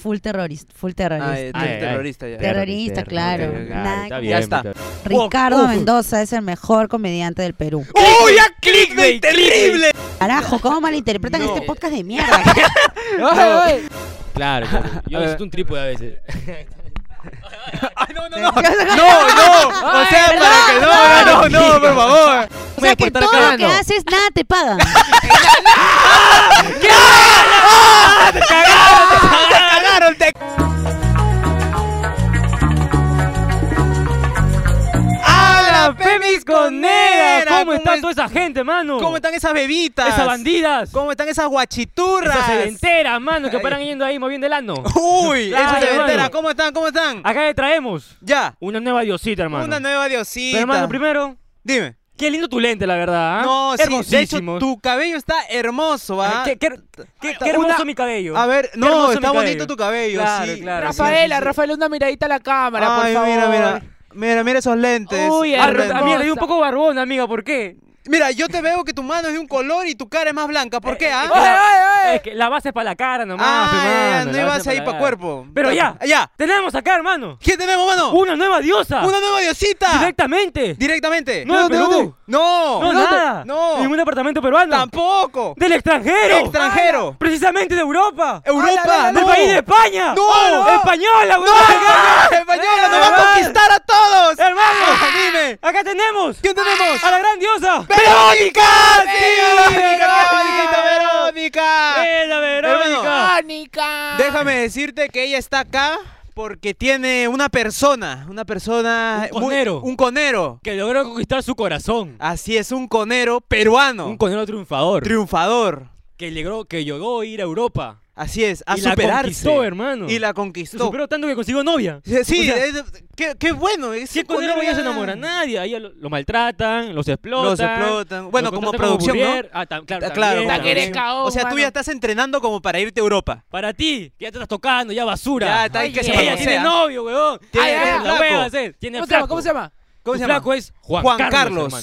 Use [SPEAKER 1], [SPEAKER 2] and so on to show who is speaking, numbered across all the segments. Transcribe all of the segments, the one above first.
[SPEAKER 1] Full terrorista, full terrorista.
[SPEAKER 2] Ah, eh, tú
[SPEAKER 3] Ah,
[SPEAKER 2] eres
[SPEAKER 3] eh,
[SPEAKER 2] terrorista ya.
[SPEAKER 1] Ter- Terrorista, claro. Nada
[SPEAKER 3] está
[SPEAKER 1] que-
[SPEAKER 3] bien,
[SPEAKER 2] Ya está.
[SPEAKER 3] Víctor.
[SPEAKER 1] Ricardo
[SPEAKER 2] Uf.
[SPEAKER 1] Mendoza es el mejor comediante del Perú.
[SPEAKER 2] ¡Uy, a clickbait! ¡Terrible!
[SPEAKER 1] Carajo, ¿cómo malinterpretan
[SPEAKER 2] No.
[SPEAKER 1] este podcast de mierda?
[SPEAKER 2] ¡Ay, ay!
[SPEAKER 3] Claro, claro. Yo
[SPEAKER 2] A ver.
[SPEAKER 3] necesito un trípode a veces.
[SPEAKER 2] ¡Ay, no, no, no! ¡No, no! O sea, para que no, no, no, por favor.
[SPEAKER 1] o sea que
[SPEAKER 2] Voy a cortar
[SPEAKER 1] todo
[SPEAKER 2] acá.
[SPEAKER 1] lo que haces, nada te pagan.
[SPEAKER 2] cagaron, te
[SPEAKER 4] Ah,
[SPEAKER 2] ¡Hala, Femis
[SPEAKER 4] Nera,
[SPEAKER 2] Conera!
[SPEAKER 4] ¿Cómo está toda esa gente, mano?
[SPEAKER 2] ¿Cómo están esas bebitas?
[SPEAKER 4] esas bandidas?
[SPEAKER 2] ¿Cómo están esas guachiturras?
[SPEAKER 4] Esas sedenteras, mano, que
[SPEAKER 2] Ay.
[SPEAKER 4] paran yendo ahí moviendo el ano.
[SPEAKER 2] ¡Uy!
[SPEAKER 4] Claro,
[SPEAKER 2] esas sedenteras,
[SPEAKER 4] hermano.
[SPEAKER 2] ¿Cómo están? ¿Cómo están?
[SPEAKER 4] Acá le traemos
[SPEAKER 2] Ya,
[SPEAKER 4] una nueva diosita, hermano.
[SPEAKER 2] una nueva diosita.
[SPEAKER 4] Pero, hermano, primero,
[SPEAKER 2] Dime.
[SPEAKER 4] qué lindo tu lente, la verdad. ¿ah?
[SPEAKER 2] No, sí, de hecho,
[SPEAKER 4] Hermosísimo.
[SPEAKER 2] tu cabello está hermoso, ¿ah?
[SPEAKER 4] Ah, Qué, qué- qué- qué
[SPEAKER 2] Una-
[SPEAKER 4] hermoso mi cabello.
[SPEAKER 2] A ver, no,
[SPEAKER 4] hermoso
[SPEAKER 2] está
[SPEAKER 4] mi
[SPEAKER 2] bonito
[SPEAKER 4] cabello.
[SPEAKER 2] tu cabello,
[SPEAKER 4] Claro,
[SPEAKER 2] sí.
[SPEAKER 4] claro,
[SPEAKER 2] Rafael,
[SPEAKER 4] sí. Rafaela,
[SPEAKER 5] Rafaela, Rafaela, una miradita a la cámara,
[SPEAKER 2] Ay,
[SPEAKER 5] por favor.
[SPEAKER 2] mira, mira. Mira, mira esos lentes.
[SPEAKER 5] Uy,
[SPEAKER 4] Ah,
[SPEAKER 2] Re-
[SPEAKER 5] hermosa.
[SPEAKER 4] a mí me un poco barbón, amiga, ¿por qué?
[SPEAKER 2] Mira, yo te veo que tu mano es de un color y tu cara es más blanca. ¿Por qué, ah?
[SPEAKER 4] Es que la-
[SPEAKER 5] ay, ay!
[SPEAKER 4] Es que la base es para la cara nomás,
[SPEAKER 2] Ah,
[SPEAKER 4] pe,
[SPEAKER 2] ya, ya,
[SPEAKER 4] mano,
[SPEAKER 2] no
[SPEAKER 4] la
[SPEAKER 2] ibas
[SPEAKER 4] base
[SPEAKER 2] ahí
[SPEAKER 4] es
[SPEAKER 2] para
[SPEAKER 4] la cara.
[SPEAKER 2] cuerpo. Ah,
[SPEAKER 4] Pero ya.
[SPEAKER 2] Ya.
[SPEAKER 4] Tenemos acá, hermano,
[SPEAKER 2] ¿Quién tenemos, mano?
[SPEAKER 4] una nueva diosa.
[SPEAKER 2] ¡Una nueva diosita!
[SPEAKER 4] Directamente.
[SPEAKER 2] Directamente.
[SPEAKER 4] No, de Perú.
[SPEAKER 2] No.
[SPEAKER 4] No, nada.
[SPEAKER 2] No.
[SPEAKER 4] Ningún departamento peruano.
[SPEAKER 2] Tampoco.
[SPEAKER 4] Del extranjero.
[SPEAKER 2] Extranjero.
[SPEAKER 4] Precisamente de Europa.
[SPEAKER 2] Europa.
[SPEAKER 4] Del
[SPEAKER 2] no.
[SPEAKER 4] país de España.
[SPEAKER 2] No.
[SPEAKER 4] Bueno, Española,
[SPEAKER 2] No,
[SPEAKER 4] huevón.
[SPEAKER 2] española, española, nos va
[SPEAKER 4] Hermano.
[SPEAKER 2] a conquistar a todos. Ah,
[SPEAKER 4] Hermano.
[SPEAKER 2] Dime.
[SPEAKER 4] Acá tenemos.
[SPEAKER 2] ¿Quién tenemos?
[SPEAKER 4] A la gran diosa.
[SPEAKER 2] ¡Verónica! ¡Sí!
[SPEAKER 4] Verónica,
[SPEAKER 2] Verónica!
[SPEAKER 4] Eh, la Verónica.
[SPEAKER 5] ¡Pánica!
[SPEAKER 2] Déjame decirte que ella está acá porque tiene una persona, una persona...
[SPEAKER 4] Un
[SPEAKER 2] muy-
[SPEAKER 4] conero.
[SPEAKER 2] un conero.
[SPEAKER 4] Que logró conquistar su corazón.
[SPEAKER 2] Así es, un conero peruano.
[SPEAKER 4] Un conero triunfador.
[SPEAKER 2] triunfador.
[SPEAKER 4] que, logró, que llegó a ir a Europa.
[SPEAKER 2] Así es, a
[SPEAKER 4] y
[SPEAKER 2] superarse.
[SPEAKER 4] la conquistó, hermano.
[SPEAKER 2] Y la
[SPEAKER 4] Se
[SPEAKER 2] conquistó.
[SPEAKER 4] superó tanto que consiguió novia.
[SPEAKER 2] Sí, sí,
[SPEAKER 4] O sea,
[SPEAKER 2] es- qué, qué bueno. es
[SPEAKER 4] Si
[SPEAKER 2] un Ah,
[SPEAKER 4] el conero ya se enamora a
[SPEAKER 2] nada.
[SPEAKER 4] nadie, ahí lo, lo maltratan, los explotan.
[SPEAKER 2] Los explotan. Bueno,
[SPEAKER 4] lo
[SPEAKER 2] como
[SPEAKER 4] contratan
[SPEAKER 2] producción,
[SPEAKER 4] burrier. Ah, tam- claro,
[SPEAKER 2] ¿no? Claro.
[SPEAKER 4] también,
[SPEAKER 5] La
[SPEAKER 4] también.
[SPEAKER 5] querés caón,
[SPEAKER 2] o sea, tú
[SPEAKER 5] mano.
[SPEAKER 2] ya estás entrenando como para irte a Europa.
[SPEAKER 4] Para ti, que ya te estás tocando, ya basura.
[SPEAKER 2] Ya, está ahí que
[SPEAKER 5] Oye,
[SPEAKER 2] se
[SPEAKER 4] Ella tiene
[SPEAKER 2] manosea.
[SPEAKER 4] novio, weón.
[SPEAKER 2] Tiene
[SPEAKER 4] Ay, ay,
[SPEAKER 2] un
[SPEAKER 4] la
[SPEAKER 2] flaco.
[SPEAKER 4] hueva es él. Tiene
[SPEAKER 5] ¿Cómo se
[SPEAKER 4] flaco.
[SPEAKER 5] llama? ¿Cómo se llama?
[SPEAKER 2] ¿Cómo
[SPEAKER 4] Su
[SPEAKER 2] se llama?
[SPEAKER 4] flaco es Juan,
[SPEAKER 2] Juan
[SPEAKER 4] Carlos.
[SPEAKER 2] Carlos.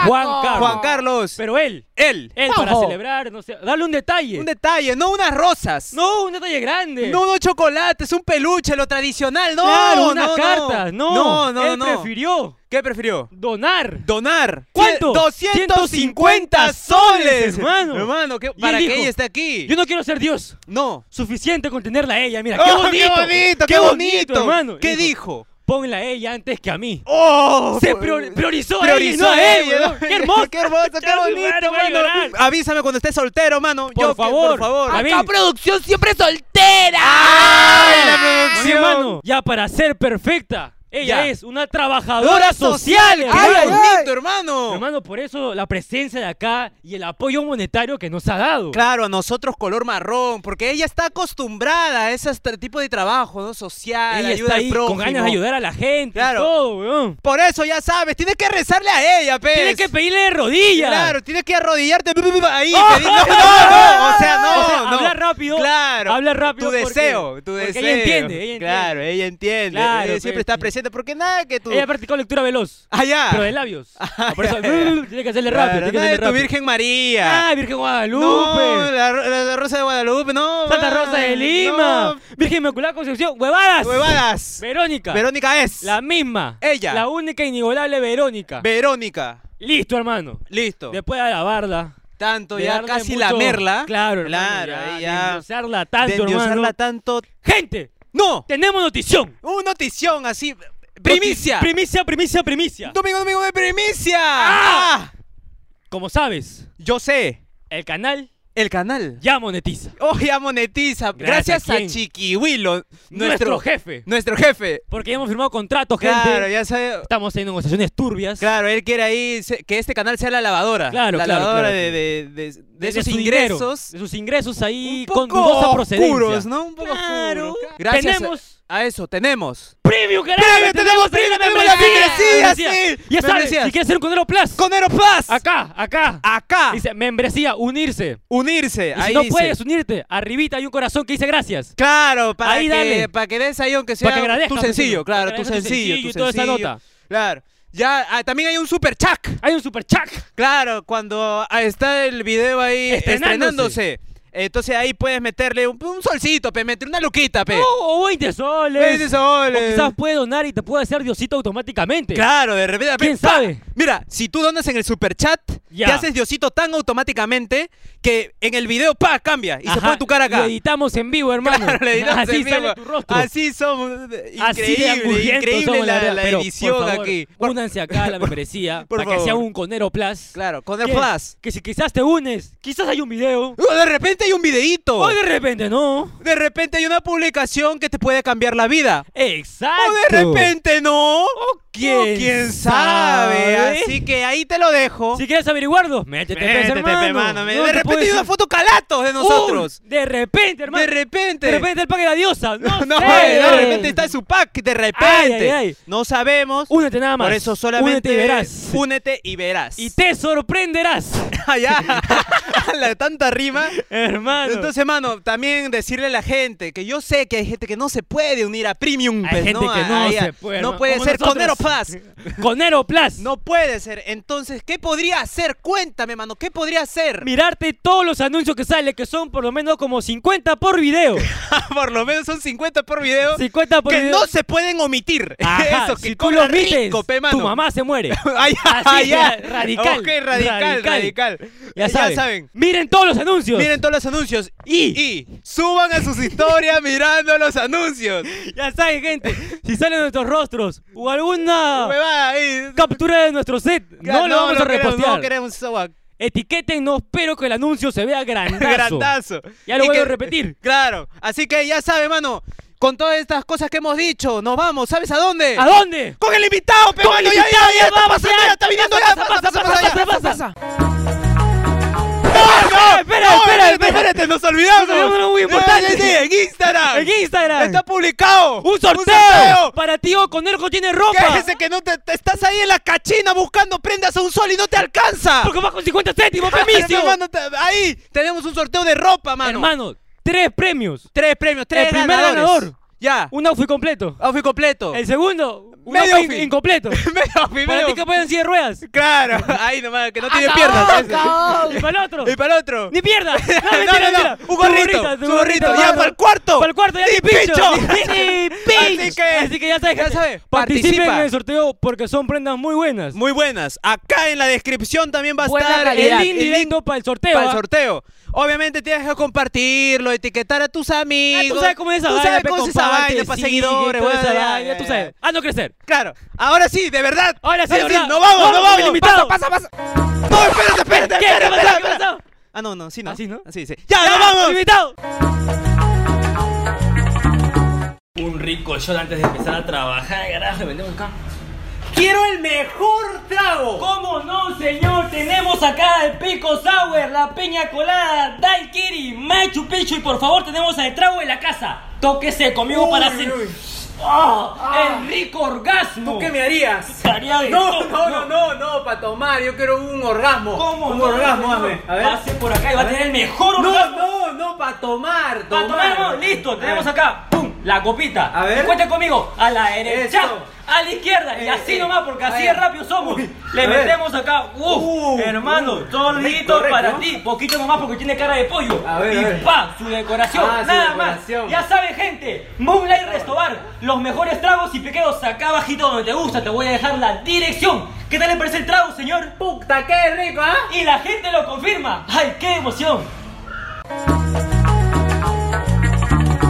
[SPEAKER 4] hermano. Carlos.
[SPEAKER 2] Juan Carlos.
[SPEAKER 4] Pero él,
[SPEAKER 2] Él.
[SPEAKER 4] él para
[SPEAKER 5] Ojo.
[SPEAKER 4] celebrar, no sé, dale un detalle.
[SPEAKER 2] Un detalle, no unas rosas.
[SPEAKER 4] no, un detalle grande.
[SPEAKER 2] No, no chocolates, un peluche, lo tradicional, no.
[SPEAKER 4] claro, unas
[SPEAKER 2] no, no.
[SPEAKER 4] cartas. No,
[SPEAKER 2] no, no.
[SPEAKER 4] Él
[SPEAKER 2] no.
[SPEAKER 4] prefirió
[SPEAKER 2] ¿Qué prefirió?
[SPEAKER 4] donar.
[SPEAKER 2] Donar.
[SPEAKER 4] ¿Cuánto?
[SPEAKER 2] 250 soles,
[SPEAKER 4] hermano.
[SPEAKER 2] Hermano, ¿qué-
[SPEAKER 4] él
[SPEAKER 2] para que
[SPEAKER 4] dijo,
[SPEAKER 2] ella esté aquí.
[SPEAKER 4] Yo no quiero ser Dios.
[SPEAKER 2] No.
[SPEAKER 4] Suficiente con tenerla a ella, mira,
[SPEAKER 2] Oh,
[SPEAKER 4] qué bonito.
[SPEAKER 2] bonito, qué bonito,
[SPEAKER 4] hermano.
[SPEAKER 2] ¿Qué
[SPEAKER 4] Y dijo,
[SPEAKER 2] dijo?
[SPEAKER 4] Ponla a ella antes que a mí.
[SPEAKER 2] ¡Oh!
[SPEAKER 4] Se
[SPEAKER 2] por-
[SPEAKER 4] prior- priorizó,
[SPEAKER 2] priorizó
[SPEAKER 4] a ella, y no a él,
[SPEAKER 2] ella,
[SPEAKER 4] weón. Qué hermoso.
[SPEAKER 2] ¡Qué hermoso, qué
[SPEAKER 4] Escuchar su
[SPEAKER 2] bonito,
[SPEAKER 4] mano, voy a
[SPEAKER 2] mano!
[SPEAKER 4] llorar.
[SPEAKER 2] Avísame cuando estés soltero, mano.
[SPEAKER 4] Por
[SPEAKER 2] Yo que-
[SPEAKER 4] favor.
[SPEAKER 2] por favor.
[SPEAKER 4] A ver.
[SPEAKER 5] Acá producción siempre soltera.
[SPEAKER 2] Ah, ¡Ay, la
[SPEAKER 4] Mi
[SPEAKER 2] producción!
[SPEAKER 4] hermano, ya para ser perfecta, ella
[SPEAKER 2] Ya.
[SPEAKER 4] es una trabajadora social.
[SPEAKER 2] ¡Qué
[SPEAKER 4] hermano.
[SPEAKER 5] ay, ay!
[SPEAKER 2] bonito, hermano!
[SPEAKER 4] Hermano, por eso la presencia de acá y el apoyo monetario que nos ha dado.
[SPEAKER 2] Claro, a nosotros color marrón, porque ella está acostumbrada a ese tra- tipo de trabajo, ¿no? Social,
[SPEAKER 4] ella
[SPEAKER 2] ayuda
[SPEAKER 4] está
[SPEAKER 2] al
[SPEAKER 4] ahí con
[SPEAKER 2] prójimo.
[SPEAKER 4] ganas de ayudar a la gente, y
[SPEAKER 2] Claro.
[SPEAKER 4] todo, weón.
[SPEAKER 2] Por eso, ya sabes, tienes que rezarle a ella, pez.
[SPEAKER 4] Tienes que pedirle de rodillas. Oh.
[SPEAKER 2] Claro, tienes que arrodillarte bu- bu- bu- ahí. pedir- No, no, no, o sea, no,
[SPEAKER 4] O sea,
[SPEAKER 2] no.
[SPEAKER 4] habla rápido,
[SPEAKER 2] Claro.
[SPEAKER 4] habla rápido
[SPEAKER 2] Tu
[SPEAKER 4] porque-
[SPEAKER 2] deseo, tu
[SPEAKER 4] porque
[SPEAKER 2] deseo.
[SPEAKER 4] ella entiende, ella entiende.
[SPEAKER 2] Claro, ella entiende.
[SPEAKER 4] Claro,
[SPEAKER 2] ella
[SPEAKER 4] pues,
[SPEAKER 2] siempre está
[SPEAKER 4] sí.
[SPEAKER 2] presente porque nada que tu...
[SPEAKER 4] Ella practicó lectura veloz,
[SPEAKER 2] Allá.
[SPEAKER 4] pero de labios. Ah, Por eso, tiene que hacerle
[SPEAKER 2] Claro,
[SPEAKER 4] rápido. tiene
[SPEAKER 2] nada
[SPEAKER 4] que
[SPEAKER 2] de
[SPEAKER 4] hacerle
[SPEAKER 2] tu
[SPEAKER 4] rápido.
[SPEAKER 2] Virgen María.
[SPEAKER 4] Ah, Virgen Guadalupe.
[SPEAKER 2] no, la, ro- la- la Rosa de Guadalupe, no.
[SPEAKER 4] Santa
[SPEAKER 2] man,
[SPEAKER 4] Rosa de Lima.
[SPEAKER 2] no.
[SPEAKER 4] Virgen Inmaculada Concepción. Huevadas.
[SPEAKER 2] Huevadas.
[SPEAKER 4] Verónica.
[SPEAKER 2] Verónica es.
[SPEAKER 4] La misma.
[SPEAKER 2] Ella.
[SPEAKER 4] La única e inigualable Verónica.
[SPEAKER 2] Verónica.
[SPEAKER 4] Listo, hermano.
[SPEAKER 2] Listo.
[SPEAKER 4] Después de alabarla.
[SPEAKER 2] tanto,
[SPEAKER 4] de
[SPEAKER 2] ya
[SPEAKER 4] darle
[SPEAKER 2] casi
[SPEAKER 4] mucho-
[SPEAKER 2] lamerla.
[SPEAKER 4] Claro, hermano,
[SPEAKER 2] Claro,
[SPEAKER 4] ya,
[SPEAKER 2] ahí
[SPEAKER 4] De
[SPEAKER 2] ya.
[SPEAKER 4] endiosarla tanto, hermano.
[SPEAKER 2] endiosarla tanto.
[SPEAKER 4] Gente,
[SPEAKER 2] ¡No!
[SPEAKER 4] tenemos notición.
[SPEAKER 2] Un notición así. ¡Primicia!
[SPEAKER 4] Noti- Primicia, primicia, primicia.
[SPEAKER 2] Domingo, domingo de primicia.
[SPEAKER 4] ¡Ah!
[SPEAKER 2] Ah,
[SPEAKER 4] Como sabes,
[SPEAKER 2] yo sé.
[SPEAKER 4] el canal
[SPEAKER 2] El canal.
[SPEAKER 4] ya monetiza.
[SPEAKER 2] Oh, ya monetiza.
[SPEAKER 4] Gracias
[SPEAKER 2] Gracias,
[SPEAKER 4] a
[SPEAKER 2] a,
[SPEAKER 4] quién?
[SPEAKER 2] Chiquihuilo,
[SPEAKER 4] Nuestro,
[SPEAKER 2] nuestro,
[SPEAKER 4] jefe.
[SPEAKER 2] nuestro jefe.
[SPEAKER 4] Porque ya hemos firmado contratos, gente.
[SPEAKER 2] Claro, ya sabe.
[SPEAKER 4] Estamos en negociaciones turbias.
[SPEAKER 2] Claro, él quiere ahí se- que este canal sea la lavadora.
[SPEAKER 4] Claro,
[SPEAKER 2] la
[SPEAKER 4] claro,
[SPEAKER 2] lavadora
[SPEAKER 4] claro,
[SPEAKER 2] de, de, de- de
[SPEAKER 4] de
[SPEAKER 2] esos
[SPEAKER 4] su dinero,
[SPEAKER 2] ingresos.
[SPEAKER 4] de sus ingresos ahí
[SPEAKER 2] un poco
[SPEAKER 4] con dudosa
[SPEAKER 2] oscuros,
[SPEAKER 4] procedencia.
[SPEAKER 2] ¿no? Un poco
[SPEAKER 4] Claro.
[SPEAKER 2] oscuros. Gracias a-
[SPEAKER 4] Tenemos-
[SPEAKER 2] a, eso, tenemos.
[SPEAKER 4] ¡Premium, carajo!
[SPEAKER 2] ¡Premium, tenemos premium, tenemos la membresía, sí!
[SPEAKER 4] Ya sabes,
[SPEAKER 2] Membresías.
[SPEAKER 4] si quieres ser un Conero Plus,
[SPEAKER 2] Conero Plus.
[SPEAKER 4] acá, acá.
[SPEAKER 2] Acá.
[SPEAKER 4] Dice, membresía, unirse.
[SPEAKER 2] unirse.
[SPEAKER 4] Y
[SPEAKER 2] ahí
[SPEAKER 4] si no
[SPEAKER 2] dice.
[SPEAKER 4] puedes unirte, arribita hay un corazón que dice gracias.
[SPEAKER 2] Claro, para
[SPEAKER 4] Ahí
[SPEAKER 2] que
[SPEAKER 4] dale.
[SPEAKER 2] para que des ahí aunque sea
[SPEAKER 4] Para que agradezcas,
[SPEAKER 2] tu
[SPEAKER 4] por
[SPEAKER 2] sencillo,
[SPEAKER 4] ejemplo. Para
[SPEAKER 2] claro,
[SPEAKER 4] que
[SPEAKER 2] tu
[SPEAKER 4] agradezcas tu
[SPEAKER 2] sencillo,
[SPEAKER 4] sencillo
[SPEAKER 2] tu
[SPEAKER 4] y toda esa
[SPEAKER 2] sencillo.
[SPEAKER 4] nota.
[SPEAKER 2] Claro. Ya ah, también hay un super chat.
[SPEAKER 4] Hay un super chat.
[SPEAKER 2] Claro, cuando ah, está el video ahí
[SPEAKER 4] Estrenándose.
[SPEAKER 2] estrenándose. Entonces ahí puedes meterle un, un solcito, pe, meter una luquita, pe. Pues
[SPEAKER 4] No, o 20 Oh, soles.
[SPEAKER 2] 20 soles.
[SPEAKER 4] O quizás puede donar y te puede hacer Diosito automáticamente.
[SPEAKER 2] Claro, de repente. pe,
[SPEAKER 4] ¿Quién
[SPEAKER 2] pa.
[SPEAKER 4] sabe?
[SPEAKER 2] Mira, si tú donas en el super chat,
[SPEAKER 4] Ya.
[SPEAKER 2] te haces Diosito tan automáticamente que en el video, pa, cambia y se
[SPEAKER 4] Ajá,
[SPEAKER 2] pone tu cara
[SPEAKER 4] Lo
[SPEAKER 2] acá.
[SPEAKER 4] editamos en vivo, hermano.
[SPEAKER 2] Claro, le editamos
[SPEAKER 4] Así
[SPEAKER 2] en
[SPEAKER 4] sale
[SPEAKER 2] vivo.
[SPEAKER 4] tu rostro.
[SPEAKER 2] pues, Así somos. eh,
[SPEAKER 4] Así de
[SPEAKER 2] Increíble,
[SPEAKER 4] angurrientos
[SPEAKER 2] increíble
[SPEAKER 4] somos,
[SPEAKER 2] la,
[SPEAKER 4] verdad.
[SPEAKER 2] la
[SPEAKER 4] Pero, por
[SPEAKER 2] edición
[SPEAKER 4] favor,
[SPEAKER 2] aquí. Por-
[SPEAKER 4] Únanse acá a la membresía
[SPEAKER 2] por
[SPEAKER 4] para que sea
[SPEAKER 2] favor.
[SPEAKER 4] un Conero Plus.
[SPEAKER 2] claro, con el
[SPEAKER 4] Que-
[SPEAKER 2] plus.
[SPEAKER 4] Que si quizás te unes, quizás hay un video.
[SPEAKER 2] Uh, de repente hay un videíto.
[SPEAKER 4] O de repente no.
[SPEAKER 2] De repente hay una publicación que te puede cambiar la vida.
[SPEAKER 4] Exacto. Oh,
[SPEAKER 2] O de repente no.
[SPEAKER 4] quién
[SPEAKER 2] O quién sabe.
[SPEAKER 4] sabe.
[SPEAKER 2] Así que ahí te lo dejo.
[SPEAKER 4] Si quieres averiguarlo, métete, pues,
[SPEAKER 2] Métete, pe,
[SPEAKER 4] hermano.
[SPEAKER 2] mano, me-
[SPEAKER 4] No
[SPEAKER 2] de
[SPEAKER 4] te
[SPEAKER 2] repente
[SPEAKER 4] puedes-
[SPEAKER 2] hay una foto calatos de
[SPEAKER 4] ¡Uh!
[SPEAKER 2] nosotros.
[SPEAKER 4] de repente, hermano.
[SPEAKER 2] de repente.
[SPEAKER 4] De repente el pack de la diosa. No,
[SPEAKER 2] No,
[SPEAKER 4] sé.
[SPEAKER 2] de repente está en su pack. De repente.
[SPEAKER 4] Ay, ay, ay.
[SPEAKER 2] No sabemos.
[SPEAKER 4] Únete nada más.
[SPEAKER 2] Por eso solamente.
[SPEAKER 4] Únete y verás.
[SPEAKER 2] Únete y verás.
[SPEAKER 4] Y te sorprenderás,
[SPEAKER 2] Ah, ya. La de tanta rima.
[SPEAKER 4] hermano.
[SPEAKER 2] Entonces, mano, también decirle a la gente que yo sé que hay gente que no se puede unir a Premium.
[SPEAKER 4] Hay
[SPEAKER 2] pues,
[SPEAKER 4] gente que no
[SPEAKER 2] Ahí,
[SPEAKER 4] se puede,
[SPEAKER 2] No
[SPEAKER 4] hermano,
[SPEAKER 2] puede
[SPEAKER 4] como
[SPEAKER 2] ser Conero
[SPEAKER 4] nosotros.
[SPEAKER 2] Plus.
[SPEAKER 4] Conero Plus.
[SPEAKER 2] No puede ser. Entonces, ¿qué podría hacer? Cuéntame, mano, ¿qué podría hacer?
[SPEAKER 4] Mirarte todos los anuncios que salen, que son por lo menos como 50 por video.
[SPEAKER 2] por lo menos son 50 por video.
[SPEAKER 4] 50 por
[SPEAKER 2] que
[SPEAKER 4] video.
[SPEAKER 2] no se pueden omitir.
[SPEAKER 4] Ajá,
[SPEAKER 2] Eso, que
[SPEAKER 4] si tú
[SPEAKER 2] cobra
[SPEAKER 4] lo omites,
[SPEAKER 2] rico, pe, mano.
[SPEAKER 4] tu mamá se muere.
[SPEAKER 2] Ay, ay,
[SPEAKER 4] Así de
[SPEAKER 2] ay.
[SPEAKER 4] radical,
[SPEAKER 2] Ok, radical, radical.
[SPEAKER 4] radical.
[SPEAKER 2] Eh,
[SPEAKER 4] Ya saben. Miren todos los anuncios.
[SPEAKER 2] Miren todos los anuncios. Y, y suban a sus historias mirando los anuncios.
[SPEAKER 4] Ya saben, gente. si salen nuestros rostros o alguna
[SPEAKER 2] Me va ahí.
[SPEAKER 4] captura de nuestro set,
[SPEAKER 2] Claro,
[SPEAKER 4] no lo vamos a
[SPEAKER 2] queremos,
[SPEAKER 4] repostear.
[SPEAKER 2] No queremos esa guac-
[SPEAKER 4] Etiquétennos, pero que el anuncio se vea grandazo.
[SPEAKER 2] Grandazo.
[SPEAKER 4] Ya lo
[SPEAKER 2] Y
[SPEAKER 4] vuelvo
[SPEAKER 2] que-
[SPEAKER 4] a repetir.
[SPEAKER 2] Claro. Así que ya sabe, mano. Con todas estas cosas que hemos dicho, nos vamos. ¿Sabes a dónde?
[SPEAKER 4] ¿A dónde?
[SPEAKER 2] Con el invitado, pero
[SPEAKER 4] Con el
[SPEAKER 2] bueno, ya,
[SPEAKER 4] invitado,
[SPEAKER 2] ya, ya,
[SPEAKER 4] ya,
[SPEAKER 2] está
[SPEAKER 4] vamos,
[SPEAKER 2] pasando,
[SPEAKER 4] ya.
[SPEAKER 2] ya está viniendo, ya,
[SPEAKER 4] Pasa,
[SPEAKER 2] pasa,
[SPEAKER 4] pasa,
[SPEAKER 2] pasa,
[SPEAKER 4] pasa,
[SPEAKER 2] pasa, ya.
[SPEAKER 4] pasa, pasa.
[SPEAKER 2] ¡No, no! No,
[SPEAKER 4] espera, espera,
[SPEAKER 2] espérate,
[SPEAKER 4] espera.
[SPEAKER 2] espérate, nos olvidamos.
[SPEAKER 4] Nos olvidamos de algo muy
[SPEAKER 2] No,
[SPEAKER 4] importante.
[SPEAKER 2] sí, sí, en Instagram.
[SPEAKER 4] En Instagram.
[SPEAKER 2] Está publicado.
[SPEAKER 4] ¡Un sorteo!
[SPEAKER 2] sorteo.
[SPEAKER 4] Para tío Conerco tiene ropa.
[SPEAKER 2] Que ese que no te, te estás ahí en la cachina buscando prendas a un sol y no te alcanza.
[SPEAKER 4] Porque va con 50 céntimos,
[SPEAKER 2] Pero,
[SPEAKER 4] permiso.
[SPEAKER 2] hermano, te- ahí tenemos un sorteo de ropa, mano.
[SPEAKER 4] Hermano, tres premios.
[SPEAKER 2] Tres premios, tres
[SPEAKER 4] El primer
[SPEAKER 2] ganadores.
[SPEAKER 4] ganador.
[SPEAKER 2] Ya.
[SPEAKER 4] Un outfit completo.
[SPEAKER 2] Outfit completo.
[SPEAKER 4] El segundo, un
[SPEAKER 2] Medio
[SPEAKER 4] outfit
[SPEAKER 2] outfit.
[SPEAKER 4] incompleto.
[SPEAKER 2] Medio outfit,
[SPEAKER 4] Para
[SPEAKER 2] medio
[SPEAKER 4] ti que pueden de ruedas.
[SPEAKER 2] Claro, ahí nomás, que no tiene
[SPEAKER 5] Acabó,
[SPEAKER 2] piernas. ese.
[SPEAKER 5] acabó.
[SPEAKER 4] Y para el otro.
[SPEAKER 2] Y para el otro.
[SPEAKER 4] ¡Ni pierdas! No,
[SPEAKER 2] No,
[SPEAKER 4] mentira,
[SPEAKER 2] no, no,
[SPEAKER 4] mentira.
[SPEAKER 2] Un gorrito,
[SPEAKER 4] Tu gorrita, tu
[SPEAKER 2] su gorrito.
[SPEAKER 4] gorrita,
[SPEAKER 2] Ya,
[SPEAKER 4] mano.
[SPEAKER 2] para el cuarto.
[SPEAKER 4] Para el cuarto, ya
[SPEAKER 2] Ni
[SPEAKER 4] ni pincho.
[SPEAKER 2] pincho.
[SPEAKER 4] Ni
[SPEAKER 2] Así
[SPEAKER 4] pincho.
[SPEAKER 2] que-
[SPEAKER 4] Así que ya sabes,
[SPEAKER 2] ya
[SPEAKER 4] gente,
[SPEAKER 2] sabes,
[SPEAKER 4] Participen
[SPEAKER 2] participa.
[SPEAKER 4] en el sorteo porque son prendas muy buenas.
[SPEAKER 2] Muy buenas. Acá en la descripción también va a
[SPEAKER 5] Buena
[SPEAKER 2] estar
[SPEAKER 5] calidad.
[SPEAKER 4] el link directo para el sorteo.
[SPEAKER 2] para el
[SPEAKER 4] ¿ah?
[SPEAKER 2] sorteo. Obviamente tienes que compartirlo, etiquetar a tus amigos.
[SPEAKER 4] Ah, tú sabes cómo es esa
[SPEAKER 2] Tú
[SPEAKER 4] vaina.
[SPEAKER 2] sabes
[SPEAKER 4] pe,
[SPEAKER 2] cómo es esa
[SPEAKER 4] comparte,
[SPEAKER 2] vaina para
[SPEAKER 4] sigue,
[SPEAKER 2] seguidores.
[SPEAKER 4] toda
[SPEAKER 2] bueno,
[SPEAKER 4] esa
[SPEAKER 2] ya,
[SPEAKER 4] vaina,
[SPEAKER 2] ya,
[SPEAKER 4] tú
[SPEAKER 2] ya.
[SPEAKER 4] sabes. Ah, no crecer.
[SPEAKER 2] Claro. Ahora sí, de verdad.
[SPEAKER 4] Ahora sí, de verdad.
[SPEAKER 2] No vamos, no
[SPEAKER 4] Vamos con el
[SPEAKER 2] vamos.
[SPEAKER 4] invitado.
[SPEAKER 2] Pasa, pasa, pasa. No, espérate, espérate.
[SPEAKER 4] ¿Qué?
[SPEAKER 2] espérate,
[SPEAKER 4] ¿Qué pasó?
[SPEAKER 2] espérate,
[SPEAKER 4] ¿Qué pasó?
[SPEAKER 2] Ah, no, no, sí, no.
[SPEAKER 4] Así, ¿no?
[SPEAKER 2] Así, sí. ¡Ya, nos
[SPEAKER 4] ¡Ah,
[SPEAKER 2] vamos!
[SPEAKER 4] invitado!
[SPEAKER 6] Un rico shot antes de empezar a trabajar, carajo, vendemos acá.
[SPEAKER 2] ¡Quiero el mejor trago!
[SPEAKER 4] ¿Cómo no, señor? Tenemos acá el Pico Sour, la piña colada, Daiquiri, Machu Picchu y por favor tenemos el trago de la casa. Tóquese conmigo para hacer... ¡Ah! ¡El rico orgasmo!
[SPEAKER 2] ¿Qué me harías?
[SPEAKER 4] Estaría de
[SPEAKER 2] No,
[SPEAKER 4] top,
[SPEAKER 2] no, no, no, no, para tomar, yo quiero un orgasmo.
[SPEAKER 4] ¿Cómo
[SPEAKER 2] Un
[SPEAKER 4] no,
[SPEAKER 2] orgasmo,
[SPEAKER 4] señor?
[SPEAKER 2] hazme. A ver.
[SPEAKER 4] Pase por acá y va a tener el mejor
[SPEAKER 2] No,
[SPEAKER 4] orgasmo.
[SPEAKER 2] no, no, para tomar,
[SPEAKER 4] Para tomar, no,
[SPEAKER 2] A
[SPEAKER 4] listo, tenemos
[SPEAKER 2] ver.
[SPEAKER 4] acá, pum, la copita.
[SPEAKER 2] A ver.
[SPEAKER 4] Y cuente conmigo, a la derecha,
[SPEAKER 2] Eso.
[SPEAKER 4] a la izquierda, y
[SPEAKER 2] Eh,
[SPEAKER 4] así
[SPEAKER 2] eh.
[SPEAKER 4] nomás, porque así
[SPEAKER 2] Ahí.
[SPEAKER 4] de rápido somos.
[SPEAKER 2] a
[SPEAKER 4] Le
[SPEAKER 2] ver.
[SPEAKER 4] metemos acá, uff,
[SPEAKER 2] Uh,
[SPEAKER 4] hermano,
[SPEAKER 2] uh,
[SPEAKER 4] todo
[SPEAKER 2] rico,
[SPEAKER 4] listo
[SPEAKER 2] rico,
[SPEAKER 4] para
[SPEAKER 2] ¿no?
[SPEAKER 4] ti, poquito nomás porque tiene cara de pollo.
[SPEAKER 2] A ver,
[SPEAKER 4] y
[SPEAKER 2] a ver.
[SPEAKER 4] pa, su decoración,
[SPEAKER 2] Ah, su
[SPEAKER 4] nada
[SPEAKER 2] decoración.
[SPEAKER 4] más. Ya sabe, gente, Moonlight Restobar, los mejores tragos y pequeños acá bajito donde te gusta, te voy a dejar la dirección. ¿Qué tal le parece el trago, señor?
[SPEAKER 2] Puta, qué rico, ¿ah?
[SPEAKER 4] Y la gente lo confirma. ¡Ay, qué emoción!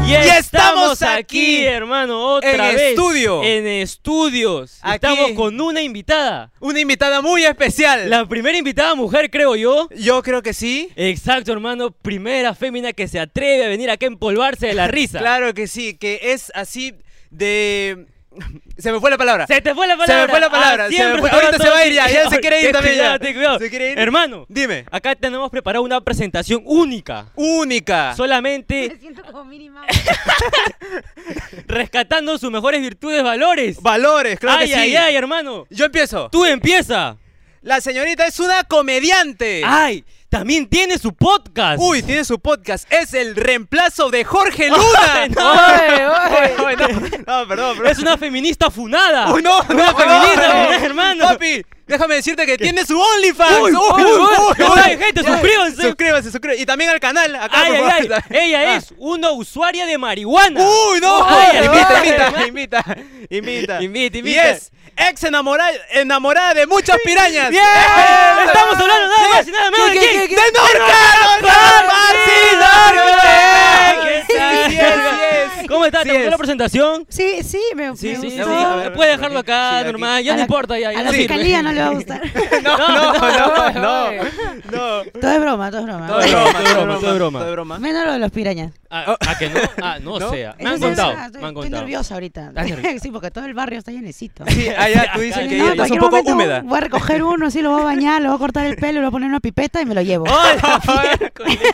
[SPEAKER 4] Y
[SPEAKER 2] estamos aquí,
[SPEAKER 4] hermano, otra
[SPEAKER 2] en
[SPEAKER 4] vez.
[SPEAKER 2] estudio.
[SPEAKER 4] En estudios.
[SPEAKER 2] Aquí.
[SPEAKER 4] Estamos con una invitada.
[SPEAKER 2] Una invitada muy especial.
[SPEAKER 4] La primera invitada mujer, creo yo.
[SPEAKER 2] Yo creo que sí.
[SPEAKER 4] Exacto, hermano. Primera fémina que se atreve a venir acá a empolvarse de la risa.
[SPEAKER 2] Claro que sí, que es así de. Se me fue la palabra.
[SPEAKER 4] Se te fue la
[SPEAKER 2] Se me
[SPEAKER 4] palabra.
[SPEAKER 2] fue la palabra,
[SPEAKER 4] Ah,
[SPEAKER 2] se
[SPEAKER 4] siempre
[SPEAKER 2] me fue.
[SPEAKER 4] va
[SPEAKER 2] Ahorita
[SPEAKER 4] todo
[SPEAKER 2] se va a
[SPEAKER 4] así.
[SPEAKER 2] ir ya, ya se quiere ir
[SPEAKER 4] Ten
[SPEAKER 2] también
[SPEAKER 4] cuidado,
[SPEAKER 2] ya.
[SPEAKER 4] ten cuidado.
[SPEAKER 2] Se quiere ir.
[SPEAKER 4] Hermano,
[SPEAKER 2] Dime.
[SPEAKER 4] acá tenemos preparada una presentación única.
[SPEAKER 2] Única.
[SPEAKER 4] Solamente
[SPEAKER 1] Me siento como mínima.
[SPEAKER 4] rescatando sus mejores virtudes, valores.
[SPEAKER 2] Valores, claro
[SPEAKER 4] ay,
[SPEAKER 2] que sí.
[SPEAKER 4] ay, ay, hermano.
[SPEAKER 2] Yo empiezo.
[SPEAKER 4] Tú empieza.
[SPEAKER 2] La señorita es una comediante.
[SPEAKER 4] Ay, también tiene su podcast.
[SPEAKER 2] Eh. Uy, tiene su podcast. Es el reemplazo de Jorge Luna.
[SPEAKER 4] Ay, no.
[SPEAKER 5] Oye, oye.
[SPEAKER 2] Oye, no, no, perdón, perdón.
[SPEAKER 4] es una feminista funada.
[SPEAKER 2] Uy, no, no,
[SPEAKER 4] Una
[SPEAKER 2] perdón,
[SPEAKER 4] feminista,
[SPEAKER 2] perdón.
[SPEAKER 4] mira, hermano.
[SPEAKER 2] Papi, déjame decirte que tiene su OnlyFans.
[SPEAKER 4] Uy,
[SPEAKER 2] ¡Oh,
[SPEAKER 4] uy,
[SPEAKER 2] uy, uy!
[SPEAKER 4] uy! Oye, gente,
[SPEAKER 2] Ya,
[SPEAKER 4] suscríbanse.
[SPEAKER 2] Suscríbanse, suscríbanse. Y también al canal. Acá,
[SPEAKER 4] Ay,
[SPEAKER 2] por
[SPEAKER 4] ay, ay.
[SPEAKER 2] favor.
[SPEAKER 4] Ella
[SPEAKER 2] Ah.
[SPEAKER 4] es una usuaria de marihuana.
[SPEAKER 2] ¡Uy, no!
[SPEAKER 4] Ay, ay,
[SPEAKER 2] invita,
[SPEAKER 4] ay, ay.
[SPEAKER 2] invita, invita, invita,
[SPEAKER 4] Invita,
[SPEAKER 2] Y
[SPEAKER 4] invita.
[SPEAKER 2] es ex enamorada, enamorada de muchas pirañas.
[SPEAKER 4] ¡Bien! Estamos hablando nada más y nada menos de quién.
[SPEAKER 2] ¡De Norca! ¡Norca Marci
[SPEAKER 4] ¿Qué tal?
[SPEAKER 2] Norca! Sí, sí, sí.
[SPEAKER 4] ¿Cómo está?
[SPEAKER 2] Sí
[SPEAKER 4] ¿Te gustó
[SPEAKER 2] es.
[SPEAKER 4] la presentación?
[SPEAKER 1] Sí, sí, me,
[SPEAKER 4] Sí,
[SPEAKER 1] me
[SPEAKER 4] sí, sí.
[SPEAKER 1] gustó.
[SPEAKER 2] pues, a ver,
[SPEAKER 4] Puedes dejarlo
[SPEAKER 2] aquí,
[SPEAKER 4] acá,
[SPEAKER 2] sí, aquí.
[SPEAKER 4] normal. Ya
[SPEAKER 1] A
[SPEAKER 4] no
[SPEAKER 1] la-
[SPEAKER 4] importa, ya.
[SPEAKER 1] A
[SPEAKER 4] ya
[SPEAKER 1] la
[SPEAKER 4] no sirve.
[SPEAKER 1] fiscalía no le va a gustar.
[SPEAKER 2] No, no, no, no. No.
[SPEAKER 1] Todo es broma, todo es broma.
[SPEAKER 2] Todo es broma,
[SPEAKER 4] Todo es broma,
[SPEAKER 2] todo es broma.
[SPEAKER 4] todo es
[SPEAKER 1] Menos lo de los pirañas.
[SPEAKER 4] Ah, ¿A que no? Ah, no,
[SPEAKER 2] ¿No?
[SPEAKER 4] sea. Me
[SPEAKER 1] Eso
[SPEAKER 4] han
[SPEAKER 1] sí es
[SPEAKER 4] contado.
[SPEAKER 1] verdad,
[SPEAKER 4] Me han
[SPEAKER 1] Estoy, estoy
[SPEAKER 4] contado.
[SPEAKER 1] nerviosa ahorita.
[SPEAKER 4] Estás nerviosa.
[SPEAKER 1] Sí, porque todo el barrio está llenecito.
[SPEAKER 2] Sí, allá tú dices
[SPEAKER 1] Dije,
[SPEAKER 2] que
[SPEAKER 1] no, en
[SPEAKER 2] ella es un
[SPEAKER 1] cualquier
[SPEAKER 2] poco
[SPEAKER 1] momento
[SPEAKER 2] húmeda.
[SPEAKER 1] Voy a recoger uno, sí, lo voy a bañar, lo voy a cortar el pelo, lo voy a poner en una pipeta y me lo llevo.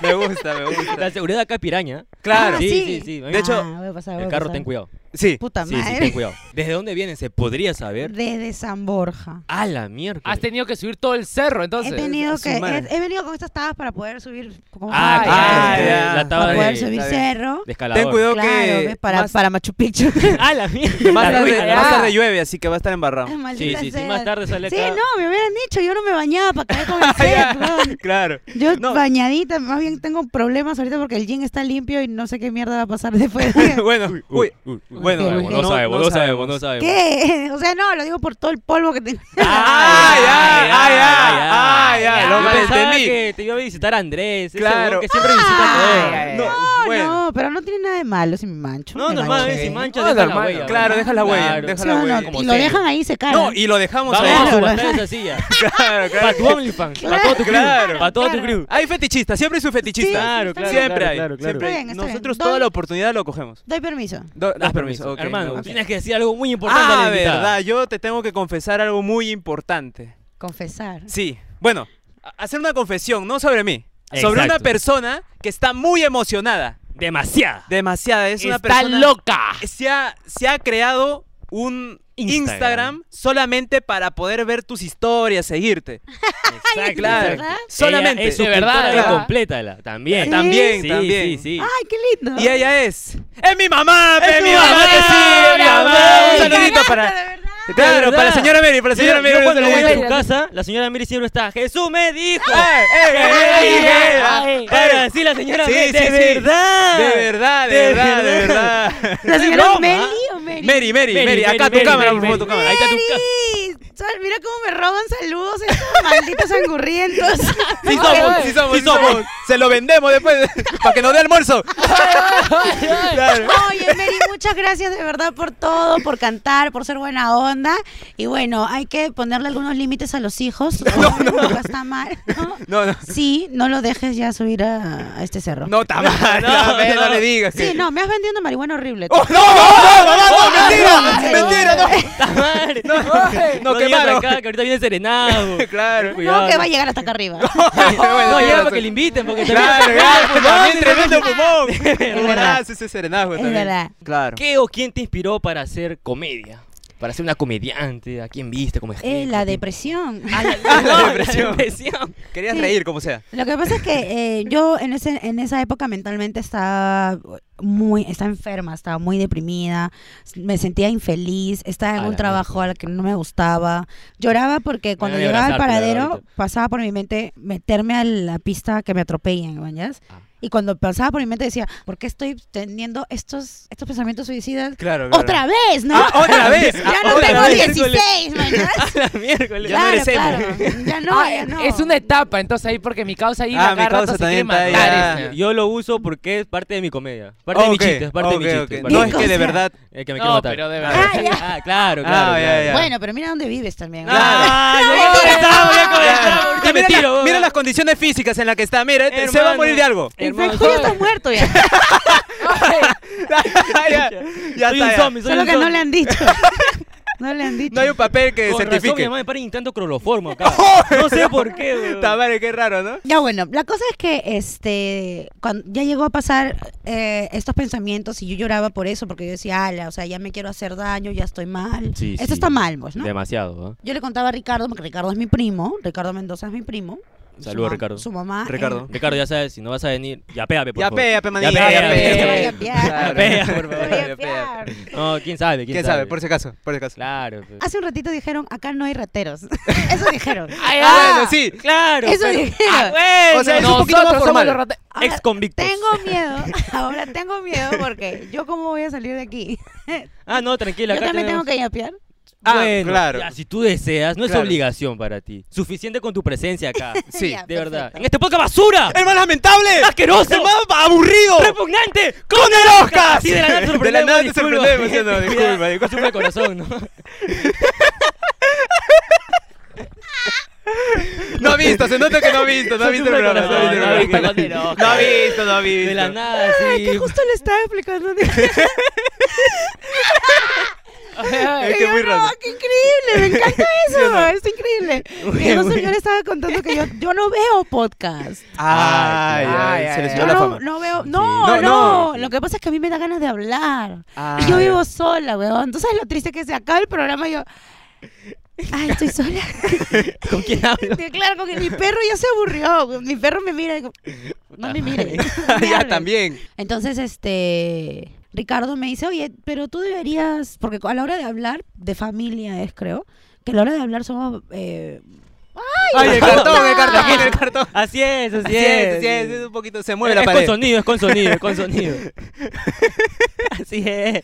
[SPEAKER 2] Me gusta, me gusta.
[SPEAKER 4] La seguridad acá es piraña.
[SPEAKER 2] Claro.
[SPEAKER 1] Ah,
[SPEAKER 4] Sí,
[SPEAKER 1] sí.
[SPEAKER 4] sí, sí.
[SPEAKER 2] De hecho,
[SPEAKER 1] Ah, voy a pasar, voy
[SPEAKER 4] el
[SPEAKER 1] a
[SPEAKER 4] carro,
[SPEAKER 1] pasar.
[SPEAKER 4] ten cuidado.
[SPEAKER 2] Sí.
[SPEAKER 1] Puta
[SPEAKER 4] Sí, sí,
[SPEAKER 1] madre.
[SPEAKER 4] ten cuidado. ¿Desde dónde vienen? ¿Se podría saber?
[SPEAKER 1] Desde San Borja.
[SPEAKER 4] A la mierda.
[SPEAKER 5] Has tenido que subir todo el cerro,
[SPEAKER 1] He
[SPEAKER 5] entonces.
[SPEAKER 1] tenido
[SPEAKER 2] su
[SPEAKER 1] que,
[SPEAKER 2] madre.
[SPEAKER 1] he, he venido con estas tabas para poder subir como
[SPEAKER 4] Ah,
[SPEAKER 5] Ah,
[SPEAKER 4] claro.
[SPEAKER 2] ya.
[SPEAKER 4] eh, La
[SPEAKER 1] para
[SPEAKER 4] tabla
[SPEAKER 1] poder
[SPEAKER 4] de,
[SPEAKER 1] subir
[SPEAKER 2] está bien.
[SPEAKER 1] cerro.
[SPEAKER 4] de escalador.
[SPEAKER 2] Ten cuidado
[SPEAKER 1] Claro,
[SPEAKER 2] que
[SPEAKER 1] ¿ves? para,
[SPEAKER 2] más,
[SPEAKER 1] para Machu Picchu.
[SPEAKER 4] A la mierda.
[SPEAKER 2] más
[SPEAKER 4] La
[SPEAKER 2] tarde,
[SPEAKER 4] ruina.
[SPEAKER 2] más
[SPEAKER 5] ya.
[SPEAKER 2] tarde llueve, así que va a estar embarrado.
[SPEAKER 4] Sí,
[SPEAKER 1] Maldita
[SPEAKER 4] sí, sí.
[SPEAKER 1] sea.
[SPEAKER 4] Más tarde sale acá. Ah,
[SPEAKER 1] Sí, no, me hubieran dicho, yo no me bañaba para caer con el set, weón.
[SPEAKER 2] Ah, Claro.
[SPEAKER 1] Yo
[SPEAKER 2] No.
[SPEAKER 1] bañadita, más bien tengo problemas ahorita porque el jean está limpio y no sé qué mierda va a pasar después. de-
[SPEAKER 2] Bueno, uy, bueno,
[SPEAKER 1] Uy,
[SPEAKER 4] no, sabemos, no, sabemos, no sabemos.
[SPEAKER 1] ¿Qué? O sea, no, lo digo por todo el polvo que tengo.
[SPEAKER 4] Ah,
[SPEAKER 2] Ay, ay, ay, ay, ay, ay, lo
[SPEAKER 4] Yo pensaba
[SPEAKER 2] malentendí.
[SPEAKER 4] que te iba a visitar Andrés,
[SPEAKER 2] Claro.
[SPEAKER 4] claro. que siempre visita todo.
[SPEAKER 5] ay, ay.
[SPEAKER 2] No,
[SPEAKER 1] No,
[SPEAKER 2] bueno.
[SPEAKER 1] no, pero no tiene nada de malo si me mancho.
[SPEAKER 4] No,
[SPEAKER 1] me
[SPEAKER 4] normal,
[SPEAKER 1] manché.
[SPEAKER 4] si manchas,
[SPEAKER 5] No,
[SPEAKER 4] deja la
[SPEAKER 5] normal.
[SPEAKER 4] huella.
[SPEAKER 2] Claro, deja la huella,
[SPEAKER 4] Claro.
[SPEAKER 2] deja
[SPEAKER 1] Sí,
[SPEAKER 2] la
[SPEAKER 1] no,
[SPEAKER 2] huella.
[SPEAKER 1] no,
[SPEAKER 4] Como
[SPEAKER 1] y lo
[SPEAKER 4] sello.
[SPEAKER 1] dejan ahí secar. ¿ah?
[SPEAKER 2] No, y lo dejamos
[SPEAKER 4] Vamos
[SPEAKER 2] ahí.
[SPEAKER 4] a
[SPEAKER 1] Claro.
[SPEAKER 4] subastar esa silla.
[SPEAKER 2] Claro,
[SPEAKER 4] Para
[SPEAKER 2] claro.
[SPEAKER 4] tu OnlyFans, para todo tu crew.
[SPEAKER 2] Claro.
[SPEAKER 4] Para todo tu
[SPEAKER 1] Claro.
[SPEAKER 4] crew.
[SPEAKER 2] Hay fetichistas, siempre hay su fetichista.
[SPEAKER 1] Sí, Claro, claro,
[SPEAKER 2] Siempre
[SPEAKER 4] claro,
[SPEAKER 2] hay.
[SPEAKER 4] claro, claro.
[SPEAKER 2] siempre hay.
[SPEAKER 1] Está bien, está bien.
[SPEAKER 2] Nosotros
[SPEAKER 1] Doy-
[SPEAKER 2] toda la oportunidad lo cogemos.
[SPEAKER 1] Doy permiso.
[SPEAKER 2] Do-
[SPEAKER 4] Das permiso,
[SPEAKER 2] ok,
[SPEAKER 4] hermano.
[SPEAKER 2] no.
[SPEAKER 4] Tienes que decir algo muy importante a
[SPEAKER 2] Ah,
[SPEAKER 4] la invitada.
[SPEAKER 2] verdad, yo te tengo que confesar algo muy importante.
[SPEAKER 1] Confesar.
[SPEAKER 2] Sí, bueno, a- hacer una confesión, no sobre mí, sobre
[SPEAKER 4] Exacto.
[SPEAKER 2] una persona que está muy emocionada.
[SPEAKER 4] Demasiada.
[SPEAKER 2] Demasiada, es una
[SPEAKER 5] Está
[SPEAKER 2] persona.
[SPEAKER 5] loca.
[SPEAKER 2] Se ha, se ha creado un
[SPEAKER 4] Instagram.
[SPEAKER 2] Instagram. solamente para poder ver tus historias, seguirte.
[SPEAKER 4] Exacto.
[SPEAKER 2] claro.
[SPEAKER 4] Exacto.
[SPEAKER 2] Solamente.
[SPEAKER 4] Ella es
[SPEAKER 5] De verdad,
[SPEAKER 4] verdad,
[SPEAKER 2] claro.
[SPEAKER 4] complétala. También.
[SPEAKER 1] ¿Sí?
[SPEAKER 2] También,
[SPEAKER 4] Sí,
[SPEAKER 2] también. Ah,
[SPEAKER 4] sí, sí.
[SPEAKER 1] Ay, qué lindo.
[SPEAKER 2] Y ella es. ¡Es mi mamá! ¡Es,
[SPEAKER 4] Ah. tu
[SPEAKER 2] mi mamá!
[SPEAKER 4] mamá,
[SPEAKER 2] que sí, es mi
[SPEAKER 4] mamá!
[SPEAKER 2] mamá! Un
[SPEAKER 4] Cagaste,
[SPEAKER 2] saludito para.
[SPEAKER 1] De verdad.
[SPEAKER 4] De
[SPEAKER 2] Claro,
[SPEAKER 4] verdad.
[SPEAKER 2] para la señora Mary, para la señora
[SPEAKER 4] Yo-
[SPEAKER 2] Mary.
[SPEAKER 4] yo
[SPEAKER 2] un
[SPEAKER 4] cuando voy a
[SPEAKER 2] saludito.
[SPEAKER 4] tu casa, la señora Mary siempre está. Jesús me dijo.
[SPEAKER 2] ¡Eh, eh, eh, eh, eh!
[SPEAKER 4] Ay, Ahora sí, la señora
[SPEAKER 2] Sí,
[SPEAKER 4] Mary.
[SPEAKER 2] sí, sí.
[SPEAKER 4] de verdad.
[SPEAKER 2] De verdad, de,
[SPEAKER 4] De
[SPEAKER 2] verdad, de ¿ah?
[SPEAKER 4] verdad.
[SPEAKER 2] verdad.
[SPEAKER 1] ¿La
[SPEAKER 4] es
[SPEAKER 1] señora
[SPEAKER 4] broma.
[SPEAKER 1] Meli o Mary?
[SPEAKER 2] Mary, Mary,
[SPEAKER 4] Mary,
[SPEAKER 2] Mary,
[SPEAKER 4] Mary,
[SPEAKER 2] acá tu
[SPEAKER 4] Mary,
[SPEAKER 2] cámara,
[SPEAKER 4] Mary,
[SPEAKER 2] por favor, tu
[SPEAKER 4] Mary.
[SPEAKER 2] cámara.
[SPEAKER 4] Ahí está tu casa.
[SPEAKER 1] Mary, sol- Mira cómo me roban saludos estos malditos angurrientos.
[SPEAKER 2] Sí somos, sí somos, sí somos. Se lo vendemos después para que nos dé almuerzo. Claro.
[SPEAKER 1] Oye, Mary, muchas gracias de verdad por todo, por cantar, por ser buena onda. Y bueno, hay que ponerle algunos límites a los hijos. No, está mal. ¿no?
[SPEAKER 2] No, no.
[SPEAKER 1] Sí, no lo dejes ya subir a, a este cerro.
[SPEAKER 2] No, está mal,
[SPEAKER 4] No,
[SPEAKER 2] no, no,
[SPEAKER 4] no.
[SPEAKER 2] le digas.
[SPEAKER 1] Sí,
[SPEAKER 2] que-
[SPEAKER 1] no, me has vendido marihuana horrible.
[SPEAKER 2] ¡Oh, no, no, no, mamá, no, mentira,
[SPEAKER 1] no,
[SPEAKER 2] mentira, no.
[SPEAKER 4] Puta madre. No,
[SPEAKER 2] no,
[SPEAKER 4] digas
[SPEAKER 2] quemaron.
[SPEAKER 4] acá, que ahorita viene serenado.
[SPEAKER 2] Claro.
[SPEAKER 1] no, que va a llegar hasta acá arriba.
[SPEAKER 4] No,
[SPEAKER 2] Bueno,
[SPEAKER 4] llega
[SPEAKER 2] sí,
[SPEAKER 4] para que le inviten, porque
[SPEAKER 2] Claro,
[SPEAKER 4] también-
[SPEAKER 2] claro, también tremendo pulmón.
[SPEAKER 1] verdad.
[SPEAKER 2] Buenazo ese serenazo
[SPEAKER 1] Es
[SPEAKER 2] también.
[SPEAKER 1] verdad.
[SPEAKER 2] Claro.
[SPEAKER 4] ¿Qué o quién te inspiró para hacer comedia? Para ser una comediante, ¿a quién viste como
[SPEAKER 1] Eh,
[SPEAKER 4] ejemplo?
[SPEAKER 1] la depresión.
[SPEAKER 4] Ah, la,
[SPEAKER 2] Ah, la
[SPEAKER 4] no, la
[SPEAKER 2] depresión.
[SPEAKER 4] depresión.
[SPEAKER 2] Querías
[SPEAKER 1] Sí.
[SPEAKER 2] reír como sea.
[SPEAKER 1] Lo que pasa es que eh, yo en, ese, en esa época mentalmente estaba muy estaba enferma, estaba muy deprimida, me sentía infeliz, estaba en
[SPEAKER 4] A la
[SPEAKER 1] un trabajo al que no me gustaba, lloraba porque cuando
[SPEAKER 4] voy a
[SPEAKER 1] llegaba al
[SPEAKER 4] abrazar, cuidado,
[SPEAKER 1] paradero
[SPEAKER 4] ahorita.
[SPEAKER 1] pasaba por mi mente meterme a la pista que me atropellen, ¿mañas?
[SPEAKER 4] Ah.
[SPEAKER 1] Y cuando pasaba por mi mente decía, ¿por qué estoy teniendo estos, estos pensamientos suicidas?
[SPEAKER 2] Claro,
[SPEAKER 1] ¡Otra vez, no!
[SPEAKER 2] Ah, otra vez.
[SPEAKER 1] ¡Ya
[SPEAKER 2] Ah,
[SPEAKER 1] no
[SPEAKER 2] otra
[SPEAKER 1] tengo
[SPEAKER 2] vez.
[SPEAKER 1] 16, mañas!
[SPEAKER 4] La miércoles.
[SPEAKER 2] Ya no eres emo.
[SPEAKER 1] claro. Ya no,
[SPEAKER 5] Ah,
[SPEAKER 1] ya no.
[SPEAKER 5] Es una etapa, entonces ahí porque mi causa ahí
[SPEAKER 2] Ah,
[SPEAKER 5] la
[SPEAKER 2] mi
[SPEAKER 5] agarra,
[SPEAKER 2] causa
[SPEAKER 5] se quiere
[SPEAKER 2] también está
[SPEAKER 5] matar.
[SPEAKER 2] ahí,
[SPEAKER 5] ese.
[SPEAKER 4] Yo lo uso porque es parte de mi comedia. Parte de mi
[SPEAKER 2] Ok,
[SPEAKER 4] chiste, es parte
[SPEAKER 2] ok,
[SPEAKER 4] de mi
[SPEAKER 2] ok.
[SPEAKER 4] chiste.
[SPEAKER 2] No
[SPEAKER 4] parte
[SPEAKER 2] es
[SPEAKER 4] de
[SPEAKER 2] que
[SPEAKER 4] mi
[SPEAKER 2] de
[SPEAKER 1] cosa?
[SPEAKER 2] verdad.
[SPEAKER 4] chiste. El que me quiero
[SPEAKER 5] No,
[SPEAKER 4] matar.
[SPEAKER 5] pero de verdad.
[SPEAKER 1] Ah, ya.
[SPEAKER 4] Ah, claro, claro.
[SPEAKER 2] Ah, ya, ya.
[SPEAKER 1] Bueno, pero mira dónde vives también.
[SPEAKER 2] Ah,
[SPEAKER 4] Ah,
[SPEAKER 1] No,
[SPEAKER 4] ya
[SPEAKER 1] mentira,
[SPEAKER 4] comenzamos, ya
[SPEAKER 1] no.
[SPEAKER 4] comenzamos. Ahorita
[SPEAKER 2] Y
[SPEAKER 4] me
[SPEAKER 2] mira,
[SPEAKER 4] tiro,
[SPEAKER 2] la-
[SPEAKER 4] weón.
[SPEAKER 2] mira las condiciones físicas en las que está. Mira, este- se va a
[SPEAKER 4] Hermano.
[SPEAKER 2] morir de algo.
[SPEAKER 1] En
[SPEAKER 4] Hermano,
[SPEAKER 1] fact, tú ya
[SPEAKER 4] soy-
[SPEAKER 1] estás muerto ya.
[SPEAKER 2] ya, ya, ya está,
[SPEAKER 4] soy un
[SPEAKER 2] ya.
[SPEAKER 4] zombie, soy
[SPEAKER 1] Solo
[SPEAKER 4] un
[SPEAKER 1] que no
[SPEAKER 4] zombie.
[SPEAKER 1] le han dicho. No le han dicho.
[SPEAKER 2] No hay un papel que
[SPEAKER 4] Con razón, mi
[SPEAKER 2] certifique.
[SPEAKER 4] mamá me para inyectando cloroformo acá. No sé por qué, weón.
[SPEAKER 2] Está madre, qué raro, ¿no?
[SPEAKER 1] Ya bueno, la cosa es que este cuando ya llegó a pasar eh, estos pensamientos y yo lloraba por eso porque yo decía, ala, o sea, ya me quiero hacer daño, ya estoy mal.
[SPEAKER 4] Sí,
[SPEAKER 1] Esto
[SPEAKER 4] sí.
[SPEAKER 1] está mal, pues, ¿no?
[SPEAKER 4] Demasiado, ¿eh?
[SPEAKER 1] Yo le contaba a Ricardo, porque Ricardo es mi primo, Ricardo Mendoza es mi primo. Su
[SPEAKER 4] Saludos,
[SPEAKER 1] mam-
[SPEAKER 4] Ricardo.
[SPEAKER 1] Su mamá.
[SPEAKER 2] Ricardo.
[SPEAKER 4] Ricardo, ya sabes, si no vas a venir, ya pégame, por
[SPEAKER 2] Ya
[SPEAKER 4] favor.
[SPEAKER 2] pea, pe, manito, ya
[SPEAKER 4] pea, ya
[SPEAKER 2] pea.
[SPEAKER 1] pea.
[SPEAKER 2] Claro.
[SPEAKER 1] Ya pea,
[SPEAKER 2] Por favor,
[SPEAKER 1] Ya
[SPEAKER 2] ya
[SPEAKER 1] pea. Claro.
[SPEAKER 4] No, quién sabe, quién,
[SPEAKER 2] ¿Quién sabe? Por si acaso, por si acaso.
[SPEAKER 4] Claro. pues.
[SPEAKER 1] Hace un ratito dijeron, acá no hay rateros. Eso dijeron.
[SPEAKER 2] Ah, bueno, sí.
[SPEAKER 4] Claro.
[SPEAKER 1] Eso
[SPEAKER 4] pero-
[SPEAKER 1] dijeron.
[SPEAKER 4] Ah, bueno,
[SPEAKER 2] O sea, es un poquito más
[SPEAKER 5] Nosotros somos
[SPEAKER 2] formal.
[SPEAKER 5] los rate-
[SPEAKER 1] Ahora
[SPEAKER 4] Ex convictos.
[SPEAKER 1] ah, Tengo miedo, ahora tengo miedo porque yo cómo voy a salir de aquí.
[SPEAKER 4] Ah, no, tranquila.
[SPEAKER 1] Yo
[SPEAKER 4] acá
[SPEAKER 1] también tengo
[SPEAKER 4] tenemos-
[SPEAKER 1] que yapear.
[SPEAKER 2] Ah,
[SPEAKER 4] Bueno,
[SPEAKER 2] claro.
[SPEAKER 4] ya, si tú deseas, no es
[SPEAKER 2] Claro.
[SPEAKER 4] obligación para ti. Suficiente con tu presencia acá. De
[SPEAKER 2] Sí,
[SPEAKER 1] Ya,
[SPEAKER 4] verdad. En
[SPEAKER 1] perfecto.
[SPEAKER 4] este podcast basura.
[SPEAKER 2] ¡El más lamentable!
[SPEAKER 4] ¡Asqueroso!
[SPEAKER 2] ¡El más aburrido!
[SPEAKER 4] ¡Repugnante! ¡Con el Oscar! Así de la nada te sorprendemos.
[SPEAKER 2] De la nada te
[SPEAKER 4] disculpa.
[SPEAKER 2] sorprendemos, ya no, disculpa,
[SPEAKER 4] Cuidado,
[SPEAKER 2] disculpa.
[SPEAKER 4] sufre el corazón, ¿no?
[SPEAKER 2] No ha visto, se nota que no ha visto, no ha visto el
[SPEAKER 4] Sufre
[SPEAKER 2] programa. No ha
[SPEAKER 4] corazón,
[SPEAKER 2] visto,
[SPEAKER 4] no ha
[SPEAKER 2] el
[SPEAKER 4] visto
[SPEAKER 2] programa.
[SPEAKER 4] con el Oscar.
[SPEAKER 2] No ha visto, no ha visto.
[SPEAKER 4] De la nada,
[SPEAKER 1] Ay, que
[SPEAKER 4] sí.
[SPEAKER 1] justo le estaba explicando.
[SPEAKER 2] Es que es muy
[SPEAKER 1] Yo,
[SPEAKER 2] raro.
[SPEAKER 1] no, qué increíble, me encanta eso, es increíble. Y no señor estaba contando que yo, yo no veo podcast.
[SPEAKER 2] Ay, ay,
[SPEAKER 5] ay,
[SPEAKER 2] se les
[SPEAKER 5] ay.
[SPEAKER 2] dio
[SPEAKER 1] Yo
[SPEAKER 2] la
[SPEAKER 1] no,
[SPEAKER 2] fama.
[SPEAKER 1] no veo, no, no,
[SPEAKER 2] No, no.
[SPEAKER 1] Lo que pasa es que a mí me da ganas de hablar.
[SPEAKER 2] Ah,
[SPEAKER 1] Y yo
[SPEAKER 2] ya.
[SPEAKER 1] vivo sola, weón. Entonces lo triste que se acaba el programa y yo. Ay, estoy sola.
[SPEAKER 4] ¿Con quién hablo?
[SPEAKER 1] Sí, Claro, porque mi perro ya se aburrió. Mi perro me mira y digo, no me mire. no me
[SPEAKER 2] Ya
[SPEAKER 1] hables".
[SPEAKER 2] también.
[SPEAKER 1] Entonces, este, Ricardo me dice, oye, pero tú deberías, porque a la hora de hablar, de familia es, creo, que a la hora de hablar somos... eh,
[SPEAKER 2] Ay, el cartón, el cartón,
[SPEAKER 1] Ay.
[SPEAKER 2] el cartón.
[SPEAKER 4] Así es, así,
[SPEAKER 2] Así es, así es, es un poquito, se mueve la
[SPEAKER 4] es con
[SPEAKER 2] pared.
[SPEAKER 4] sonido, es con sonido, es con sonido. Así es.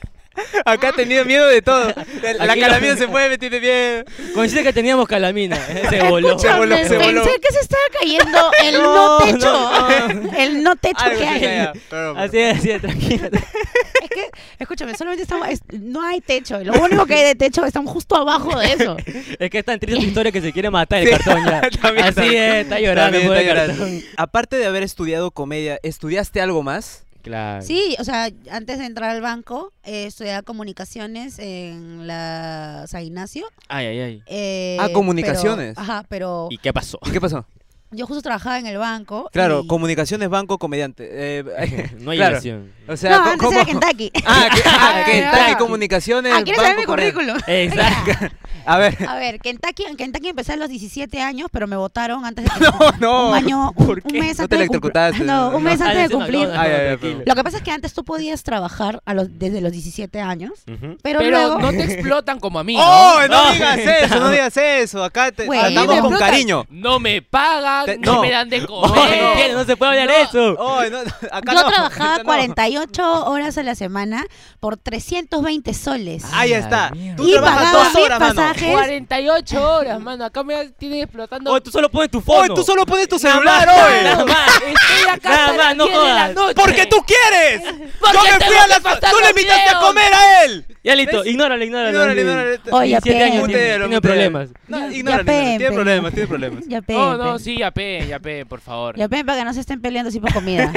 [SPEAKER 2] Acá ha tenido miedo de todo. De- La
[SPEAKER 4] Aquí no.
[SPEAKER 2] calamina se mueve, tiene miedo.
[SPEAKER 4] Coincide que teníamos calamina. eh, Se voló.
[SPEAKER 2] Se voló,
[SPEAKER 1] escúchame,
[SPEAKER 2] se voló.
[SPEAKER 1] Pensé que se estaba cayendo el no,
[SPEAKER 4] No,
[SPEAKER 1] techo.
[SPEAKER 4] no,
[SPEAKER 1] El no techo
[SPEAKER 2] Algo
[SPEAKER 1] que
[SPEAKER 2] así,
[SPEAKER 1] hay.
[SPEAKER 2] ya, ya. Pero, bueno.
[SPEAKER 4] Así es, así es, tranquila.
[SPEAKER 1] Es que, escúchame, solamente estamos, es- no hay techo. Lo único que hay de techo estamos justo abajo de eso.
[SPEAKER 4] Es que es tan triste tu historia que se quiere matar el
[SPEAKER 2] Sí.
[SPEAKER 4] cartón ya.
[SPEAKER 2] También,
[SPEAKER 4] Así
[SPEAKER 2] también.
[SPEAKER 4] es, está llorando,
[SPEAKER 2] También
[SPEAKER 4] pobre
[SPEAKER 2] está llorando.
[SPEAKER 4] cartón.
[SPEAKER 2] Aparte de haber estudiado comedia, ¿estudiaste algo más?
[SPEAKER 4] Claro.
[SPEAKER 1] Sí, o sea, antes de entrar al banco, eh, estudiaba comunicaciones en la San Ignacio.
[SPEAKER 4] Ay, ay, ay.
[SPEAKER 1] eh,
[SPEAKER 2] Ah, comunicaciones.
[SPEAKER 1] pero- ajá, pero
[SPEAKER 4] ¿Y qué pasó?
[SPEAKER 2] ¿Y qué pasó?
[SPEAKER 1] yo justo trabajaba en el banco.
[SPEAKER 2] Claro,
[SPEAKER 1] y-
[SPEAKER 2] comunicaciones, banco, comediante. Eh,
[SPEAKER 4] No hay
[SPEAKER 2] claro.
[SPEAKER 4] relación.
[SPEAKER 2] O
[SPEAKER 1] No,
[SPEAKER 2] sea, co-
[SPEAKER 1] antes
[SPEAKER 2] ¿cómo?
[SPEAKER 1] era Kentucky.
[SPEAKER 2] Ah, que, ah,
[SPEAKER 1] Ah,
[SPEAKER 2] Kentucky,
[SPEAKER 1] no.
[SPEAKER 2] comunicaciones.
[SPEAKER 1] Ah, ¿quieres saber mi
[SPEAKER 2] banco, comediante.
[SPEAKER 1] currículum?
[SPEAKER 4] Exacto.
[SPEAKER 2] A ver.
[SPEAKER 1] A ver, Kentucky, en Kentucky empecé a los 17 años, pero me votaron antes de que
[SPEAKER 2] No, no.
[SPEAKER 1] un año, un, un mes antes
[SPEAKER 2] ¿No te
[SPEAKER 1] de cumplir.
[SPEAKER 2] electrocutaste?
[SPEAKER 1] No, un mes
[SPEAKER 4] Ah,
[SPEAKER 1] antes de
[SPEAKER 4] ese no,
[SPEAKER 1] cumplir.
[SPEAKER 4] no, no,
[SPEAKER 2] Ay, ay, ay,
[SPEAKER 4] tranquilo.
[SPEAKER 1] Lo que pasa es que antes tú podías trabajar a los, desde los 17 años,
[SPEAKER 4] Ujú.
[SPEAKER 1] pero,
[SPEAKER 5] Pero
[SPEAKER 1] luego...
[SPEAKER 5] no te explotan como a mí.
[SPEAKER 2] ¡Oh!
[SPEAKER 5] ¿no?
[SPEAKER 2] No, digas eso, no digas eso. Acá te
[SPEAKER 1] Güey,
[SPEAKER 2] tratamos
[SPEAKER 1] me
[SPEAKER 2] con
[SPEAKER 1] explotas.
[SPEAKER 2] cariño.
[SPEAKER 5] No me pagan,
[SPEAKER 2] Te-
[SPEAKER 5] no.
[SPEAKER 2] no.
[SPEAKER 5] me dan de
[SPEAKER 4] Oh,
[SPEAKER 5] comer.
[SPEAKER 4] no, entiendo, no se puede hablar
[SPEAKER 5] No.
[SPEAKER 4] eso.
[SPEAKER 2] Oh, no, no, acá
[SPEAKER 1] Yo
[SPEAKER 2] no,
[SPEAKER 1] trabajaba
[SPEAKER 2] acá no.
[SPEAKER 1] 48 horas a la semana por 320 soles.
[SPEAKER 2] Ahí está.
[SPEAKER 4] mierda.
[SPEAKER 2] Tú
[SPEAKER 1] y
[SPEAKER 2] trabajas
[SPEAKER 1] pagaba
[SPEAKER 2] dos
[SPEAKER 1] mis
[SPEAKER 2] horas, mano.
[SPEAKER 1] pasajes.
[SPEAKER 5] 48 horas, mano. Acá me tienen explotando.
[SPEAKER 4] Oh, tú solo pones tu
[SPEAKER 2] Hoy
[SPEAKER 4] fono.
[SPEAKER 2] tú solo pones tu
[SPEAKER 4] Nada más,
[SPEAKER 2] celular
[SPEAKER 4] Nada
[SPEAKER 2] hoy.
[SPEAKER 4] más.
[SPEAKER 5] Estoy acá
[SPEAKER 4] Nada
[SPEAKER 5] hasta
[SPEAKER 4] más,
[SPEAKER 5] las
[SPEAKER 4] no
[SPEAKER 5] 10 de la
[SPEAKER 4] jodas.
[SPEAKER 5] noche.
[SPEAKER 2] Porque tú quieres.
[SPEAKER 5] Porque
[SPEAKER 2] Yo me fui
[SPEAKER 5] tengo
[SPEAKER 2] a
[SPEAKER 5] que
[SPEAKER 2] la.
[SPEAKER 5] pasar
[SPEAKER 2] Tú le
[SPEAKER 5] los
[SPEAKER 2] invitaste a
[SPEAKER 5] miedos.
[SPEAKER 2] comer a él.
[SPEAKER 4] Ya listo,
[SPEAKER 2] ¿Ves?
[SPEAKER 4] ignóralo, ignóralo.
[SPEAKER 2] Ignórale, ignórale.
[SPEAKER 1] Oye,
[SPEAKER 4] Siete años
[SPEAKER 1] pero-
[SPEAKER 4] tiene,
[SPEAKER 2] Mutealo,
[SPEAKER 4] tiene
[SPEAKER 2] mutealo.
[SPEAKER 4] problemas.
[SPEAKER 2] No,
[SPEAKER 1] Ya
[SPEAKER 2] ignórale.
[SPEAKER 1] peen,
[SPEAKER 2] Tiene
[SPEAKER 1] pe.
[SPEAKER 2] problemas, tiene problemas.
[SPEAKER 1] Ya peen,
[SPEAKER 5] No, no,
[SPEAKER 1] pe.
[SPEAKER 5] sí, ya peen, ya peen, por favor.
[SPEAKER 1] Ya ven, para que no se estén peleando así por comida.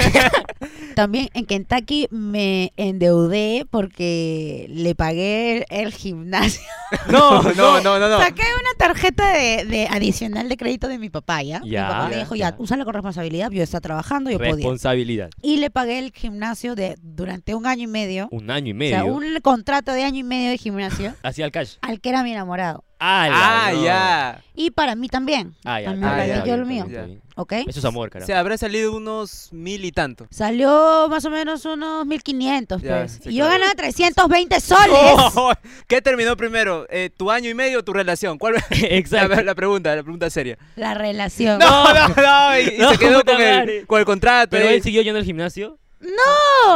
[SPEAKER 1] También en Kentucky me endeudé porque le pagué el gimnasio.
[SPEAKER 2] No, no, no, no, no.
[SPEAKER 1] Saqué una tarjeta de, de adicional de crédito de mi papá, ¿ya? mi
[SPEAKER 4] Ya,
[SPEAKER 1] papá me dijo, ya,
[SPEAKER 4] ya.
[SPEAKER 1] úsala con responsabilidad, yo estaba trabajando, yo podía.
[SPEAKER 4] Responsabilidad.
[SPEAKER 1] Y le pagué el gimnasio de durante un año y medio.
[SPEAKER 4] Un año y
[SPEAKER 1] O sea,
[SPEAKER 4] medio.
[SPEAKER 1] un contrato de año y medio de gimnasio
[SPEAKER 4] Hacía el cash.
[SPEAKER 1] al que era mi enamorado.
[SPEAKER 2] Ah,
[SPEAKER 4] no.
[SPEAKER 2] ya.
[SPEAKER 1] Y para mí también.
[SPEAKER 4] Ah, ya.
[SPEAKER 1] También
[SPEAKER 4] está
[SPEAKER 2] pagué
[SPEAKER 4] bien,
[SPEAKER 2] yo
[SPEAKER 4] está
[SPEAKER 1] lo
[SPEAKER 4] bien,
[SPEAKER 1] mío. ¿Eh?
[SPEAKER 4] está bien.
[SPEAKER 1] ¿Ok?
[SPEAKER 4] Eso es amor,
[SPEAKER 2] O
[SPEAKER 4] carajo.
[SPEAKER 2] sea, habrá salido unos mil y tanto.
[SPEAKER 1] Salió más o menos unos 1500,
[SPEAKER 2] Ya,
[SPEAKER 1] pues.
[SPEAKER 2] sí,
[SPEAKER 1] y yo
[SPEAKER 2] claro.
[SPEAKER 1] ganaba 320 soles.
[SPEAKER 2] Oh, ¿Qué terminó primero? Eh, ¿Tu año y medio o tu relación? ¿Cuál la,
[SPEAKER 4] Exacto.
[SPEAKER 2] la pregunta, la pregunta seria.
[SPEAKER 1] La relación. No,
[SPEAKER 2] No, no, no. Y, y
[SPEAKER 4] No,
[SPEAKER 2] se quedó
[SPEAKER 4] puta
[SPEAKER 2] con el,
[SPEAKER 4] madre.
[SPEAKER 2] con el contrato.
[SPEAKER 4] Pero
[SPEAKER 2] y-
[SPEAKER 4] él siguió yendo al gimnasio.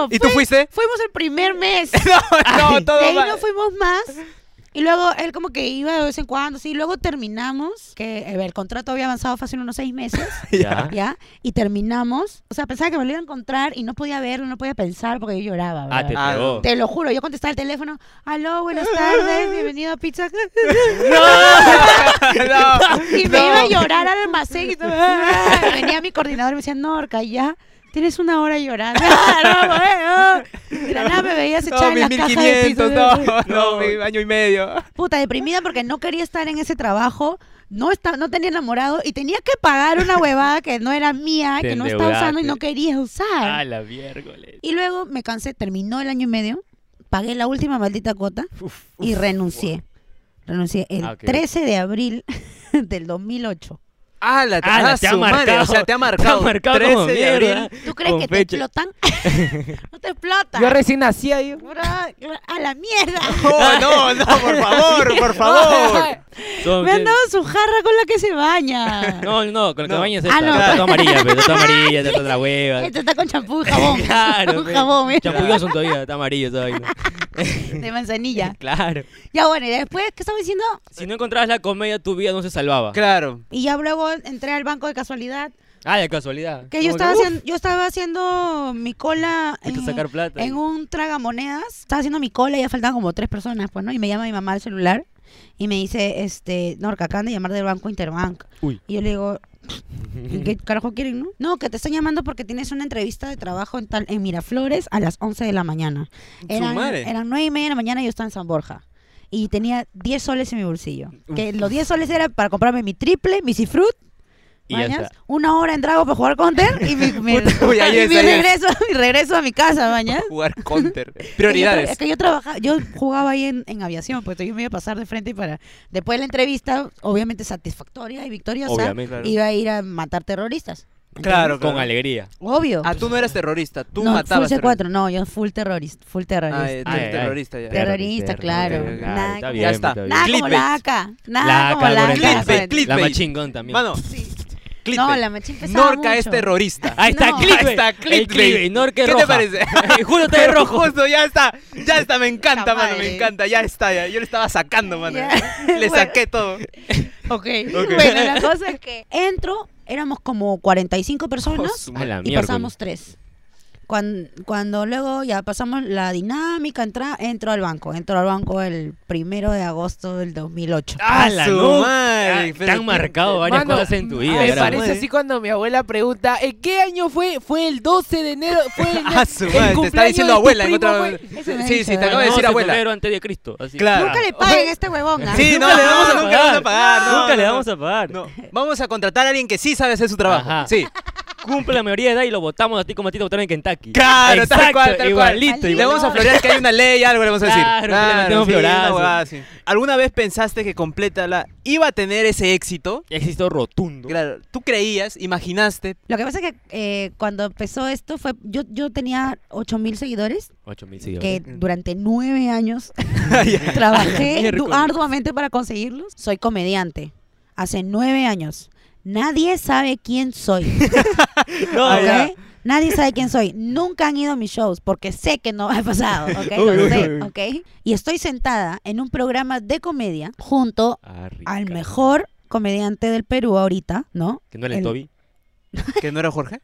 [SPEAKER 2] ¿Y tú
[SPEAKER 1] fue-
[SPEAKER 2] fuiste?
[SPEAKER 1] Fuimos el primer mes.
[SPEAKER 4] Ah,
[SPEAKER 2] No, no,
[SPEAKER 1] de
[SPEAKER 2] todo
[SPEAKER 1] ahí
[SPEAKER 2] mal.
[SPEAKER 1] no fuimos más. Y luego él como que iba de vez en cuando, sí. Luego terminamos, que a ver, el contrato había avanzado fácil unos seis meses,
[SPEAKER 4] Ya.
[SPEAKER 1] ¿ya? Y terminamos. O sea, pensaba que me lo iba a encontrar y no podía verlo, no podía pensar porque yo lloraba.
[SPEAKER 4] Ah, te
[SPEAKER 1] ¿verdad?
[SPEAKER 2] Ah,
[SPEAKER 4] pegó.
[SPEAKER 1] Te lo juro, yo contestaba el teléfono, aló, buenas tardes, bienvenido a Pizza.
[SPEAKER 2] no,
[SPEAKER 1] Y me
[SPEAKER 2] no.
[SPEAKER 1] iba a llorar al almacén y todo. Y venía mi coordinador y me decía, Norca, ya. Tienes una hora llorando. Ah, no, bueno. De la nada me veías
[SPEAKER 2] No,
[SPEAKER 1] echar en
[SPEAKER 2] mis
[SPEAKER 1] la caja de
[SPEAKER 2] 1500,
[SPEAKER 1] pisos.
[SPEAKER 2] no, no, mi año y medio.
[SPEAKER 1] Puta, deprimida porque no quería estar en ese trabajo. No, estaba, no tenía enamorado y tenía que pagar una huevada que no era mía,
[SPEAKER 4] Te
[SPEAKER 1] que no estaba usando y
[SPEAKER 4] endeudaste.
[SPEAKER 1] no quería usar.
[SPEAKER 4] Ah, la viérgoles.
[SPEAKER 1] Y luego me cansé, terminó el año y medio, pagué la última maldita cuota y renuncié. Renuncié el
[SPEAKER 4] Ah, ok.
[SPEAKER 1] 13 de abril del 2008.
[SPEAKER 2] Ah, la
[SPEAKER 4] Ah,
[SPEAKER 2] ah,
[SPEAKER 4] te ha
[SPEAKER 2] su madre,
[SPEAKER 4] marcado.
[SPEAKER 2] O sea, te ha marcado.
[SPEAKER 4] marcado como
[SPEAKER 2] 13 de
[SPEAKER 4] mierda.
[SPEAKER 2] abril.
[SPEAKER 1] ¿Tú crees
[SPEAKER 4] Con
[SPEAKER 1] que
[SPEAKER 4] fecha.
[SPEAKER 1] te explotan? no te explotan.
[SPEAKER 5] Yo recién nací ahí.
[SPEAKER 1] Bro, a la mierda.
[SPEAKER 2] Oh, no, no, por favor, por favor.
[SPEAKER 4] Son-
[SPEAKER 1] Me han dado su jarra con la que se baña.
[SPEAKER 4] No, no, con la
[SPEAKER 2] No.
[SPEAKER 4] que bañas
[SPEAKER 1] Ah,
[SPEAKER 4] esta.
[SPEAKER 1] no.
[SPEAKER 4] Está toda amarilla, pero está toda amarilla, está toda la hueva.
[SPEAKER 1] Esto está con champú y jabón.
[SPEAKER 4] Claro. pues.
[SPEAKER 1] un
[SPEAKER 4] pe.
[SPEAKER 1] jabón, ¿eh? mira,
[SPEAKER 4] Champulloso todavía, está amarillo todavía.
[SPEAKER 1] de manzanilla.
[SPEAKER 4] Claro.
[SPEAKER 1] Ya bueno, y después, ¿qué estaba diciendo?
[SPEAKER 4] Si no encontrabas la comedia, tu vida no se salvaba.
[SPEAKER 2] Claro.
[SPEAKER 1] Y ya luego entré al banco de casualidad.
[SPEAKER 4] Ah, de casualidad.
[SPEAKER 1] Que yo
[SPEAKER 4] Como
[SPEAKER 1] estaba,
[SPEAKER 4] uf,
[SPEAKER 1] haciendo, yo estaba haciendo mi cola
[SPEAKER 4] Hay que
[SPEAKER 1] en,
[SPEAKER 4] sacar plata.
[SPEAKER 1] en un tragamonedas. Estaba haciendo mi cola y ya faltaban como tres personas, pues, ¿no? Y me llama mi mamá al celular y me dice, este, Norca, acaban de llamar del banco Interbank.
[SPEAKER 4] Uy.
[SPEAKER 1] Y yo le digo, ¿y ¿qué carajo quieren, no? No, que te están llamando porque tienes una entrevista de trabajo en, tal, en Miraflores a las 11 de la mañana. Eran,
[SPEAKER 2] madre.
[SPEAKER 1] eran 9 y media de la mañana y yo estaba en San Borja. Y tenía 10 soles en mi bolsillo. Que los 10 soles eran para comprarme mi triple, mi cifrut
[SPEAKER 4] Y ya
[SPEAKER 1] Mañas,
[SPEAKER 4] está.
[SPEAKER 1] una hora en Drago para jugar Counter y mi, mi-
[SPEAKER 2] Puta, uy, ahí
[SPEAKER 1] y
[SPEAKER 2] es,
[SPEAKER 1] mi
[SPEAKER 2] ahí es.
[SPEAKER 1] regreso, mi regreso a mi casa, mañas.
[SPEAKER 2] Jugar counter.
[SPEAKER 1] Es
[SPEAKER 2] Prioridades.
[SPEAKER 1] que yo trabajaba, yo jugaba ahí en, en aviación, pues entonces yo me iba a pasar de frente para. Después de la entrevista, obviamente satisfactoria y victoriosa,
[SPEAKER 4] Obviamente, claro.
[SPEAKER 1] iba a ir a matar terroristas.
[SPEAKER 2] Claro,
[SPEAKER 4] Con
[SPEAKER 2] claro.
[SPEAKER 4] alegría.
[SPEAKER 1] Obvio.
[SPEAKER 2] Ah, tú no eras terrorista, tú
[SPEAKER 1] no,
[SPEAKER 2] matabas.
[SPEAKER 1] full
[SPEAKER 2] terroristas.
[SPEAKER 1] C4, no, yo full terrorista, full terrorista.
[SPEAKER 2] Ah, eh, tú
[SPEAKER 4] Ay,
[SPEAKER 2] eres
[SPEAKER 4] ay.
[SPEAKER 2] terrorista ya.
[SPEAKER 1] Terror- Terrorista, claro.
[SPEAKER 4] ok, ok.
[SPEAKER 1] Nada como-
[SPEAKER 4] Claro, está bien,
[SPEAKER 2] Ya está.
[SPEAKER 4] bien.
[SPEAKER 1] Nada como
[SPEAKER 2] Clickbait.
[SPEAKER 1] la AK, nada
[SPEAKER 4] La
[SPEAKER 1] como la
[SPEAKER 4] Carmen,
[SPEAKER 2] Clickbait,
[SPEAKER 1] AK.
[SPEAKER 4] Clickbait,
[SPEAKER 2] clickbait.
[SPEAKER 4] La machingón también.
[SPEAKER 2] Mano,
[SPEAKER 1] No,
[SPEAKER 2] clickbait.
[SPEAKER 1] la machín pesaba
[SPEAKER 2] Norca este es
[SPEAKER 1] mucho.
[SPEAKER 2] terrorista.
[SPEAKER 4] Ahí está,
[SPEAKER 1] No.
[SPEAKER 4] clickbait.
[SPEAKER 2] Ahí está,
[SPEAKER 4] Ah, El
[SPEAKER 2] clickbait.
[SPEAKER 4] Norca
[SPEAKER 2] ¿Qué
[SPEAKER 4] es
[SPEAKER 2] te
[SPEAKER 4] roja.
[SPEAKER 2] parece?
[SPEAKER 4] Y Julio está de
[SPEAKER 2] Pero
[SPEAKER 4] rojo.
[SPEAKER 2] justo, ya está, ya está, me encanta,
[SPEAKER 1] Puta
[SPEAKER 2] mano,
[SPEAKER 1] madre.
[SPEAKER 2] me encanta, ya está, ya. Yo le estaba sacando, mano.
[SPEAKER 1] Ya.
[SPEAKER 2] Le
[SPEAKER 1] Bueno.
[SPEAKER 2] saqué todo.
[SPEAKER 1] Ok. Bueno, la cosa es que entro, éramos como 45 personas
[SPEAKER 2] Oh, su
[SPEAKER 4] A la
[SPEAKER 1] y
[SPEAKER 4] miércoles.
[SPEAKER 1] pasamos tres. Cuando, cuando luego ya pasamos la dinámica, entra, entro al banco. Entro al banco el primero de agosto del 2008.
[SPEAKER 4] ¡Ah, la
[SPEAKER 2] su
[SPEAKER 4] no!
[SPEAKER 2] madre,
[SPEAKER 4] Ah,
[SPEAKER 2] pero
[SPEAKER 4] Te han
[SPEAKER 2] qué-
[SPEAKER 4] marcado varias
[SPEAKER 5] Mano,
[SPEAKER 4] cosas en tu vida.
[SPEAKER 5] Me
[SPEAKER 4] grave.
[SPEAKER 5] parece así cuando mi abuela pregunta, ¿en qué año fue? Fue el 12 de enero, fue el,
[SPEAKER 2] Ah, su
[SPEAKER 5] el
[SPEAKER 2] madre, te
[SPEAKER 5] cumpleaños
[SPEAKER 2] está
[SPEAKER 5] de
[SPEAKER 2] diciendo
[SPEAKER 5] tu
[SPEAKER 2] abuela en
[SPEAKER 5] primo
[SPEAKER 2] otra
[SPEAKER 5] fue-
[SPEAKER 1] Eso me ha
[SPEAKER 2] Sí,
[SPEAKER 1] dicho,
[SPEAKER 2] sí, te acabo
[SPEAKER 1] ¿verdad?
[SPEAKER 2] de decir
[SPEAKER 4] No,
[SPEAKER 2] abuela.
[SPEAKER 4] febrero antes de Cristo. así.
[SPEAKER 2] Claro.
[SPEAKER 1] Nunca le paguen a este huevón. ¿ah?
[SPEAKER 2] Sí, no, le vamos a, nunca le vamos a pagar. no,
[SPEAKER 4] Nunca le
[SPEAKER 2] no,
[SPEAKER 4] vamos a pagar.
[SPEAKER 2] No, vamos a contratar a alguien que sí sabe hacer su trabajo.
[SPEAKER 4] Ajá.
[SPEAKER 2] Sí.
[SPEAKER 4] Cumple la mayoría de edad y lo votamos a ti como a ti te votaron en Kentucky.
[SPEAKER 2] Claro,
[SPEAKER 4] Exacto,
[SPEAKER 2] tal cual, tal cual.
[SPEAKER 4] igualito,
[SPEAKER 1] Maldito.
[SPEAKER 2] Le
[SPEAKER 4] igualito.
[SPEAKER 2] vamos a florear que hay una ley, algo le vamos a decir.
[SPEAKER 4] Claro, le metemos
[SPEAKER 2] sí, una
[SPEAKER 4] florazo.
[SPEAKER 2] huevada, sí. ¿Alguna vez pensaste que Complétala iba a tener ese éxito?
[SPEAKER 4] Éxito rotundo.
[SPEAKER 2] Claro, tú creías, imaginaste.
[SPEAKER 1] Lo que pasa es que eh, cuando empezó esto, fue yo, yo tenía 8 mil seguidores
[SPEAKER 4] 8 mil
[SPEAKER 1] que
[SPEAKER 4] seguidores.
[SPEAKER 2] Mm.
[SPEAKER 1] durante nueve años trabajé du- arduamente para conseguirlos. Soy comediante. Hace nueve años. Nadie sabe quién soy.
[SPEAKER 4] No,
[SPEAKER 2] ah,
[SPEAKER 1] ¿ok?
[SPEAKER 4] ya.
[SPEAKER 1] Nadie sabe quién soy. Nunca han ido a mis shows porque sé que no ha pasado. ¿ok? Lo
[SPEAKER 4] Uy, uy,
[SPEAKER 1] sé,
[SPEAKER 4] uy.
[SPEAKER 1] ¿ok? Y estoy sentada en un programa de comedia junto
[SPEAKER 4] Ah, rica.
[SPEAKER 1] al mejor comediante del Perú ahorita, ¿no?
[SPEAKER 4] Que no era el
[SPEAKER 1] El-
[SPEAKER 4] Toby.
[SPEAKER 2] ¿Que no era Jorge?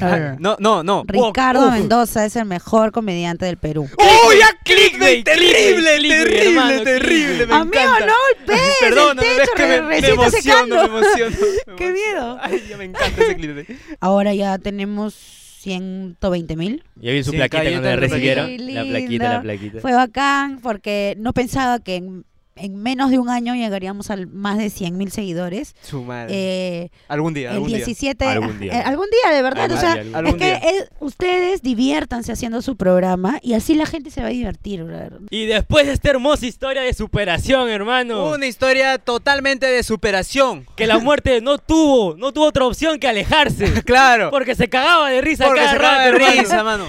[SPEAKER 2] Ah,
[SPEAKER 1] No, no, no.
[SPEAKER 2] No, no, no. Oh,
[SPEAKER 1] Ricardo Mendoza es el mejor comediante del Perú.
[SPEAKER 2] ¡Uy, ya clickbait!
[SPEAKER 4] Clickbait,
[SPEAKER 2] Terrible,
[SPEAKER 4] clickbait,
[SPEAKER 2] terrible,
[SPEAKER 4] hermano,
[SPEAKER 2] terrible. Me
[SPEAKER 1] Amigo,
[SPEAKER 2] encanta.
[SPEAKER 1] no golpees
[SPEAKER 2] Perdón,
[SPEAKER 1] el
[SPEAKER 2] es
[SPEAKER 1] techo,
[SPEAKER 2] que me,
[SPEAKER 1] re-
[SPEAKER 2] me
[SPEAKER 1] recién está
[SPEAKER 2] emociono, me
[SPEAKER 1] secando.
[SPEAKER 2] emociono. me
[SPEAKER 1] Qué
[SPEAKER 2] emociono.
[SPEAKER 1] miedo.
[SPEAKER 2] Ay, ya me encanta ese clickbait.
[SPEAKER 1] Ahora ya tenemos 120 mil.
[SPEAKER 4] Ya vi su
[SPEAKER 2] Sí,
[SPEAKER 4] plaquita
[SPEAKER 2] cayó
[SPEAKER 4] cuando la
[SPEAKER 2] tan
[SPEAKER 4] recibieron.
[SPEAKER 1] rápido.
[SPEAKER 4] La
[SPEAKER 1] Qué
[SPEAKER 4] plaquita,
[SPEAKER 1] lindo.
[SPEAKER 4] la plaquita.
[SPEAKER 1] Fue bacán porque no pensaba que en, en menos de un año llegaríamos a más de 100 mil seguidores.
[SPEAKER 2] Su madre.
[SPEAKER 1] Eh,
[SPEAKER 2] algún día,
[SPEAKER 1] el
[SPEAKER 2] Ah, algún día.
[SPEAKER 1] 17...
[SPEAKER 4] Algún día.
[SPEAKER 1] eh, algún día, de verdad.
[SPEAKER 4] Algún
[SPEAKER 1] o sea,
[SPEAKER 4] día,
[SPEAKER 2] algún
[SPEAKER 1] es que
[SPEAKER 2] día.
[SPEAKER 1] es- ustedes diviértanse haciendo su programa y así la gente se va a divertir. brother.
[SPEAKER 4] Y después de esta hermosa historia de superación, hermano.
[SPEAKER 2] Una historia totalmente de superación.
[SPEAKER 4] Que la muerte no tuvo, no tuvo otra opción que alejarse.
[SPEAKER 2] Claro.
[SPEAKER 4] Porque se cagaba de risa
[SPEAKER 2] Porque
[SPEAKER 4] cada
[SPEAKER 2] se acaba de
[SPEAKER 4] rato, hermano.
[SPEAKER 2] risa, mano.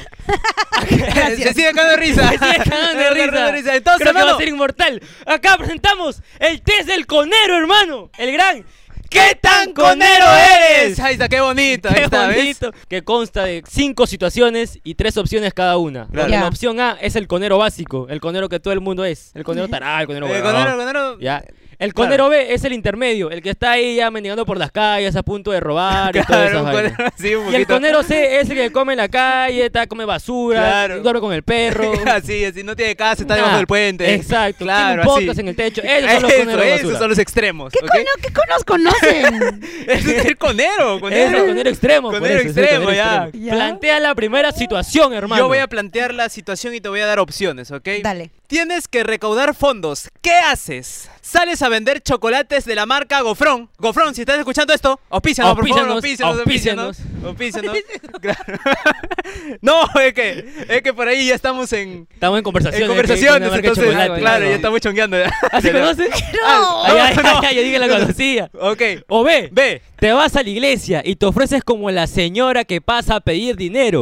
[SPEAKER 2] se sigue cagando de risa.
[SPEAKER 4] Se
[SPEAKER 2] Se
[SPEAKER 4] sigue cagando de
[SPEAKER 2] sigue cagando de
[SPEAKER 4] risa.
[SPEAKER 2] Entonces,
[SPEAKER 4] Creo que va
[SPEAKER 2] mano,
[SPEAKER 4] a ser inmortal. Acá presentamos el test del conero, hermano. El gran. ¿Qué tan conero eres?
[SPEAKER 2] Ahí está, qué bonito. ahí
[SPEAKER 4] Qué
[SPEAKER 2] está, ¿ves?
[SPEAKER 4] bonito. Que consta de cinco situaciones y tres opciones cada una.
[SPEAKER 2] Claro.
[SPEAKER 4] La
[SPEAKER 1] Ya.
[SPEAKER 4] opción A es el conero básico, el conero que todo el mundo es. El conero tará, el conero
[SPEAKER 2] Eh,
[SPEAKER 4] huevón.
[SPEAKER 2] Conero, Conero.
[SPEAKER 4] Ya. El
[SPEAKER 2] Claro.
[SPEAKER 4] conero B es el intermedio, el que está ahí ya mendigando por las calles a punto de robar y
[SPEAKER 2] Claro,
[SPEAKER 4] todas esas
[SPEAKER 2] un
[SPEAKER 4] vainas.
[SPEAKER 2] conero así, un
[SPEAKER 4] Y el
[SPEAKER 2] poquito.
[SPEAKER 4] conero C es el que come en la calle, está, come basura,
[SPEAKER 2] Claro.
[SPEAKER 4] duerme con el perro.
[SPEAKER 2] así, así, no tiene casa, está debajo
[SPEAKER 4] Nah,
[SPEAKER 2] del puente.
[SPEAKER 4] Exacto,
[SPEAKER 2] claro,
[SPEAKER 4] tiene un
[SPEAKER 2] así.
[SPEAKER 4] podcast en el techo. Esos son los
[SPEAKER 2] Eso,
[SPEAKER 4] coneros
[SPEAKER 2] esos
[SPEAKER 4] basura.
[SPEAKER 2] son los extremos.
[SPEAKER 1] ¿Qué,
[SPEAKER 2] ¿ok?
[SPEAKER 1] cono- qué conos conocen?
[SPEAKER 2] Eso es el conero,
[SPEAKER 4] Es el
[SPEAKER 2] conero.
[SPEAKER 4] conero extremo.
[SPEAKER 2] Conero
[SPEAKER 4] por eso, es el
[SPEAKER 2] extremo,
[SPEAKER 4] conero
[SPEAKER 2] ya.
[SPEAKER 4] extremo.
[SPEAKER 1] Ya.
[SPEAKER 4] Plantea la primera situación, hermano.
[SPEAKER 2] Yo voy a plantear la situación y te voy a dar opciones, ¿ok?
[SPEAKER 1] Dale.
[SPEAKER 2] Tienes que recaudar fondos. ¿Qué haces? ¿Sales a a vender chocolates de la marca Gofrón. Gofrón, si estás escuchando esto, auspícianos, por favor,
[SPEAKER 4] Auspícianos,
[SPEAKER 2] auspícianos, auspícianos. auspícianos. Claro. no, es que, es que por ahí ya estamos en,
[SPEAKER 4] Estamos en conversaciones.
[SPEAKER 2] en
[SPEAKER 4] que- con
[SPEAKER 2] conversaciones,
[SPEAKER 4] una marca de
[SPEAKER 2] entonces,
[SPEAKER 4] chocolate,
[SPEAKER 2] claro,
[SPEAKER 5] claro.
[SPEAKER 2] ya estamos chongueando.
[SPEAKER 4] ¿Ah, se conoce?
[SPEAKER 1] No.
[SPEAKER 4] Ay, ay,
[SPEAKER 2] No,
[SPEAKER 4] ay,
[SPEAKER 2] no.
[SPEAKER 4] ay, yo dije la conocía.
[SPEAKER 2] ok,
[SPEAKER 4] O B,
[SPEAKER 2] ve.
[SPEAKER 4] te vas a la iglesia y te ofreces como la señora que pasa a pedir dinero.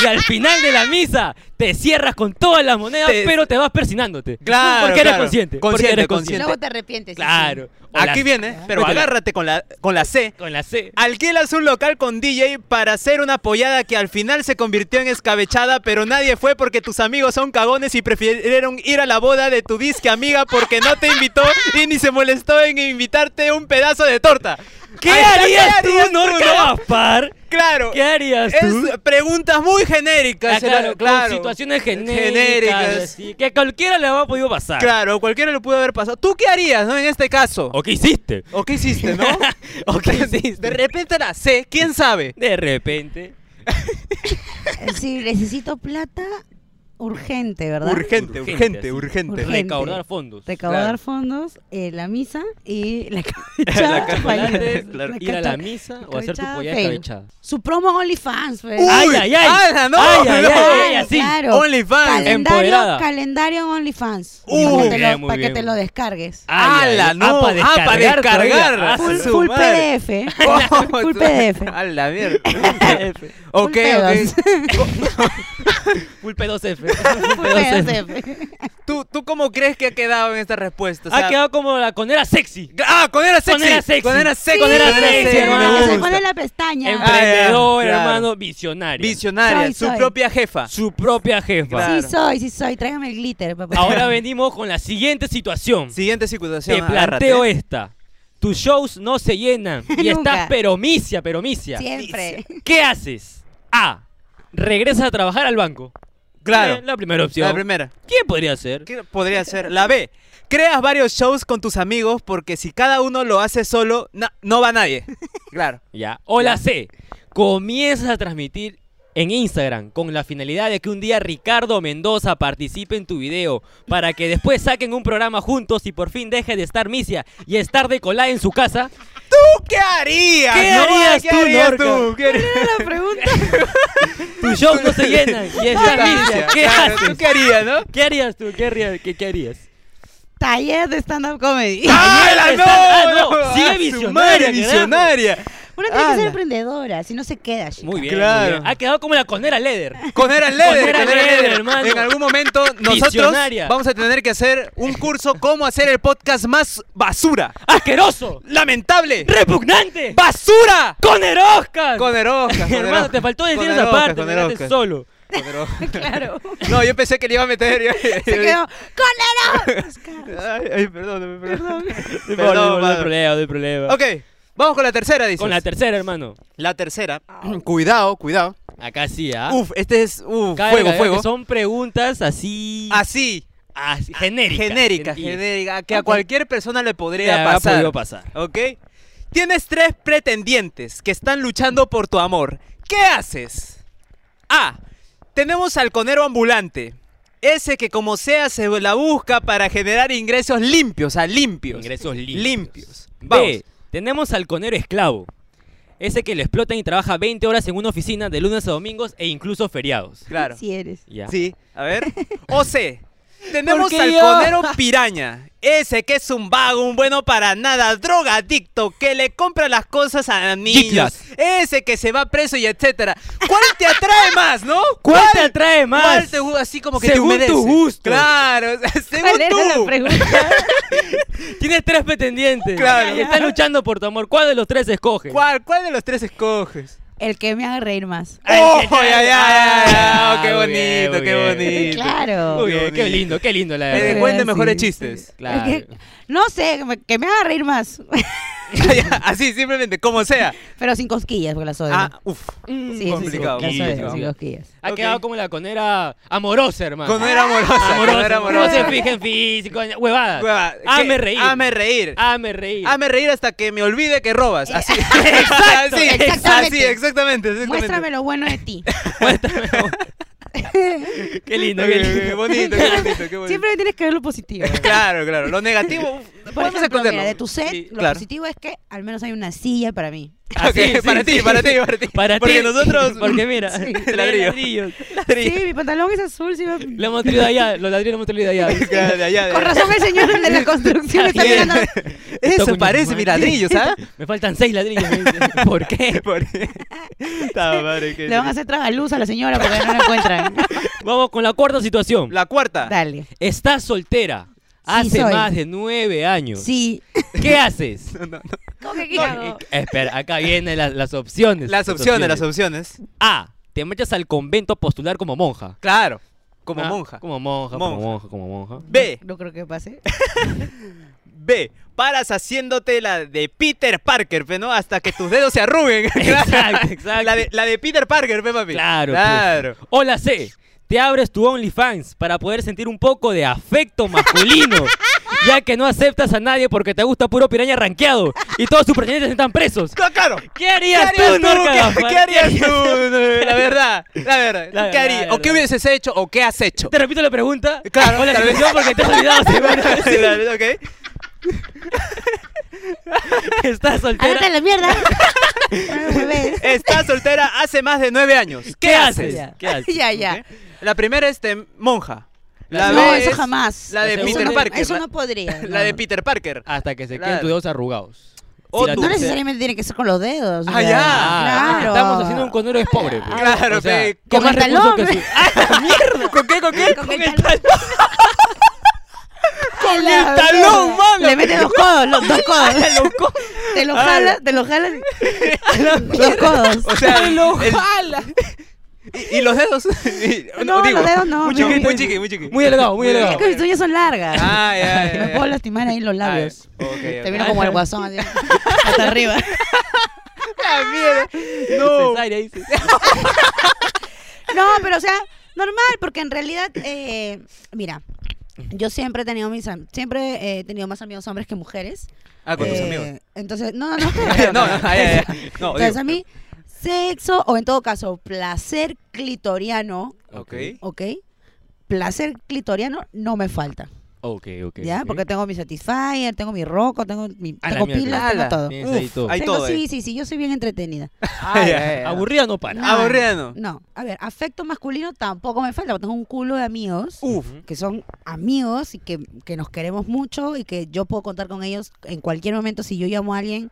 [SPEAKER 4] Y al final de la misa te cierras con todas las monedas,
[SPEAKER 2] Te-
[SPEAKER 4] pero te vas persinándote.
[SPEAKER 2] Claro,
[SPEAKER 4] Porque eres
[SPEAKER 2] claro.
[SPEAKER 4] consciente. porque
[SPEAKER 2] Consciente,
[SPEAKER 4] eres
[SPEAKER 1] Y
[SPEAKER 2] consciente.
[SPEAKER 1] luego te arrepientes. sí,
[SPEAKER 4] Claro. O la-
[SPEAKER 2] Aquí viene, pero
[SPEAKER 4] Métela.
[SPEAKER 2] agárrate con la, con la C.
[SPEAKER 4] Con la C.
[SPEAKER 2] Alquilas un local con DJ para hacer una pollada que al final se convirtió en escabechada, pero nadie fue porque tus amigos son cagones y prefirieron ir a la boda de tu disque amiga porque no te invitó y ni se molestó en invitarte un pedazo de torta.
[SPEAKER 4] Ah, ¿Qué
[SPEAKER 2] Ahí está,
[SPEAKER 4] harías
[SPEAKER 2] ¿qué
[SPEAKER 4] tú,
[SPEAKER 2] harías
[SPEAKER 4] Norca Gaspar?
[SPEAKER 2] Claro.
[SPEAKER 4] ¿Qué harías
[SPEAKER 2] Es
[SPEAKER 4] tú?
[SPEAKER 2] preguntas muy
[SPEAKER 4] Ah,
[SPEAKER 2] genéricas.
[SPEAKER 4] claro,
[SPEAKER 2] claro,
[SPEAKER 4] Con situaciones genéricas.
[SPEAKER 2] Genéricas.
[SPEAKER 4] así, que a cualquiera le ha podido pasar.
[SPEAKER 2] Claro, cualquiera lo pudo haber pasado. ¿Tú qué harías, no? En este caso.
[SPEAKER 4] ¿O qué hiciste?
[SPEAKER 2] ¿O qué hiciste, no?
[SPEAKER 4] ¿O qué hiciste?
[SPEAKER 2] De repente la C, quién sabe.
[SPEAKER 4] De repente.
[SPEAKER 1] sí. Sí, necesito plata urgente, ¿verdad?
[SPEAKER 2] Urgente,
[SPEAKER 4] Urgente,
[SPEAKER 2] urgente,
[SPEAKER 4] así.
[SPEAKER 2] urgente.
[SPEAKER 1] Urgente.
[SPEAKER 4] Recaudar fondos.
[SPEAKER 1] Recaudar
[SPEAKER 2] Claro.
[SPEAKER 1] fondos, eh, la misa y la
[SPEAKER 4] La
[SPEAKER 1] cabechada.
[SPEAKER 4] chocolates,
[SPEAKER 1] Vaya,
[SPEAKER 2] claro.
[SPEAKER 1] la
[SPEAKER 4] ir a la
[SPEAKER 1] cacho-
[SPEAKER 4] misa o hacer tu
[SPEAKER 1] cabechada
[SPEAKER 4] polla
[SPEAKER 1] fail.
[SPEAKER 4] escabechada.
[SPEAKER 1] Su promo OnlyFans, pues.
[SPEAKER 2] Uy,
[SPEAKER 4] ¡Ay, ay, ay!
[SPEAKER 2] ala, no,
[SPEAKER 4] ¡Ay, ay,
[SPEAKER 2] no.
[SPEAKER 4] ay! ay, así.
[SPEAKER 1] claro.
[SPEAKER 2] OnlyFans.
[SPEAKER 1] Calendario,
[SPEAKER 4] Empoderada.
[SPEAKER 1] calendario en OnlyFans.
[SPEAKER 2] Uy,
[SPEAKER 1] para
[SPEAKER 2] muy
[SPEAKER 1] que, te
[SPEAKER 4] bien,
[SPEAKER 1] lo,
[SPEAKER 4] muy
[SPEAKER 1] para que
[SPEAKER 4] bien.
[SPEAKER 1] te lo descargues.
[SPEAKER 4] Ay, ay,
[SPEAKER 2] ¡Ala,
[SPEAKER 4] ay.
[SPEAKER 2] no!
[SPEAKER 4] Ah,
[SPEAKER 2] ¡Ah, para descargar!
[SPEAKER 4] todavía. Ah,
[SPEAKER 1] Full,
[SPEAKER 2] su
[SPEAKER 1] full
[SPEAKER 2] madre.
[SPEAKER 1] PDF. ¿eh?
[SPEAKER 4] Oh,
[SPEAKER 1] full PDF.
[SPEAKER 2] Oh, A la mierda.
[SPEAKER 1] Full
[SPEAKER 2] ok,
[SPEAKER 1] pedos.
[SPEAKER 2] ok.
[SPEAKER 4] Pulpe 2F.
[SPEAKER 1] Full PDF.
[SPEAKER 2] ¿Tú, ¿Tú cómo crees que ha quedado en esta respuesta? O sea,
[SPEAKER 4] Ah, Ha quedado como la conera sexy.
[SPEAKER 2] ¡Ah, con era sexy!
[SPEAKER 4] Conera sexy.
[SPEAKER 2] Conera sexy.
[SPEAKER 4] Conera
[SPEAKER 2] Conera
[SPEAKER 4] sexy,
[SPEAKER 2] sexy,
[SPEAKER 4] hermano.
[SPEAKER 2] me
[SPEAKER 1] Que se
[SPEAKER 2] gusta.
[SPEAKER 1] pone la pestaña.
[SPEAKER 2] Empre-
[SPEAKER 4] Emprendedor,
[SPEAKER 2] claro.
[SPEAKER 4] hermano, visionario.
[SPEAKER 2] Visionaria,
[SPEAKER 1] Soy,
[SPEAKER 2] su
[SPEAKER 1] soy.
[SPEAKER 2] propia jefa.
[SPEAKER 4] Su propia jefa.
[SPEAKER 2] Claro.
[SPEAKER 1] Sí soy, sí soy. Tráigame el glitter, papá.
[SPEAKER 4] Ahora venimos con la siguiente situación.
[SPEAKER 2] Siguiente situación.
[SPEAKER 4] Te planteo
[SPEAKER 2] agárrate.
[SPEAKER 4] esta. Tus shows no se llenan y
[SPEAKER 1] Nunca.
[SPEAKER 4] estás peromicia, peromicia.
[SPEAKER 1] Siempre.
[SPEAKER 4] ¿Qué haces? A. Regresas a trabajar al banco.
[SPEAKER 2] Claro.
[SPEAKER 4] Eh, La primera opción.
[SPEAKER 2] La primera.
[SPEAKER 4] ¿Quién podría ser?
[SPEAKER 2] ¿Qué podría ser? La B. Creas varios shows con tus amigos porque si cada uno lo hace solo, na- no va nadie. Claro.
[SPEAKER 4] Ya. O la C. Comienzas a transmitir en Instagram con la finalidad de que un día Ricardo Mendoza participe en tu video para que después saquen un programa juntos y por fin deje de estar misia y estar de colada en su casa.
[SPEAKER 2] ¿Tú qué harías?
[SPEAKER 4] ¿Qué
[SPEAKER 2] No,
[SPEAKER 4] harías
[SPEAKER 2] ¿Qué
[SPEAKER 4] tú,
[SPEAKER 2] harías
[SPEAKER 4] Norca?
[SPEAKER 2] tú? ¿Qué harías?
[SPEAKER 1] la pregunta.
[SPEAKER 4] Tus shows no se llenan y estás misia. ¿Qué
[SPEAKER 2] Claro,
[SPEAKER 4] haces?
[SPEAKER 2] ¿Tú qué harías, no?
[SPEAKER 4] ¿Qué harías tú? ¿Qué harías? ¿Qué, qué harías?
[SPEAKER 1] Taller de stand-up comedy.
[SPEAKER 2] Ah, ¡Hala,
[SPEAKER 4] está- ah, no, sigue
[SPEAKER 2] ¡Ah, su
[SPEAKER 4] visionaria,
[SPEAKER 2] madre,
[SPEAKER 4] carajo!
[SPEAKER 2] visionaria!
[SPEAKER 1] Una tiene que ser
[SPEAKER 2] Ala.
[SPEAKER 1] emprendedora, si no se queda, chica.
[SPEAKER 4] Muy bien,
[SPEAKER 2] Claro.
[SPEAKER 4] muy bien. Ha quedado como la conera Leder.
[SPEAKER 2] Con era Leder,
[SPEAKER 4] Con Eran
[SPEAKER 2] con Eran
[SPEAKER 4] Leder,
[SPEAKER 2] Leder.
[SPEAKER 4] hermano.
[SPEAKER 2] En algún momento nosotros
[SPEAKER 4] Visionaria.
[SPEAKER 2] vamos a tener que hacer un curso cómo hacer el podcast más basura,
[SPEAKER 4] ¡Asqueroso!
[SPEAKER 2] lamentable,
[SPEAKER 4] ¡Repugnante!
[SPEAKER 2] basura.
[SPEAKER 4] ¡Coner Oscar!
[SPEAKER 2] Con Erosca, con
[SPEAKER 4] Hermano,
[SPEAKER 2] Erosca.
[SPEAKER 4] te faltó decir
[SPEAKER 2] Con
[SPEAKER 4] esa
[SPEAKER 2] Erosca,
[SPEAKER 4] parte.
[SPEAKER 2] con
[SPEAKER 4] me dejaste
[SPEAKER 2] Erosca.
[SPEAKER 4] solo.
[SPEAKER 1] Claro.
[SPEAKER 2] No, yo pensé que le iba a meter. yo-
[SPEAKER 1] Se quedó. ¡Colero!
[SPEAKER 2] Ay, ay, perdóname, perdón.
[SPEAKER 4] No, no, no, no hay
[SPEAKER 2] mano.
[SPEAKER 4] problema, no hay problema.
[SPEAKER 2] Ok, vamos con la tercera, dices.
[SPEAKER 4] Con la tercera, hermano.
[SPEAKER 2] La tercera. cuidado, cuidado.
[SPEAKER 4] Acá sí, ¿ah?
[SPEAKER 2] Uf, este es. Uf,
[SPEAKER 4] Cabe
[SPEAKER 2] fuego,
[SPEAKER 4] recalcar que
[SPEAKER 2] fuego.
[SPEAKER 4] Son preguntas así.
[SPEAKER 2] Así.
[SPEAKER 4] así, genéricas.
[SPEAKER 2] Genérica,
[SPEAKER 4] gen- y-
[SPEAKER 2] genérica, que a
[SPEAKER 4] Ok.
[SPEAKER 2] cualquier persona le podría
[SPEAKER 4] Le habrá
[SPEAKER 2] pasar.
[SPEAKER 4] podido pasar.
[SPEAKER 2] ¿Ok? Tienes tres pretendientes que están luchando por tu amor. ¿Qué haces? A. Tenemos al conero ambulante. Ese que como sea se la busca para generar ingresos limpios, a limpios.
[SPEAKER 4] Ingresos limpios.
[SPEAKER 2] Limpios. Vamos.
[SPEAKER 4] B. Tenemos al conero esclavo. Ese que lo explotan y trabaja 20 horas en una oficina de lunes a domingos e incluso feriados.
[SPEAKER 2] Claro.
[SPEAKER 1] Si eres.
[SPEAKER 4] Ya.
[SPEAKER 2] Sí, a ver. O C. Tenemos
[SPEAKER 5] Porque
[SPEAKER 2] al
[SPEAKER 5] yo-
[SPEAKER 2] conero piraña. Ese que es un vago, un bueno para nada, drogadicto, que le compra las cosas a niños.
[SPEAKER 4] Chiclas.
[SPEAKER 2] Ese que se va preso y etcétera. ¿Cuál te atrae más, no?
[SPEAKER 4] ¿Cuál te atrae más?
[SPEAKER 2] ¿Cuál te gusta? Así como que
[SPEAKER 4] Según
[SPEAKER 2] te humedece.
[SPEAKER 4] tus gustos.
[SPEAKER 2] Claro, o sea, según
[SPEAKER 1] ¿Cuál era la
[SPEAKER 2] tú.
[SPEAKER 1] pregunta?
[SPEAKER 4] Tienes tres pretendientes.
[SPEAKER 2] Claro.
[SPEAKER 4] Y estás luchando por tu amor. ¿Cuál de los tres escoges?
[SPEAKER 2] ¿Cuál, ¿Cuál de los tres escoges?
[SPEAKER 1] El que me haga reír más.
[SPEAKER 4] Ay,
[SPEAKER 2] ¡Oh,
[SPEAKER 4] qué tal.
[SPEAKER 2] ya, ya, ya, ya!
[SPEAKER 4] Ah,
[SPEAKER 2] ¡Qué
[SPEAKER 4] muy
[SPEAKER 2] bonito,
[SPEAKER 4] bien, muy
[SPEAKER 2] qué
[SPEAKER 4] bien.
[SPEAKER 2] bonito!
[SPEAKER 1] Claro.
[SPEAKER 4] Muy bien,
[SPEAKER 2] Qué
[SPEAKER 4] qué
[SPEAKER 2] bonito.
[SPEAKER 4] lindo, qué lindo la
[SPEAKER 2] Me
[SPEAKER 4] verdad.
[SPEAKER 1] Eh,
[SPEAKER 2] cuenten
[SPEAKER 1] sí,
[SPEAKER 2] mejores
[SPEAKER 1] sí.
[SPEAKER 2] chistes.
[SPEAKER 4] Claro.
[SPEAKER 1] El que- no sé, que me- que me haga reír más.
[SPEAKER 2] Así, simplemente, como sea.
[SPEAKER 1] Pero sin cosquillas, porque las odio.
[SPEAKER 2] Ah, uff.
[SPEAKER 1] sí, sí, sí,
[SPEAKER 2] complicado,
[SPEAKER 1] las odio,
[SPEAKER 2] complicado.
[SPEAKER 1] sin cosquillas.
[SPEAKER 4] Ha
[SPEAKER 2] Ok.
[SPEAKER 4] quedado como la conera amorosa, hermano.
[SPEAKER 2] Cuando era amorosa, cuando era
[SPEAKER 4] No se
[SPEAKER 2] amorosa. Ah,
[SPEAKER 4] fija en físico, en- Ah, huevada.
[SPEAKER 2] Hueva,
[SPEAKER 4] Hazme
[SPEAKER 2] que-
[SPEAKER 4] reír. Ah,
[SPEAKER 2] Hazme reír.
[SPEAKER 4] Hazme reír.
[SPEAKER 2] Hazme reír hasta que me olvide que robas. Así.
[SPEAKER 1] Exacto,
[SPEAKER 2] así,
[SPEAKER 1] exactamente.
[SPEAKER 2] así, exactamente, exactamente.
[SPEAKER 1] Muéstrame lo bueno de ti.
[SPEAKER 4] Muéstrame. Qué lindo, qué lindo.
[SPEAKER 2] Qué bonito, qué bonito, qué bonito.
[SPEAKER 1] Siempre tienes que ver lo positivo.
[SPEAKER 2] Claro, claro. Lo negativo, uf,
[SPEAKER 1] Por
[SPEAKER 2] podemos
[SPEAKER 1] ejemplo,
[SPEAKER 2] esconderlo.
[SPEAKER 1] mira, de tu set,
[SPEAKER 2] Sí,
[SPEAKER 1] lo
[SPEAKER 2] claro. Ah,
[SPEAKER 1] positivo es que al menos hay una silla para mí.
[SPEAKER 4] Ah,
[SPEAKER 2] Ok, para ti, para ti, para ti.
[SPEAKER 4] Para
[SPEAKER 2] Porque
[SPEAKER 4] ti.
[SPEAKER 2] nosotros.
[SPEAKER 4] Porque mira,
[SPEAKER 1] Sí.
[SPEAKER 4] tres
[SPEAKER 2] Ladrillo.
[SPEAKER 4] ladrillos.
[SPEAKER 1] Sí, mi pantalón es azul. Sí, va-
[SPEAKER 4] Lo hemos traído de allá, los ladrillos los hemos traído de allá.
[SPEAKER 2] Claro, de allá, de
[SPEAKER 1] Con
[SPEAKER 2] allá.
[SPEAKER 1] razón el señor de la construcción está
[SPEAKER 4] Bien.
[SPEAKER 1] mirando.
[SPEAKER 2] Eso
[SPEAKER 4] Toco
[SPEAKER 2] parece
[SPEAKER 4] un
[SPEAKER 2] mi
[SPEAKER 4] diamante.
[SPEAKER 2] ladrillo, ¿sabes?
[SPEAKER 4] Me faltan seis ladrillos. me dice. ¿Por qué?
[SPEAKER 2] Por... Está madre que.
[SPEAKER 1] Le van a hacer tragaluz a la señora porque no la encuentran.
[SPEAKER 4] Vamos con la cuarta situación.
[SPEAKER 2] La cuarta.
[SPEAKER 1] Dale.
[SPEAKER 4] Estás soltera. Hace
[SPEAKER 1] soy.
[SPEAKER 4] más de nueve años.
[SPEAKER 1] Sí.
[SPEAKER 4] ¿Qué haces?
[SPEAKER 1] ¿Cómo que qué hago?
[SPEAKER 4] Eh, Espera, acá vienen las, las opciones.
[SPEAKER 2] Las opciones, las opciones.
[SPEAKER 4] A. Te metes al convento a postular como monja.
[SPEAKER 2] Claro. Como
[SPEAKER 4] Ah,
[SPEAKER 2] monja.
[SPEAKER 4] Como monja, como
[SPEAKER 2] Monja.
[SPEAKER 4] monja, como monja.
[SPEAKER 2] B.
[SPEAKER 1] No creo que pase.
[SPEAKER 2] B. Paras haciéndote la de Peter Parker, pe, ¿no? Hasta que tus dedos se arruguen.
[SPEAKER 4] Exacto, exacto.
[SPEAKER 2] La de, la de Peter Parker, pe, papi.
[SPEAKER 4] Claro, pe.
[SPEAKER 2] Claro.
[SPEAKER 4] O la C. Te abres tu OnlyFans para poder sentir un poco de afecto masculino. ya que no aceptas a nadie porque te gusta puro piraña ranqueado. Y todos tus pretendientes están presos.
[SPEAKER 2] Claro, Claro.
[SPEAKER 4] ¿Qué harías tú, Norca
[SPEAKER 2] ¿Qué,
[SPEAKER 4] Gaspar?
[SPEAKER 2] qué harías tú? La verdad, la verdad.
[SPEAKER 4] La
[SPEAKER 2] ¿Qué
[SPEAKER 4] verdad,
[SPEAKER 2] harías?
[SPEAKER 4] la
[SPEAKER 2] ¿O qué
[SPEAKER 4] verdad.
[SPEAKER 2] hubieses hecho o qué has hecho?
[SPEAKER 4] Te repito la pregunta.
[SPEAKER 2] Claro,
[SPEAKER 4] O la
[SPEAKER 2] tal vez.
[SPEAKER 4] situación porque te has olvidado. seguro.
[SPEAKER 2] Claro, ok.
[SPEAKER 4] Estás soltera.
[SPEAKER 1] Ándate a la mierda. No me mueves.
[SPEAKER 2] Estás soltera hace más de nueve años. ¿Qué,
[SPEAKER 4] ¿Qué
[SPEAKER 2] haces?
[SPEAKER 4] haces? ¿Qué haces?
[SPEAKER 1] Ya, ya.
[SPEAKER 2] Ok. La primera es de monja. La
[SPEAKER 1] no,
[SPEAKER 2] B
[SPEAKER 1] eso
[SPEAKER 2] es
[SPEAKER 1] jamás.
[SPEAKER 2] La de
[SPEAKER 1] Eso
[SPEAKER 2] Peter
[SPEAKER 1] no-
[SPEAKER 2] Parker.
[SPEAKER 1] Eso
[SPEAKER 2] la-
[SPEAKER 1] no podría.
[SPEAKER 2] La
[SPEAKER 1] no.
[SPEAKER 2] de Peter Parker.
[SPEAKER 4] Hasta que se
[SPEAKER 2] Claro.
[SPEAKER 4] queden tus dedos arrugados.
[SPEAKER 2] O
[SPEAKER 4] Ah, la
[SPEAKER 2] tú.
[SPEAKER 1] No
[SPEAKER 4] tercera-
[SPEAKER 1] necesariamente tiene que ser con los dedos. o
[SPEAKER 2] Ah,
[SPEAKER 1] sea,
[SPEAKER 2] ya.
[SPEAKER 1] Claro.
[SPEAKER 4] Estamos haciendo un conero de pobre. pues.
[SPEAKER 2] Claro,
[SPEAKER 4] O sea,
[SPEAKER 2] pe,
[SPEAKER 4] ¿qué
[SPEAKER 1] con
[SPEAKER 4] más
[SPEAKER 1] el
[SPEAKER 4] recursos
[SPEAKER 1] talón.
[SPEAKER 4] que su- ¡Ah, mierda!
[SPEAKER 2] ¿Con qué? ¿Con qué?
[SPEAKER 1] Con el talón. ¡Con el
[SPEAKER 2] talón, mano!
[SPEAKER 1] Le mete dos codos, los dos codos. Te lo jalas, te lo jalas. Dos codos.
[SPEAKER 2] O sea, el-
[SPEAKER 5] ¡Lo
[SPEAKER 2] el-
[SPEAKER 5] jala!
[SPEAKER 2] y, y los dedos. Y-
[SPEAKER 1] No, los dedos no,
[SPEAKER 2] Muy
[SPEAKER 1] no.
[SPEAKER 2] chiqui, muy chiqui, muy chiqui.
[SPEAKER 4] Muy delgado, muy
[SPEAKER 1] Es
[SPEAKER 4] delgado.
[SPEAKER 1] que mis uñas son largas.
[SPEAKER 2] Ah, ya, ya,
[SPEAKER 1] Me
[SPEAKER 2] ya.
[SPEAKER 1] puedo lastimar ahí los
[SPEAKER 2] Ah,
[SPEAKER 1] labios.
[SPEAKER 2] ok, ok.
[SPEAKER 1] Te vino como el guasón así, hasta arriba.
[SPEAKER 2] Ah, mierda. No.
[SPEAKER 4] Cesárea, dice.
[SPEAKER 1] No, pero o sea, normal, porque en realidad, eh, mira, yo siempre he tenido mis am- siempre he tenido más amigos hombres que mujeres.
[SPEAKER 2] Ah, con tus
[SPEAKER 1] Eh,
[SPEAKER 2] amigos.
[SPEAKER 1] Entonces, no, no,
[SPEAKER 2] No,
[SPEAKER 1] no.
[SPEAKER 2] no, ah, ya, ya. No,
[SPEAKER 1] Entonces
[SPEAKER 2] digo.
[SPEAKER 1] a mí, sexo, o en todo caso, placer clitoriano,
[SPEAKER 2] Ok.
[SPEAKER 1] ¿ok? Placer clitoriano no me falta,
[SPEAKER 4] Ok, ok.
[SPEAKER 1] ¿ya?
[SPEAKER 4] ok.
[SPEAKER 1] Porque tengo mi Satisfyer, tengo mi Rocco, tengo, mi,
[SPEAKER 2] Ah,
[SPEAKER 4] A la
[SPEAKER 1] tengo
[SPEAKER 4] mierda.
[SPEAKER 1] pilas, tengo
[SPEAKER 2] Ala,
[SPEAKER 1] todo.
[SPEAKER 4] Tienes ahí
[SPEAKER 2] Uf,
[SPEAKER 4] todo.
[SPEAKER 2] ahí- Hay
[SPEAKER 1] Tengo-
[SPEAKER 2] todo,
[SPEAKER 1] sí,
[SPEAKER 2] eh.
[SPEAKER 1] sí, sí, yo soy bien entretenida.
[SPEAKER 2] Ah, ya, ya.
[SPEAKER 4] Aburrida no para.
[SPEAKER 1] No,
[SPEAKER 2] Aburrido.
[SPEAKER 1] No, a ver, afecto masculino tampoco me falta, porque tengo un culo de amigos
[SPEAKER 2] Uf.
[SPEAKER 1] que son amigos y que, que nos queremos mucho y que yo puedo contar con ellos en cualquier momento si yo llamo a alguien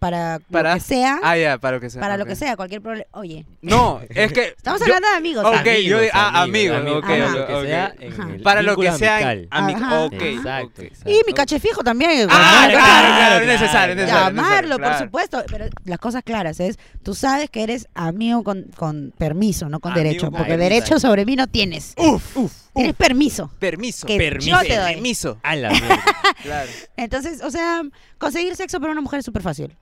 [SPEAKER 1] para, lo
[SPEAKER 2] Para-
[SPEAKER 1] que sea,
[SPEAKER 2] Ah, ya, para lo que sea.
[SPEAKER 1] para lo
[SPEAKER 2] ok.
[SPEAKER 1] que sea, cualquier problema. Oye,
[SPEAKER 2] No, es que.
[SPEAKER 1] estamos
[SPEAKER 2] yo-
[SPEAKER 1] hablando de amigos.
[SPEAKER 2] Ok,
[SPEAKER 1] ¿sabes?
[SPEAKER 2] yo digo, ah, amigo,
[SPEAKER 1] ok,
[SPEAKER 4] Para lo que
[SPEAKER 2] ok,
[SPEAKER 4] sea,
[SPEAKER 2] ok.
[SPEAKER 4] en el
[SPEAKER 2] Para lo que
[SPEAKER 4] vínculo
[SPEAKER 2] sea.
[SPEAKER 4] amical.
[SPEAKER 2] amigo.
[SPEAKER 1] Ajá.
[SPEAKER 2] Ok.
[SPEAKER 4] Exacto,
[SPEAKER 2] ok.
[SPEAKER 4] exacto.
[SPEAKER 1] Y mi cachefijo también. ¿no?
[SPEAKER 2] Ah, claro, claro, claro,
[SPEAKER 4] claro,
[SPEAKER 2] necesario, necesario.
[SPEAKER 1] Llamarlo,
[SPEAKER 2] necesario, claro.
[SPEAKER 1] por supuesto. Pero las cosas claras es, tú sabes que eres amigo con, con permiso, no con
[SPEAKER 2] Amigo
[SPEAKER 1] derecho.
[SPEAKER 2] con
[SPEAKER 1] Porque
[SPEAKER 4] permiso.
[SPEAKER 1] derecho sobre mí no tienes.
[SPEAKER 2] Uf, uf.
[SPEAKER 1] Tienes permiso.
[SPEAKER 2] Permiso.
[SPEAKER 1] Que
[SPEAKER 4] Permiso.
[SPEAKER 1] yo te doy. Ah.
[SPEAKER 2] Permiso.
[SPEAKER 4] A la mierda.
[SPEAKER 2] Claro.
[SPEAKER 1] Entonces, o sea, conseguir sexo para una mujer es súper fácil.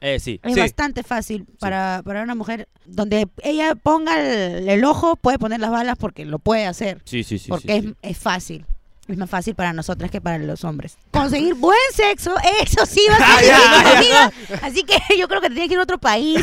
[SPEAKER 4] Eh, sí.
[SPEAKER 1] Es
[SPEAKER 2] Sí.
[SPEAKER 1] bastante fácil para, para una mujer donde ella ponga el, el ojo, puede poner las balas porque lo puede hacer.
[SPEAKER 4] Sí, sí, sí.
[SPEAKER 1] porque
[SPEAKER 4] sí,
[SPEAKER 1] es,
[SPEAKER 4] sí.
[SPEAKER 1] es fácil. Es más fácil para nosotras que para los hombres. Conseguir buen sexo, eso sí va a
[SPEAKER 2] Ay,
[SPEAKER 1] ser
[SPEAKER 2] ay,
[SPEAKER 1] difícil, amiga. Así que yo creo que tienes que ir a otro país.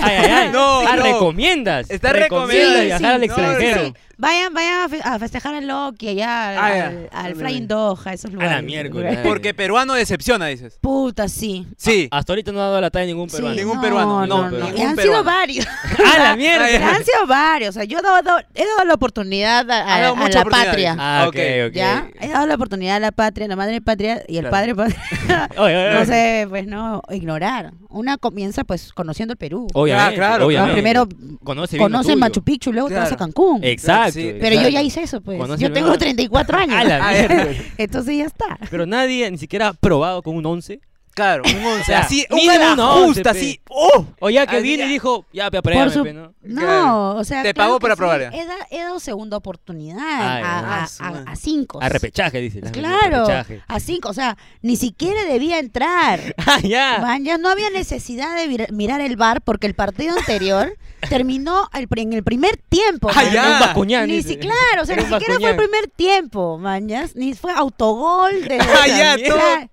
[SPEAKER 4] Ay, ay, ay.
[SPEAKER 2] No,
[SPEAKER 4] Ah,
[SPEAKER 2] no.
[SPEAKER 4] recomiendas.
[SPEAKER 2] Está
[SPEAKER 4] recomiendas
[SPEAKER 2] recomendado.
[SPEAKER 4] viajar
[SPEAKER 1] Sí,
[SPEAKER 4] al
[SPEAKER 1] sí.
[SPEAKER 4] extranjero.
[SPEAKER 1] Sí. Vayan, vayan a, fe- a festejar a Loki allá, al,
[SPEAKER 2] Ah, ya.
[SPEAKER 1] al- al Flying Doha, esos lugares.
[SPEAKER 4] miércoles.
[SPEAKER 2] Porque peruano decepciona, dices.
[SPEAKER 1] Puta, sí.
[SPEAKER 2] Sí.
[SPEAKER 4] Hasta ahorita no ha dado la talla ningún
[SPEAKER 1] Sí,
[SPEAKER 4] peruano.
[SPEAKER 2] Ningún peruano, no,
[SPEAKER 1] no,
[SPEAKER 2] ningún
[SPEAKER 1] Y han
[SPEAKER 2] peruano.
[SPEAKER 1] sido varios.
[SPEAKER 4] A la mierda.
[SPEAKER 2] Ay, ay.
[SPEAKER 1] han sido varios. O sea, yo he dado, dado- he dado la oportunidad a,
[SPEAKER 2] Ha dado
[SPEAKER 1] a
[SPEAKER 2] mucha
[SPEAKER 1] la
[SPEAKER 2] oportunidad,
[SPEAKER 1] patria.
[SPEAKER 4] Ah, ok,
[SPEAKER 2] Ok.
[SPEAKER 4] ok.
[SPEAKER 1] ¿Ya? He dado la oportunidad a la patria, a la madre patria y el padre patria.
[SPEAKER 4] Oye, oye,
[SPEAKER 1] no
[SPEAKER 4] oye.
[SPEAKER 1] sé, pues no, ignorar. Una comienza pues conociendo el Perú.
[SPEAKER 4] Obviamente,
[SPEAKER 2] Ah, claro,
[SPEAKER 4] obviamente.
[SPEAKER 1] Ah, primero
[SPEAKER 4] conoce bien lo
[SPEAKER 1] conoce
[SPEAKER 4] tuyo.
[SPEAKER 1] Machu Picchu, luego te vas a
[SPEAKER 2] Claro.
[SPEAKER 1] Cancún.
[SPEAKER 4] Exacto.
[SPEAKER 2] Sí,
[SPEAKER 1] Pero yo ya hice eso, pues.
[SPEAKER 4] Conoce
[SPEAKER 1] Yo
[SPEAKER 4] primero-
[SPEAKER 1] tengo 34
[SPEAKER 4] A
[SPEAKER 1] años.
[SPEAKER 4] la mierda.
[SPEAKER 1] Entonces ya está.
[SPEAKER 4] Pero nadie ni siquiera ha probado con un 11.
[SPEAKER 2] Claro, un once.
[SPEAKER 4] sea,
[SPEAKER 2] Así,
[SPEAKER 4] mínimo
[SPEAKER 2] una
[SPEAKER 4] un once,
[SPEAKER 2] justa,
[SPEAKER 4] pe.
[SPEAKER 2] así. ¡Oh!
[SPEAKER 4] O ya que
[SPEAKER 2] Así
[SPEAKER 4] vino
[SPEAKER 2] ya.
[SPEAKER 4] y dijo, ya, pe,
[SPEAKER 1] Por
[SPEAKER 4] apréame,
[SPEAKER 1] su-
[SPEAKER 4] pe, pues, ¿no?
[SPEAKER 1] No, o sea.
[SPEAKER 2] Te
[SPEAKER 1] claro
[SPEAKER 2] pagó
[SPEAKER 1] que
[SPEAKER 2] para
[SPEAKER 1] sí.
[SPEAKER 2] probar.
[SPEAKER 1] He, da- he dado segunda oportunidad
[SPEAKER 4] Ay,
[SPEAKER 1] a, a-
[SPEAKER 2] ah, su
[SPEAKER 1] a-
[SPEAKER 2] madre.
[SPEAKER 1] a cinco.
[SPEAKER 4] A repechaje, dice. la gente,
[SPEAKER 1] Claro,
[SPEAKER 4] repechaje.
[SPEAKER 1] a cinco. O sea, ni siquiera debía entrar.
[SPEAKER 4] Ah, ya.
[SPEAKER 1] Man, ya no había necesidad de vir- mirar el bar porque el partido anterior terminó el pri- en el primer tiempo.
[SPEAKER 2] Ah,
[SPEAKER 1] man.
[SPEAKER 2] ya.
[SPEAKER 4] Era un Bascuñán,
[SPEAKER 1] Ni
[SPEAKER 4] dice.
[SPEAKER 1] si, claro, o sea,
[SPEAKER 4] Era
[SPEAKER 1] ni
[SPEAKER 4] un
[SPEAKER 1] siquiera fue el
[SPEAKER 4] Bascuñán.
[SPEAKER 1] primer tiempo, mañas, ni fue autogol de
[SPEAKER 2] Ah, ya,
[SPEAKER 1] o sea,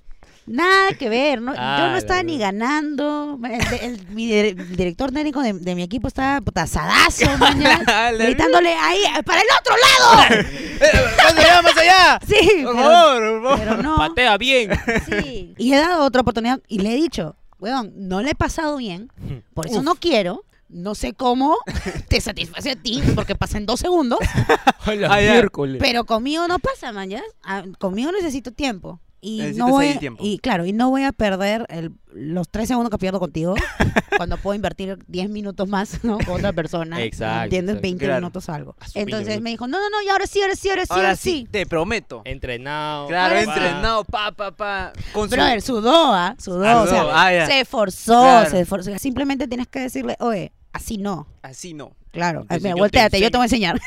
[SPEAKER 1] Nada que ver, ¿no? yo
[SPEAKER 4] Ah,
[SPEAKER 1] no
[SPEAKER 4] la
[SPEAKER 1] estaba ni
[SPEAKER 4] verdad.
[SPEAKER 1] ganando. El, el- mi dir- el director técnico de, de mi equipo estaba tazadazo, gritándole ahí, para el otro lado.
[SPEAKER 2] ¡Más allá, más allá!
[SPEAKER 1] Sí,
[SPEAKER 4] Oh,
[SPEAKER 2] Por
[SPEAKER 1] pero,
[SPEAKER 2] favor, por favor.
[SPEAKER 1] pero no.
[SPEAKER 4] Patea bien.
[SPEAKER 1] Sí. Y he dado otra oportunidad y le he dicho, weón, no le he pasado bien, por eso no quiero. No sé cómo te satisface a ti, porque pasa en dos segundos,
[SPEAKER 2] Ah, ya.
[SPEAKER 1] pero conmigo no pasa, man, ¿ya? Ah, Conmigo necesito tiempo. Y
[SPEAKER 2] Necesitas
[SPEAKER 1] no voy
[SPEAKER 2] ahí tiempo.
[SPEAKER 1] Y claro, y no voy a perder el- los tres segundos que pierdo contigo cuando puedo invertir 10 minutos más ¿no? con otra persona.
[SPEAKER 4] Exacto,
[SPEAKER 1] ¿Entiendes?
[SPEAKER 4] exacto.
[SPEAKER 1] 20
[SPEAKER 2] Claro.
[SPEAKER 1] minutos algo.
[SPEAKER 4] A su 20
[SPEAKER 1] Entonces
[SPEAKER 4] minutos.
[SPEAKER 1] me dijo, no, no, no, y ahora sí, ahora sí, ahora sí, ahora,
[SPEAKER 2] Ahora
[SPEAKER 1] sí.
[SPEAKER 2] sí, te
[SPEAKER 4] Eh,
[SPEAKER 2] prometo.
[SPEAKER 4] Entrenado. Ah,
[SPEAKER 2] Claro,
[SPEAKER 4] papá.
[SPEAKER 2] entrenado, pa, pa, pa. Con su-
[SPEAKER 1] Brother, sudó, ¿ah? Sudó.
[SPEAKER 2] Ah,
[SPEAKER 1] o sea,
[SPEAKER 2] sudó, ah, ya.
[SPEAKER 1] se esforzó,
[SPEAKER 2] Claro.
[SPEAKER 1] se esforzó. Simplemente tienes que decirle, oye, así no.
[SPEAKER 2] Así no.
[SPEAKER 1] Claro. Ay,
[SPEAKER 4] Entonces,
[SPEAKER 1] mira,
[SPEAKER 4] yo te
[SPEAKER 1] volteate, yo te voy a enseñar.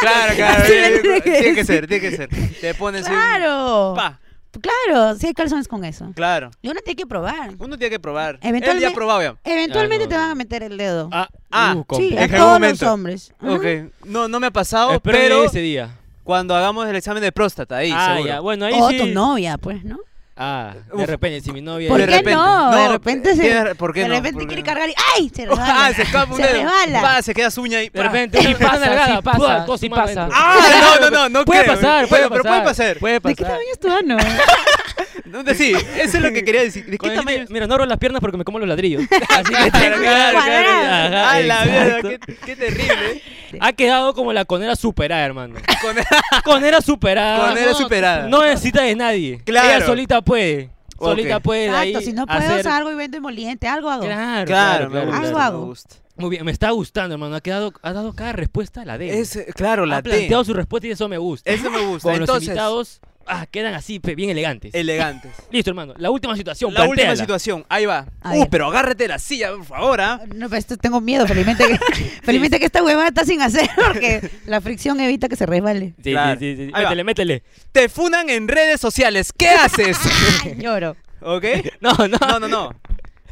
[SPEAKER 2] claro, claro.
[SPEAKER 1] Así
[SPEAKER 2] eh,
[SPEAKER 1] le tiene que
[SPEAKER 2] tiene que
[SPEAKER 1] decir.
[SPEAKER 2] ser, tiene que ser. Te pones un-
[SPEAKER 1] claro.
[SPEAKER 2] Pa,
[SPEAKER 1] Claro, sí hay calzones con eso.
[SPEAKER 2] claro.
[SPEAKER 1] Y uno tiene que probar.
[SPEAKER 2] Uno tiene que probar. Él
[SPEAKER 1] Eventualmente-
[SPEAKER 2] ya ha probado ya.
[SPEAKER 1] Eventualmente
[SPEAKER 4] Ah, no,
[SPEAKER 1] te
[SPEAKER 4] no.
[SPEAKER 1] van a meter el dedo.
[SPEAKER 4] Ah,
[SPEAKER 2] Ah,
[SPEAKER 4] uh,
[SPEAKER 1] sí,
[SPEAKER 4] complejo.
[SPEAKER 1] a
[SPEAKER 2] en algún
[SPEAKER 1] todos
[SPEAKER 2] momento.
[SPEAKER 1] los hombres. Ajá.
[SPEAKER 2] Ok. No, no me ha pasado,
[SPEAKER 4] Espero
[SPEAKER 2] pero
[SPEAKER 4] ese día.
[SPEAKER 2] cuando hagamos el examen de próstata, ahí,
[SPEAKER 4] ah,
[SPEAKER 2] seguro.
[SPEAKER 4] ya. Bueno, ahí
[SPEAKER 1] O
[SPEAKER 4] sí.
[SPEAKER 1] tu novia, pues, ¿no?
[SPEAKER 4] Ah, de
[SPEAKER 2] Uf.
[SPEAKER 4] repente, si mi novia.
[SPEAKER 1] ¿Por
[SPEAKER 2] de
[SPEAKER 1] qué
[SPEAKER 2] repente.
[SPEAKER 1] no?
[SPEAKER 2] No,
[SPEAKER 1] De repente se.
[SPEAKER 2] tiene- ¿por qué
[SPEAKER 1] de
[SPEAKER 2] no?
[SPEAKER 1] repente
[SPEAKER 2] ¿Por qué
[SPEAKER 1] quiere
[SPEAKER 2] no?
[SPEAKER 1] cargar y. ¡Ay! Se resbala.
[SPEAKER 2] Ah, se escapa un
[SPEAKER 1] Se
[SPEAKER 2] dedo.
[SPEAKER 1] resbala.
[SPEAKER 2] Pa, se queda suña ahí.
[SPEAKER 4] De
[SPEAKER 2] pa.
[SPEAKER 4] repente, una
[SPEAKER 5] pasa,
[SPEAKER 4] pasa,
[SPEAKER 5] sí pasa,
[SPEAKER 4] todo
[SPEAKER 5] sí
[SPEAKER 4] su mano
[SPEAKER 5] pasa.
[SPEAKER 4] adentro.
[SPEAKER 2] Ah, no, no, no, no
[SPEAKER 4] Puede
[SPEAKER 2] creo.
[SPEAKER 4] pasar, puede
[SPEAKER 2] Bueno, pero
[SPEAKER 4] pasar.
[SPEAKER 2] puede pasar.
[SPEAKER 4] Puede
[SPEAKER 1] ¿De qué
[SPEAKER 4] pasar.
[SPEAKER 1] tamaño es tu ano?
[SPEAKER 2] ¿Dónde sí? Eso es lo que quería decir. ¿De qué
[SPEAKER 4] Con el
[SPEAKER 2] tamaño?
[SPEAKER 4] niño- Mira, no abro las piernas porque me como los ladrillos. Así que tengo que-
[SPEAKER 1] Claro, claro.
[SPEAKER 4] Ajá,
[SPEAKER 2] Ah, la mierda,
[SPEAKER 4] exacto.
[SPEAKER 2] qué, qué terrible.
[SPEAKER 4] Ha quedado como la conera superada, hermano. Conera superada.
[SPEAKER 2] Conera
[SPEAKER 4] Ah, No,
[SPEAKER 2] superada.
[SPEAKER 4] No necesita de nadie.
[SPEAKER 2] Claro.
[SPEAKER 4] Ella solita puede.
[SPEAKER 2] Ok.
[SPEAKER 4] Solita puede. de
[SPEAKER 1] Exacto,
[SPEAKER 4] ahí
[SPEAKER 1] si no puedo,
[SPEAKER 4] hacer-
[SPEAKER 1] salgo y vendo emoliente, algo hago.
[SPEAKER 2] Claro,
[SPEAKER 4] Claro, claro,
[SPEAKER 2] me
[SPEAKER 4] claro,
[SPEAKER 2] gusta,
[SPEAKER 1] Algo
[SPEAKER 4] claro.
[SPEAKER 1] hago.
[SPEAKER 2] me gusta.
[SPEAKER 4] Muy bien, me está gustando, hermano. Ha, quedado, ha dado cada respuesta a la D.
[SPEAKER 2] Es, eh, claro, la
[SPEAKER 4] ha planteado
[SPEAKER 2] T.
[SPEAKER 4] su respuesta y eso me gusta.
[SPEAKER 2] Eso me gusta.
[SPEAKER 4] Con los
[SPEAKER 2] Entonces,
[SPEAKER 4] invitados ah, quedan así, pe, bien elegantes.
[SPEAKER 2] elegantes.
[SPEAKER 4] Listo, hermano. La última situación.
[SPEAKER 2] La última
[SPEAKER 4] plantéala.
[SPEAKER 2] situación, ahí va.
[SPEAKER 1] A
[SPEAKER 2] Uh,
[SPEAKER 1] ver.
[SPEAKER 2] pero agárrate la silla, por favor, ¿ah?
[SPEAKER 1] No, pero esto tengo miedo, felizmente que, felizmente que esta huevada está sin hacer porque la fricción evita que se resbale.
[SPEAKER 4] Sí,
[SPEAKER 2] Claro.
[SPEAKER 4] sí, sí, sí.
[SPEAKER 2] Ahí va.
[SPEAKER 4] Métele, métele.
[SPEAKER 2] Te funan en redes sociales, ¿qué haces?
[SPEAKER 1] Ay, lloro.
[SPEAKER 2] ¿Ok?
[SPEAKER 4] No, no.
[SPEAKER 2] No, no, no.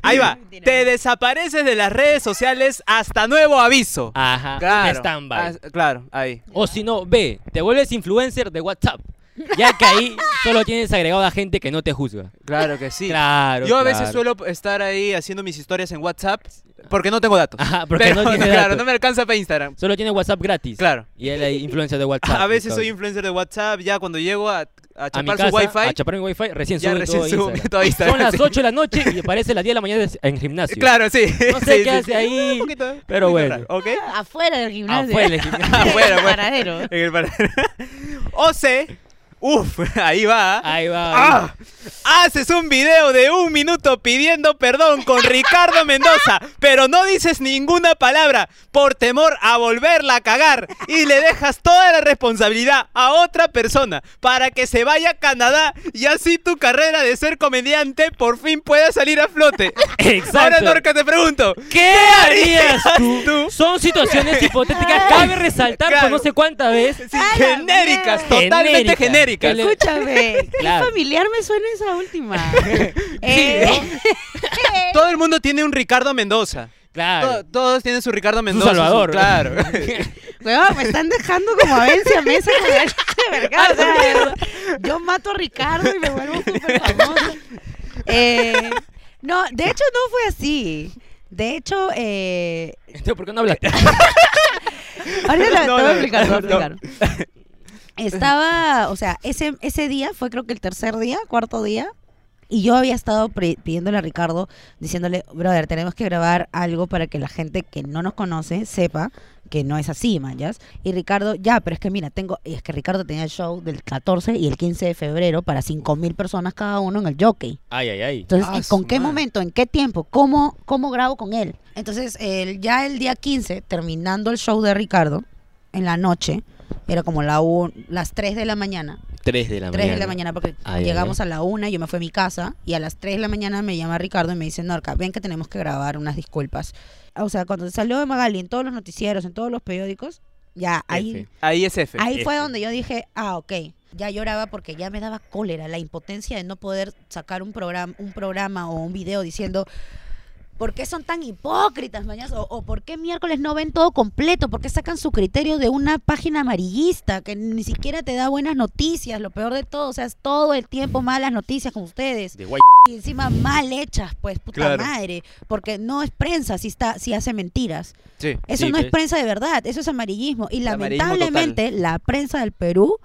[SPEAKER 2] Ahí va. Te desapareces de las redes sociales hasta nuevo aviso.
[SPEAKER 4] Ajá.
[SPEAKER 2] Claro.
[SPEAKER 4] Ah, Standby.
[SPEAKER 2] Ah, claro, ahí.
[SPEAKER 4] O si no, B, te vuelves influencer de WhatsApp. Ya que ahí solo tienes agregado a gente que no te juzga.
[SPEAKER 2] Claro que sí.
[SPEAKER 4] Claro.
[SPEAKER 2] Yo a veces
[SPEAKER 4] claro.
[SPEAKER 2] suelo estar ahí haciendo mis historias en WhatsApp porque no tengo datos.
[SPEAKER 4] Ajá, porque no tiene
[SPEAKER 2] Claro,
[SPEAKER 4] datos.
[SPEAKER 2] no me alcanza para Instagram.
[SPEAKER 4] Solo tiene WhatsApp gratis.
[SPEAKER 2] Claro.
[SPEAKER 4] Y él es influencer de WhatsApp.
[SPEAKER 2] A veces soy influencer
[SPEAKER 4] influencer
[SPEAKER 2] de WhatsApp, ya cuando llego a, a
[SPEAKER 4] a mi
[SPEAKER 2] chapar
[SPEAKER 4] casa,
[SPEAKER 2] su wifi.
[SPEAKER 4] A chapar mi wifi, recién
[SPEAKER 2] Ya
[SPEAKER 4] sube
[SPEAKER 2] recién
[SPEAKER 4] todo
[SPEAKER 2] sube
[SPEAKER 4] Instagram.
[SPEAKER 2] todo Instagram,
[SPEAKER 4] Son las
[SPEAKER 2] sí.
[SPEAKER 4] 8 de la noche y aparece a las 10 de la mañana en gimnasio.
[SPEAKER 2] Claro, sí.
[SPEAKER 4] No sé
[SPEAKER 2] Sí,
[SPEAKER 4] qué
[SPEAKER 2] sí,
[SPEAKER 4] hace
[SPEAKER 2] sí.
[SPEAKER 4] ahí,
[SPEAKER 2] Un poquito, un poquito
[SPEAKER 4] pero bueno.
[SPEAKER 2] raro, ¿Ok?
[SPEAKER 1] Afuera del gimnasio.
[SPEAKER 4] Afuera del gimnasio.
[SPEAKER 2] Afuera,
[SPEAKER 1] En el
[SPEAKER 2] afuera.
[SPEAKER 1] paradero.
[SPEAKER 2] En el paradero. O C. Uf, ahí va.
[SPEAKER 4] Ahí va.
[SPEAKER 2] Ah, haces un video de un minuto pidiendo perdón con Ricardo Mendoza, pero no dices ninguna palabra por temor a volverla a cagar y le dejas toda la responsabilidad a otra persona para que se vaya a Canadá y así tu carrera de ser comediante por fin pueda salir a flote.
[SPEAKER 4] Exacto.
[SPEAKER 2] Ahora, Norca, te pregunto,
[SPEAKER 4] ¿Qué harías tú?
[SPEAKER 2] tú?
[SPEAKER 4] Son situaciones hipotéticas. Cabe resaltar
[SPEAKER 2] Claro.
[SPEAKER 4] por no sé cuántas veces.
[SPEAKER 2] Sí,
[SPEAKER 1] A la
[SPEAKER 2] genéricas,
[SPEAKER 1] mierda.
[SPEAKER 2] totalmente
[SPEAKER 4] Genérica.
[SPEAKER 2] genéricas.
[SPEAKER 4] Que le-
[SPEAKER 1] Escúchame,
[SPEAKER 4] Claro.
[SPEAKER 1] qué familiar me suena esa última. Eh,
[SPEAKER 2] Todo el mundo tiene un Ricardo Mendoza. To-
[SPEAKER 4] Claro.
[SPEAKER 2] todos tienen su Ricardo Mendoza. su-
[SPEAKER 4] Salvador.
[SPEAKER 2] Claro.
[SPEAKER 1] huevón, me están dejando como a Benzi a mesa con el- de mercado, o sea, yo mato a Ricardo y me vuelvo súper famoso. Eh, no, de hecho no fue así. De hecho, eh,
[SPEAKER 4] Entonces, ¿por qué no hablaste?
[SPEAKER 1] Ahorita la- te
[SPEAKER 2] No,
[SPEAKER 1] voy a
[SPEAKER 2] no,
[SPEAKER 1] explicar, te voy a
[SPEAKER 2] no,
[SPEAKER 1] explicar. Estaba, o sea, ese, ese día fue creo que el tercer día, cuarto día, y yo había estado pre- pidiéndole a Ricardo, diciéndole, brother, tenemos que grabar algo para que la gente que no nos conoce sepa que no es así, manjas. Y Ricardo, ya, pero es que mira, tengo, y es que Ricardo tenía el show del 14 y el 15 de febrero para 5.000 personas cada uno en el jockey.
[SPEAKER 4] Ay, ay, ay.
[SPEAKER 1] Entonces,
[SPEAKER 2] Ah,
[SPEAKER 1] ¿en-
[SPEAKER 2] su
[SPEAKER 1] ¿con qué
[SPEAKER 2] madre.
[SPEAKER 1] momento? ¿En qué tiempo? ¿Cómo, cómo grabo con él? Entonces, el- ya el día 15, terminando el show de Ricardo, en la noche, era como la un- las 3 de la mañana.
[SPEAKER 4] 3 de la
[SPEAKER 1] 3 de la mañana, porque
[SPEAKER 4] Ay, ay,
[SPEAKER 1] llegamos a la 1, yo me fui a mi casa, y a las 3 de la mañana me llama Ricardo y me dice, Norca, ven que tenemos que grabar unas disculpas. O sea, cuando salió de Magali, en todos los noticieros, en todos los periódicos, ya ahí...
[SPEAKER 4] F.
[SPEAKER 2] Ahí es F.
[SPEAKER 1] Ahí fue
[SPEAKER 4] F.
[SPEAKER 1] donde yo dije, ah, ok. Ya lloraba porque ya me daba cólera la impotencia de no poder sacar un programa, un programa o un video diciendo, ¿Por qué son tan hipócritas, mañas? O, o por qué miércoles no ven todo completo? ¿Por qué sacan su criterio de una página amarillista que ni siquiera te da buenas noticias? Lo peor de todo, o sea, es todo el tiempo malas noticias con ustedes.
[SPEAKER 4] De guay.
[SPEAKER 1] Y encima mal hechas, pues, puta
[SPEAKER 2] Claro.
[SPEAKER 1] madre. Porque no es prensa si, está, si hace mentiras.
[SPEAKER 2] Sí.
[SPEAKER 1] Eso
[SPEAKER 4] Sí,
[SPEAKER 1] no es
[SPEAKER 4] pues.
[SPEAKER 1] prensa de verdad, eso es amarillismo. Y
[SPEAKER 2] Amarillismo
[SPEAKER 1] lamentablemente la prensa del Perú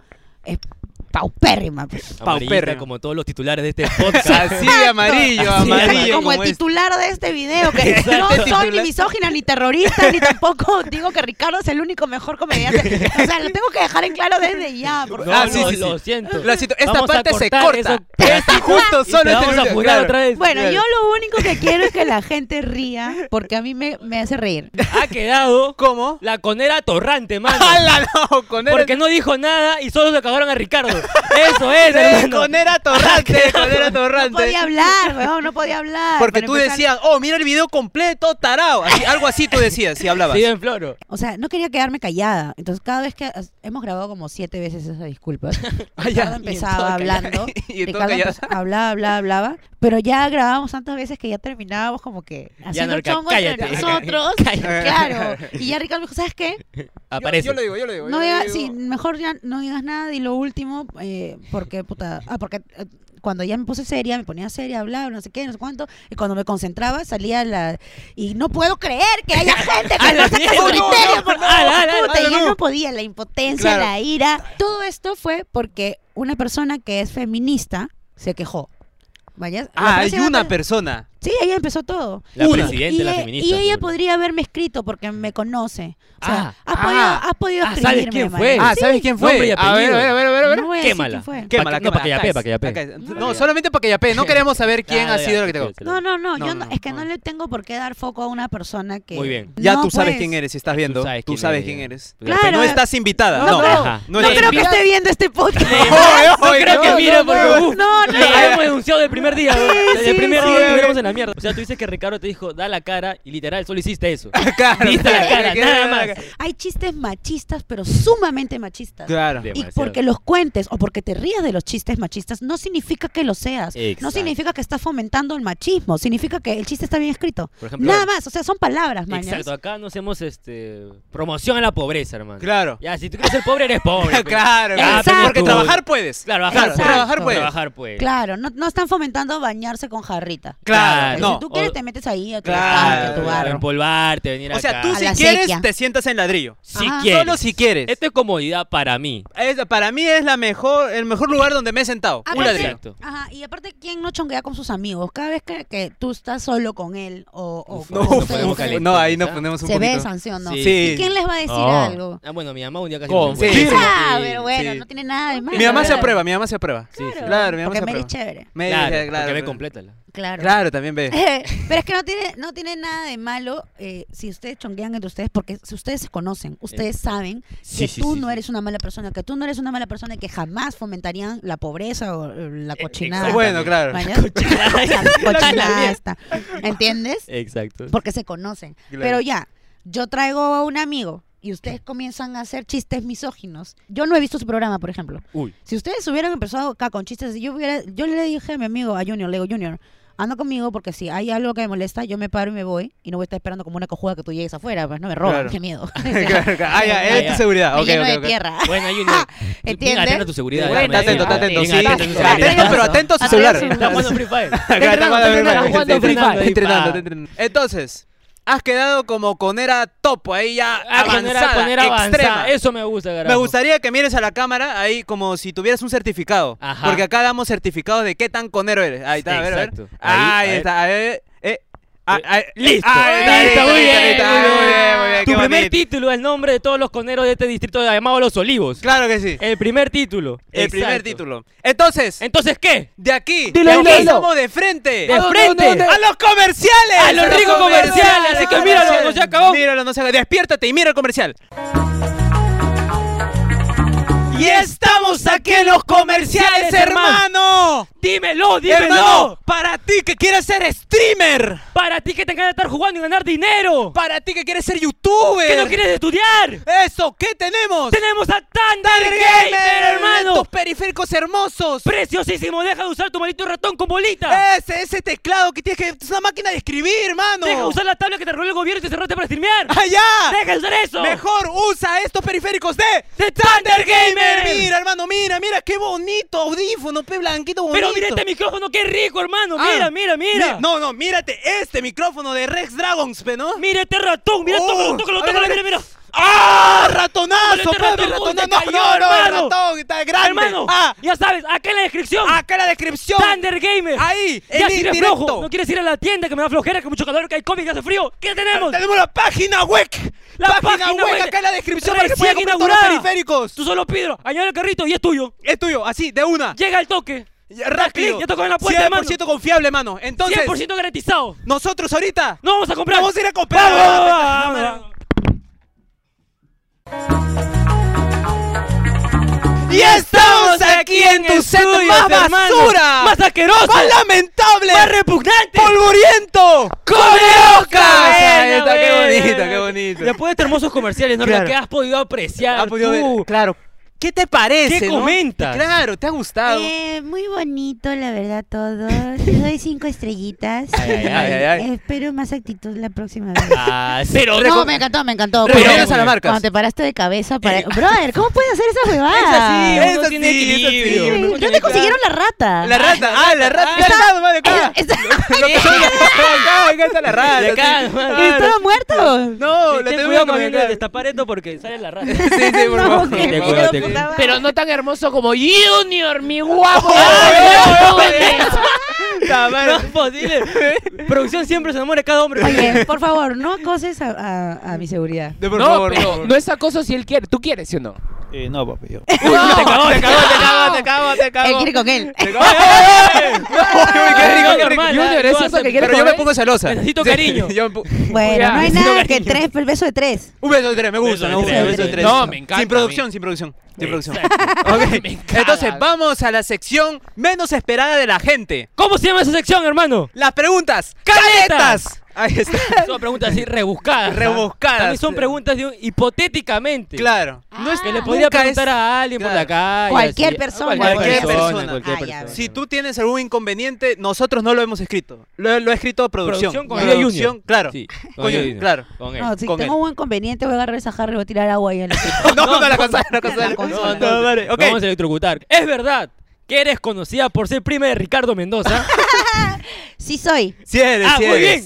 [SPEAKER 1] es paupérrima. pues.
[SPEAKER 4] Amarillita
[SPEAKER 2] Paupérrimo.
[SPEAKER 4] como todos los titulares de este podcast.
[SPEAKER 2] Así de amarillo,
[SPEAKER 1] Así es,
[SPEAKER 2] amarillo.
[SPEAKER 1] como, el
[SPEAKER 2] este.
[SPEAKER 1] titular de este video, que no
[SPEAKER 2] Exacto, el
[SPEAKER 1] soy ni
[SPEAKER 2] titular.
[SPEAKER 1] misógina ni terrorista, ni tampoco digo que Ricardo es el único mejor comediante. O sea, lo tengo que dejar en claro desde ya, por
[SPEAKER 4] No,
[SPEAKER 2] Ah,
[SPEAKER 1] favor.
[SPEAKER 2] sí,
[SPEAKER 4] lo,
[SPEAKER 2] sí, sí.
[SPEAKER 4] lo siento.
[SPEAKER 2] Lo siento, esta
[SPEAKER 4] Vamos a
[SPEAKER 2] parte se
[SPEAKER 4] cortar
[SPEAKER 2] corta.
[SPEAKER 4] eso.
[SPEAKER 2] Es justo
[SPEAKER 4] Y
[SPEAKER 2] solo
[SPEAKER 4] te
[SPEAKER 2] este
[SPEAKER 4] vamos a
[SPEAKER 2] minuto,
[SPEAKER 4] apurar
[SPEAKER 2] claro.
[SPEAKER 4] otra vez.
[SPEAKER 1] Bueno, yo lo único que quiero es que la gente ría, porque a mí me, me hace reír.
[SPEAKER 4] Ha quedado
[SPEAKER 2] ¿Cómo?
[SPEAKER 4] la conera torrante, mano.
[SPEAKER 2] ¡Hala, no! Con era,
[SPEAKER 4] Porque no dijo nada y solo se cagaron a Ricardo. Eso es, hermano.
[SPEAKER 2] con era torrante, con era
[SPEAKER 1] No
[SPEAKER 2] torrante.
[SPEAKER 1] podía hablar, weón, no podía hablar.
[SPEAKER 2] Porque
[SPEAKER 1] Para
[SPEAKER 2] tú
[SPEAKER 1] empezar-
[SPEAKER 2] decías, oh, mira el video completo, tarao. Así, algo así tú decías, si hablabas.
[SPEAKER 4] Sí, en floro.
[SPEAKER 1] O sea, no quería quedarme callada. Entonces, cada vez que as- hemos grabado como siete veces esas disculpas,
[SPEAKER 2] Ah, ya.
[SPEAKER 1] Ricardo
[SPEAKER 2] Y en
[SPEAKER 1] empezaba
[SPEAKER 2] todo callado.
[SPEAKER 1] hablando.
[SPEAKER 2] Y en todo
[SPEAKER 1] Ricardo
[SPEAKER 2] callado.
[SPEAKER 1] empezó- hablaba, hablaba, hablaba. Pero ya grabábamos tantas veces que ya terminábamos como que haciendo
[SPEAKER 4] Norca,
[SPEAKER 1] chongo entre
[SPEAKER 4] cállate.
[SPEAKER 1] nosotros.
[SPEAKER 4] Cállate.
[SPEAKER 1] Claro. Y ya Ricardo me dijo, ¿sabes qué?
[SPEAKER 4] Aparece.
[SPEAKER 2] Yo, yo lo digo, yo lo digo.
[SPEAKER 1] No
[SPEAKER 2] yo lo
[SPEAKER 1] diga-
[SPEAKER 2] digo.
[SPEAKER 1] sí, mejor ya no digas nada. Y lo último, eh, porque puta. Ah, porque eh, cuando ya me puse seria, me ponía seria, hablaba, no sé qué, no sé cuánto. Y cuando me concentraba, salía la. Y no puedo creer que haya gente que no saque su
[SPEAKER 4] mierda!
[SPEAKER 1] criterio. por-
[SPEAKER 4] ¡Ala, ala,
[SPEAKER 1] Puta,
[SPEAKER 2] ala,
[SPEAKER 1] ya
[SPEAKER 2] no!
[SPEAKER 1] no podía. La impotencia,
[SPEAKER 2] Claro.
[SPEAKER 1] la ira. Todo esto fue porque una persona que es feminista se quejó. Vaya, la
[SPEAKER 2] Ah, hay
[SPEAKER 1] próxima
[SPEAKER 2] una
[SPEAKER 1] vez-
[SPEAKER 2] persona.
[SPEAKER 1] Sí, ella empezó todo.
[SPEAKER 4] La
[SPEAKER 2] Una.
[SPEAKER 4] presidenta,
[SPEAKER 1] Y,
[SPEAKER 4] la
[SPEAKER 1] e-
[SPEAKER 4] feminista.
[SPEAKER 1] y ella
[SPEAKER 4] seguro.
[SPEAKER 1] podría haberme escrito porque me conoce. O sea,
[SPEAKER 4] Ah,
[SPEAKER 1] has,
[SPEAKER 2] ah,
[SPEAKER 1] podido, has podido
[SPEAKER 4] ah, ¿sabes
[SPEAKER 1] escribirme.
[SPEAKER 4] quién
[SPEAKER 1] María.
[SPEAKER 4] fue?
[SPEAKER 2] Ah, ¿sabes quién
[SPEAKER 4] Nombre y
[SPEAKER 2] fue? A ver, a ver, a ver, a ver. A ver.
[SPEAKER 1] No voy a decir
[SPEAKER 4] Quémala.
[SPEAKER 1] quién fue.
[SPEAKER 2] Quémala,
[SPEAKER 4] Pa- no,
[SPEAKER 2] quémala,
[SPEAKER 4] para que ya
[SPEAKER 2] acá
[SPEAKER 4] pe,
[SPEAKER 2] es,
[SPEAKER 4] para que ya pe.
[SPEAKER 2] acá es. No, solamente para que ya pe. No queremos saber quién
[SPEAKER 4] Ah,
[SPEAKER 2] ha
[SPEAKER 4] ya,
[SPEAKER 2] sido lo que
[SPEAKER 4] sí,
[SPEAKER 2] te
[SPEAKER 4] sí, sí.
[SPEAKER 1] No, no, no,
[SPEAKER 2] No,
[SPEAKER 1] yo
[SPEAKER 2] no,
[SPEAKER 1] no- es que
[SPEAKER 2] no.
[SPEAKER 1] no le tengo por qué dar foco a una persona que...
[SPEAKER 4] Muy bien.
[SPEAKER 2] Ya
[SPEAKER 1] No,
[SPEAKER 2] tú sabes
[SPEAKER 1] pues.
[SPEAKER 2] quién eres si estás viendo. Tú sabes quién, eres,
[SPEAKER 1] Claro.
[SPEAKER 4] Pero
[SPEAKER 2] No estás invitada.
[SPEAKER 4] No,
[SPEAKER 2] No,
[SPEAKER 4] no.
[SPEAKER 2] Ajá.
[SPEAKER 1] No,
[SPEAKER 2] no
[SPEAKER 1] creo
[SPEAKER 2] eres
[SPEAKER 1] que esté viendo este podcast.
[SPEAKER 2] invitada.
[SPEAKER 4] No creo que mire porque
[SPEAKER 1] No,
[SPEAKER 4] uf,
[SPEAKER 1] no,
[SPEAKER 4] le habíamos denunciado del primer día. ¿no? Desde el
[SPEAKER 1] sí,
[SPEAKER 4] primer
[SPEAKER 1] sí.
[SPEAKER 4] día estuviéramos en la mierda. O sea, tú dices que Ricardo te dijo, da la cara y literal solo hiciste eso.
[SPEAKER 2] Claro,
[SPEAKER 4] Diste la cara,
[SPEAKER 2] claro,
[SPEAKER 4] nada
[SPEAKER 2] claro,
[SPEAKER 4] más.
[SPEAKER 1] Hay chistes machistas, pero sumamente machistas.
[SPEAKER 2] Claro.
[SPEAKER 1] Y
[SPEAKER 4] Demasiado.
[SPEAKER 1] porque los cuentes o porque te rías de los chistes machistas no significa que lo seas. No
[SPEAKER 4] Exacto.
[SPEAKER 1] significa que estás fomentando el machismo. Significa que el chiste está bien escrito.
[SPEAKER 4] Por ejemplo,
[SPEAKER 1] Nada más. O sea, son palabras, ¿eh? mañas.
[SPEAKER 4] Exacto, acá no hacemos este promoción a la pobreza, hermano.
[SPEAKER 2] Claro.
[SPEAKER 4] Ya, si tú quieres ser pobre, eres pobre. pe.
[SPEAKER 2] Claro,
[SPEAKER 4] Ya,
[SPEAKER 1] Exacto.
[SPEAKER 4] pe,
[SPEAKER 2] porque
[SPEAKER 4] tú-
[SPEAKER 2] trabajar puedes.
[SPEAKER 4] Claro, bajar, pues,
[SPEAKER 1] Exacto.
[SPEAKER 2] trabajar pues. puedes.
[SPEAKER 4] Trabajar pues. puedes.
[SPEAKER 1] Claro, no, no están fomentando bañarse con jarrita. Pues, Si
[SPEAKER 2] Claro, Ah, no.
[SPEAKER 1] tú quieres,
[SPEAKER 4] O-
[SPEAKER 1] te metes ahí a tu
[SPEAKER 2] Claro,
[SPEAKER 1] estanque, a tu
[SPEAKER 2] claro.
[SPEAKER 1] barro.
[SPEAKER 4] Empolvarte, venir
[SPEAKER 2] O sea,
[SPEAKER 4] acá.
[SPEAKER 2] tú
[SPEAKER 1] A
[SPEAKER 2] si
[SPEAKER 1] la
[SPEAKER 2] quieres,
[SPEAKER 1] sequía.
[SPEAKER 2] te sientas en ladrillo.
[SPEAKER 4] si
[SPEAKER 1] Ajá.
[SPEAKER 4] quieres.
[SPEAKER 2] Solo si quieres.
[SPEAKER 4] Esto es comodidad para mí.
[SPEAKER 2] Es- para mí es la mejor, el mejor lugar donde me he sentado.
[SPEAKER 1] Ah,
[SPEAKER 2] un
[SPEAKER 1] pues sí.
[SPEAKER 2] ladrillo.
[SPEAKER 4] Exacto.
[SPEAKER 1] Ajá, y aparte, ¿quién no chonguea con sus amigos? Cada vez que, que tú estás solo con él o, o
[SPEAKER 4] Uf,
[SPEAKER 1] o
[SPEAKER 2] No,
[SPEAKER 1] con
[SPEAKER 4] Nos
[SPEAKER 1] ustedes,
[SPEAKER 4] ponemos
[SPEAKER 1] se-
[SPEAKER 4] calientes,
[SPEAKER 2] no, ahí nos
[SPEAKER 4] ¿ah?
[SPEAKER 2] ponemos un
[SPEAKER 1] se
[SPEAKER 2] poquito.
[SPEAKER 1] ve sanción, ¿no?
[SPEAKER 4] Sí.
[SPEAKER 1] ¿Y ¿Quién les va a decir
[SPEAKER 4] Oh.
[SPEAKER 1] algo?
[SPEAKER 4] Ah, bueno, mi mamá un día casi
[SPEAKER 2] Con-
[SPEAKER 4] me fue.
[SPEAKER 2] sí.
[SPEAKER 1] Ah,
[SPEAKER 4] Sí,
[SPEAKER 1] pero bueno,
[SPEAKER 2] sí.
[SPEAKER 1] no tiene nada de malo.
[SPEAKER 2] Mi mamá se
[SPEAKER 1] Claro.
[SPEAKER 2] aprueba, mi mamá se aprueba.
[SPEAKER 4] Sí, sí.
[SPEAKER 2] Claro, mi mamá
[SPEAKER 1] Porque
[SPEAKER 2] se
[SPEAKER 1] Mary es
[SPEAKER 2] aprueba.
[SPEAKER 1] chévere.
[SPEAKER 2] Me
[SPEAKER 4] Claro,
[SPEAKER 2] dice, claro,
[SPEAKER 4] porque me
[SPEAKER 2] pero-
[SPEAKER 4] complétala.
[SPEAKER 1] Claro.
[SPEAKER 2] Claro, también ve.
[SPEAKER 1] pero es que no tiene, no tiene nada de malo eh, si ustedes chonguean entre ustedes, porque si ustedes se conocen, ustedes saben que
[SPEAKER 4] Sí, sí,
[SPEAKER 1] tú
[SPEAKER 4] sí,
[SPEAKER 1] no
[SPEAKER 4] sí.
[SPEAKER 1] eres una mala persona, que tú no eres una mala persona y que jamás fomentarían la pobreza o eh, la cochinada.
[SPEAKER 4] exacto.
[SPEAKER 2] Bueno, claro.
[SPEAKER 1] Mañana- La cochinada esta. ¿Entiendes?
[SPEAKER 4] Exacto.
[SPEAKER 1] Porque se conocen.
[SPEAKER 2] Claro.
[SPEAKER 1] Pero ya, yo traigo a un amigo y ustedes comienzan a hacer chistes misóginos. Yo no he visto su programa, por ejemplo.
[SPEAKER 4] Uy.
[SPEAKER 1] Si ustedes hubieran empezado acá con chistes, yo, hubiera, yo le dije a mi amigo, a Junior, le digo, Junior, anda conmigo porque si hay algo que me molesta, yo me paro y me voy y no voy a estar esperando como una cojuda que tú llegues afuera, pues no me roban,
[SPEAKER 2] Claro.
[SPEAKER 1] qué miedo.
[SPEAKER 2] Claro, claro. Ah, ya, es
[SPEAKER 4] ya.
[SPEAKER 2] tu seguridad.
[SPEAKER 1] Me
[SPEAKER 2] Ok,
[SPEAKER 1] lleno
[SPEAKER 2] ok,
[SPEAKER 1] de
[SPEAKER 2] ok.
[SPEAKER 1] tierra.
[SPEAKER 4] Bueno, hay una.
[SPEAKER 1] ¿Entiendes?
[SPEAKER 4] Bien atento a tu seguridad.
[SPEAKER 1] Bueno,
[SPEAKER 4] déjame
[SPEAKER 2] Está atento, está
[SPEAKER 4] decirte.
[SPEAKER 2] atento. Sí,
[SPEAKER 4] Bien atento
[SPEAKER 1] está
[SPEAKER 4] a tu
[SPEAKER 2] atento,
[SPEAKER 4] seguridad.
[SPEAKER 2] pero atento a su
[SPEAKER 1] Atento a
[SPEAKER 2] celular.
[SPEAKER 1] su-
[SPEAKER 4] Está jugando Free Fire.
[SPEAKER 2] Acá,
[SPEAKER 5] entrenando,
[SPEAKER 2] está
[SPEAKER 5] entrenando,
[SPEAKER 2] jugando
[SPEAKER 5] jugando
[SPEAKER 2] Free
[SPEAKER 5] Free
[SPEAKER 2] Fire.
[SPEAKER 5] Fire.
[SPEAKER 2] Entrenando,
[SPEAKER 4] Pa.
[SPEAKER 2] entrenando. Entonces, has quedado como conera topo ahí ya
[SPEAKER 4] Ah, poner a-
[SPEAKER 2] avanzada,
[SPEAKER 4] poner avanzada.
[SPEAKER 2] extrema.
[SPEAKER 4] Eso me gusta, carajo.
[SPEAKER 2] Me gustaría que mires a la cámara ahí como si tuvieras un certificado.
[SPEAKER 4] Ajá.
[SPEAKER 2] Porque acá damos certificado de qué tan conero eres. Ahí está, a ver, a ver.
[SPEAKER 4] Exacto.
[SPEAKER 2] Ahí,
[SPEAKER 4] Ahí, a
[SPEAKER 2] está, a ver. eh, ah,
[SPEAKER 4] Eh,
[SPEAKER 2] ah,
[SPEAKER 4] Listo.
[SPEAKER 2] ahí está,
[SPEAKER 4] Ahí está, muy bien,
[SPEAKER 2] ahí está,
[SPEAKER 4] muy bien.
[SPEAKER 2] muy bien, muy bien,
[SPEAKER 4] Tu
[SPEAKER 2] qué
[SPEAKER 4] primer
[SPEAKER 2] bonito.
[SPEAKER 4] título, el nombre de todos los coneros de este distrito llamado Los Olivos.
[SPEAKER 2] Claro que sí.
[SPEAKER 4] El primer título.
[SPEAKER 2] El primer
[SPEAKER 4] Exacto.
[SPEAKER 2] título. Entonces,
[SPEAKER 4] Entonces, ¿qué?
[SPEAKER 2] de aquí,
[SPEAKER 5] Dilo,
[SPEAKER 2] de
[SPEAKER 5] dilo,
[SPEAKER 2] aquí
[SPEAKER 5] dilo.
[SPEAKER 2] somos de frente.
[SPEAKER 4] De frente.
[SPEAKER 2] ¡A los comerciales!
[SPEAKER 4] ¡A los ricos comerciales! Así que míralo, no se acabó.
[SPEAKER 2] Míralo, no se acabó. Despiértate y mira el comercial.
[SPEAKER 4] Y estamos aquí en los comerciales, hermano. Dímelo, dímelo.
[SPEAKER 2] Hermano, para ti que quieres ser streamer,
[SPEAKER 4] Para ti que te encanta estar jugando y ganar dinero.
[SPEAKER 2] para ti que quieres ser
[SPEAKER 4] Que no
[SPEAKER 2] youtuber.
[SPEAKER 4] quieres estudiar.
[SPEAKER 2] Eso, ¿qué tenemos?
[SPEAKER 4] Tenemos a Thunder
[SPEAKER 2] Gamer,
[SPEAKER 4] Gamer, hermano.
[SPEAKER 2] Estos periféricos hermosos.
[SPEAKER 4] Preciosísimo. Deja de usar tu maldito ratón con bolita.
[SPEAKER 2] Ese, ese teclado que tienes que. Es una máquina de escribir, hermano.
[SPEAKER 4] Deja de usar la tabla que te robó el gobierno y te cerraste para streamear.
[SPEAKER 2] ¡Allá!
[SPEAKER 4] Deja de usar eso.
[SPEAKER 2] Mejor usa estos periféricos de.
[SPEAKER 4] De Thunder Gamer.
[SPEAKER 2] Mira, hermano, mira, mira, qué bonito audífono, pe blanquito bonito.
[SPEAKER 4] Pero mira este micrófono, qué rico, hermano.
[SPEAKER 2] Ah.
[SPEAKER 4] Mira, mira, mira.
[SPEAKER 2] Mi- No, no, mírate este micrófono de Rex Dragons, pe, ¿no?
[SPEAKER 4] Mira este ratón. Mira,
[SPEAKER 2] Oh.
[SPEAKER 4] tócalo, tócalo,
[SPEAKER 2] A ver,
[SPEAKER 4] tócalo.
[SPEAKER 2] a ver.
[SPEAKER 4] Mira, mira.
[SPEAKER 2] ¡Ah! ¡Ratonazo!
[SPEAKER 4] Pero este
[SPEAKER 2] papi,
[SPEAKER 4] ratón
[SPEAKER 2] ratona-
[SPEAKER 4] se
[SPEAKER 2] No,
[SPEAKER 4] cayó,
[SPEAKER 2] no, no, el
[SPEAKER 4] hermano.
[SPEAKER 2] ratón está grande.
[SPEAKER 4] Hermano,
[SPEAKER 2] Ah,
[SPEAKER 4] ya sabes, acá en la descripción.
[SPEAKER 2] acá en la descripción.
[SPEAKER 4] Thunder Gamer.
[SPEAKER 2] Ahí,
[SPEAKER 4] ya
[SPEAKER 2] en
[SPEAKER 4] si eres
[SPEAKER 2] directo.
[SPEAKER 4] flojo, no quieres ir a la tienda que me da flojera, que mucho calor, que hay COVID, que hace frío. ¿Qué tenemos?
[SPEAKER 2] Tenemos la página web.
[SPEAKER 4] La
[SPEAKER 2] página web acá en la descripción para que puedas
[SPEAKER 4] recién
[SPEAKER 2] comprar todos los
[SPEAKER 4] inaugurada.
[SPEAKER 2] periféricos.
[SPEAKER 4] Tú solo pides, añade el carrito y es tuyo.
[SPEAKER 2] Es tuyo, así, de una.
[SPEAKER 4] Llega el toque.
[SPEAKER 2] Ya, Rápido.
[SPEAKER 4] clic, ya tocó en la puerta,
[SPEAKER 2] 100% confiable, mano. Entonces,
[SPEAKER 4] 100% garantizado.
[SPEAKER 2] nosotros ahorita
[SPEAKER 4] No vamos a comprar.
[SPEAKER 2] vamos a ir a comprar.
[SPEAKER 4] Vamos, vamos, vamos.
[SPEAKER 2] Y estamos aquí en tu centro más
[SPEAKER 4] hermano.
[SPEAKER 2] basura,
[SPEAKER 4] Más asqueroso.
[SPEAKER 2] más lamentable,
[SPEAKER 4] Más repugnante.
[SPEAKER 2] polvoriento.
[SPEAKER 4] Buena,
[SPEAKER 2] Ahí está, qué
[SPEAKER 4] buena.
[SPEAKER 2] bonito, qué bonito. Ah,
[SPEAKER 4] Después de estos hermosos comerciales, ¿no?
[SPEAKER 2] Claro.
[SPEAKER 4] Lo que has podido apreciar.
[SPEAKER 2] Ha podido
[SPEAKER 4] tú.
[SPEAKER 2] ver- Claro. ¿Qué te parece?
[SPEAKER 4] ¿Qué
[SPEAKER 2] no?
[SPEAKER 4] comentas?
[SPEAKER 2] Claro, ¿te ha gustado?
[SPEAKER 1] Eh, muy bonito, la verdad, todo. Te doy cinco estrellitas.
[SPEAKER 4] Ay, ay, ay,
[SPEAKER 2] ay, ay.
[SPEAKER 1] Espero más actitud la próxima vez.
[SPEAKER 4] Ah, cero.
[SPEAKER 1] No, me encantó, me encantó.
[SPEAKER 2] Pero
[SPEAKER 1] Cuando-
[SPEAKER 2] vienes a las marcas.
[SPEAKER 1] Cuando te paraste de cabeza para... Brother, ¿cómo puedes hacer esa huevada?
[SPEAKER 4] Es así,
[SPEAKER 2] Eso
[SPEAKER 4] uno tiene
[SPEAKER 2] sí, eso sí,
[SPEAKER 4] equilibrio.
[SPEAKER 2] uno
[SPEAKER 1] Increíble.
[SPEAKER 4] uno tiene
[SPEAKER 1] ¿Dónde consiguieron la rata?
[SPEAKER 2] La rata, ah, la rata.
[SPEAKER 4] Está-
[SPEAKER 2] Está, nomás de acá.
[SPEAKER 1] Eh, está-
[SPEAKER 2] Lo que son- acá, acá está la rata.
[SPEAKER 4] De acá,
[SPEAKER 2] sí.
[SPEAKER 4] nomás.
[SPEAKER 2] Ah,
[SPEAKER 1] ¿Estaba muerto?
[SPEAKER 2] No,
[SPEAKER 4] Ten
[SPEAKER 2] la tengo
[SPEAKER 4] cuidado
[SPEAKER 2] que
[SPEAKER 4] con el
[SPEAKER 2] acá.
[SPEAKER 4] destapar esto porque sale la rata.
[SPEAKER 2] Sí, sí, por
[SPEAKER 1] No,
[SPEAKER 2] favor.
[SPEAKER 1] qué
[SPEAKER 4] Te
[SPEAKER 1] miedo,
[SPEAKER 4] cuido, te
[SPEAKER 1] puta
[SPEAKER 4] cuido.
[SPEAKER 1] madre.
[SPEAKER 5] Pero no tan hermoso como Junior, mi guapo.
[SPEAKER 2] Puta madre.
[SPEAKER 4] No es posible. Producción siempre se enamora de cada hombre.
[SPEAKER 1] Oye, por favor, no acoses a, a- a mi seguridad.
[SPEAKER 2] De por
[SPEAKER 5] No,
[SPEAKER 2] favor, por
[SPEAKER 5] pero
[SPEAKER 2] favor.
[SPEAKER 5] no es acoso si él quiere. ¿Tú quieres, sí o no?
[SPEAKER 7] Eh, no, papi, yo.
[SPEAKER 2] te cagó, te cagó, te cagó, te cagó, te
[SPEAKER 1] Él
[SPEAKER 2] cagó.
[SPEAKER 1] quiere con él.
[SPEAKER 2] Te cagó. ¡Ay! No, uy, qué rico, qué rico.
[SPEAKER 4] Hermana,
[SPEAKER 5] Junior, ¿es
[SPEAKER 4] tú
[SPEAKER 5] eso
[SPEAKER 4] haces-
[SPEAKER 5] que quieres
[SPEAKER 2] Pero yo me
[SPEAKER 5] comer?
[SPEAKER 2] pongo celosa.
[SPEAKER 4] Necesito
[SPEAKER 2] Sí,
[SPEAKER 4] cariño.
[SPEAKER 2] yo me pongo-
[SPEAKER 1] Bueno,
[SPEAKER 5] Ya,
[SPEAKER 1] no hay
[SPEAKER 5] sí,
[SPEAKER 1] nada
[SPEAKER 4] cariño.
[SPEAKER 1] que tres, el beso de tres.
[SPEAKER 2] Un beso de tres, me gusta, me
[SPEAKER 4] de
[SPEAKER 2] gusta.
[SPEAKER 1] tres.
[SPEAKER 2] un beso de tres.
[SPEAKER 5] No, me encanta
[SPEAKER 2] Sin
[SPEAKER 5] a
[SPEAKER 2] producción, sin producción. Sin producción. Ok,
[SPEAKER 5] Me encanta.
[SPEAKER 2] Entonces, vamos a la sección menos esperada de la gente.
[SPEAKER 4] ¿Cómo se llama esa sección, hermano?
[SPEAKER 2] Las preguntas.
[SPEAKER 4] ¡Caletas!
[SPEAKER 2] ¡Caletas! Ahí está.
[SPEAKER 4] Son preguntas así rebuscadas. ¿ah?
[SPEAKER 2] Rebuscadas.
[SPEAKER 4] También son preguntas de un- hipotéticamente.
[SPEAKER 2] Claro. Ah.
[SPEAKER 1] No es
[SPEAKER 4] Que le podría
[SPEAKER 2] Nunca es-
[SPEAKER 4] preguntar a alguien por la
[SPEAKER 2] claro.
[SPEAKER 4] calle.
[SPEAKER 1] Cualquier
[SPEAKER 4] así, a
[SPEAKER 1] persona.
[SPEAKER 2] Cualquier persona.
[SPEAKER 4] cualquier
[SPEAKER 1] Ah, ya,
[SPEAKER 4] persona.
[SPEAKER 2] Si tú tienes algún inconveniente, nosotros no lo hemos escrito. Lo, lo ha escrito producción.
[SPEAKER 4] Producción con
[SPEAKER 2] Producción,
[SPEAKER 4] Leo Junior.
[SPEAKER 2] claro.
[SPEAKER 4] Sí,
[SPEAKER 2] Con Junior,
[SPEAKER 4] Junior.
[SPEAKER 2] claro.
[SPEAKER 4] Con él.
[SPEAKER 1] No, si
[SPEAKER 2] con
[SPEAKER 1] tengo
[SPEAKER 2] él.
[SPEAKER 1] un inconveniente, voy a agarrar esa jarra y voy a tirar agua ahí al
[SPEAKER 2] No, no, la cosa, la cosa.
[SPEAKER 1] La consola.
[SPEAKER 2] No, no, vale, ok.
[SPEAKER 4] Vamos a electrocutar. Es verdad que eres conocida por ser prima de Ricardo Mendoza.
[SPEAKER 1] Sí soy.
[SPEAKER 2] Si eres,
[SPEAKER 4] Ah,
[SPEAKER 2] si
[SPEAKER 4] muy
[SPEAKER 2] eres.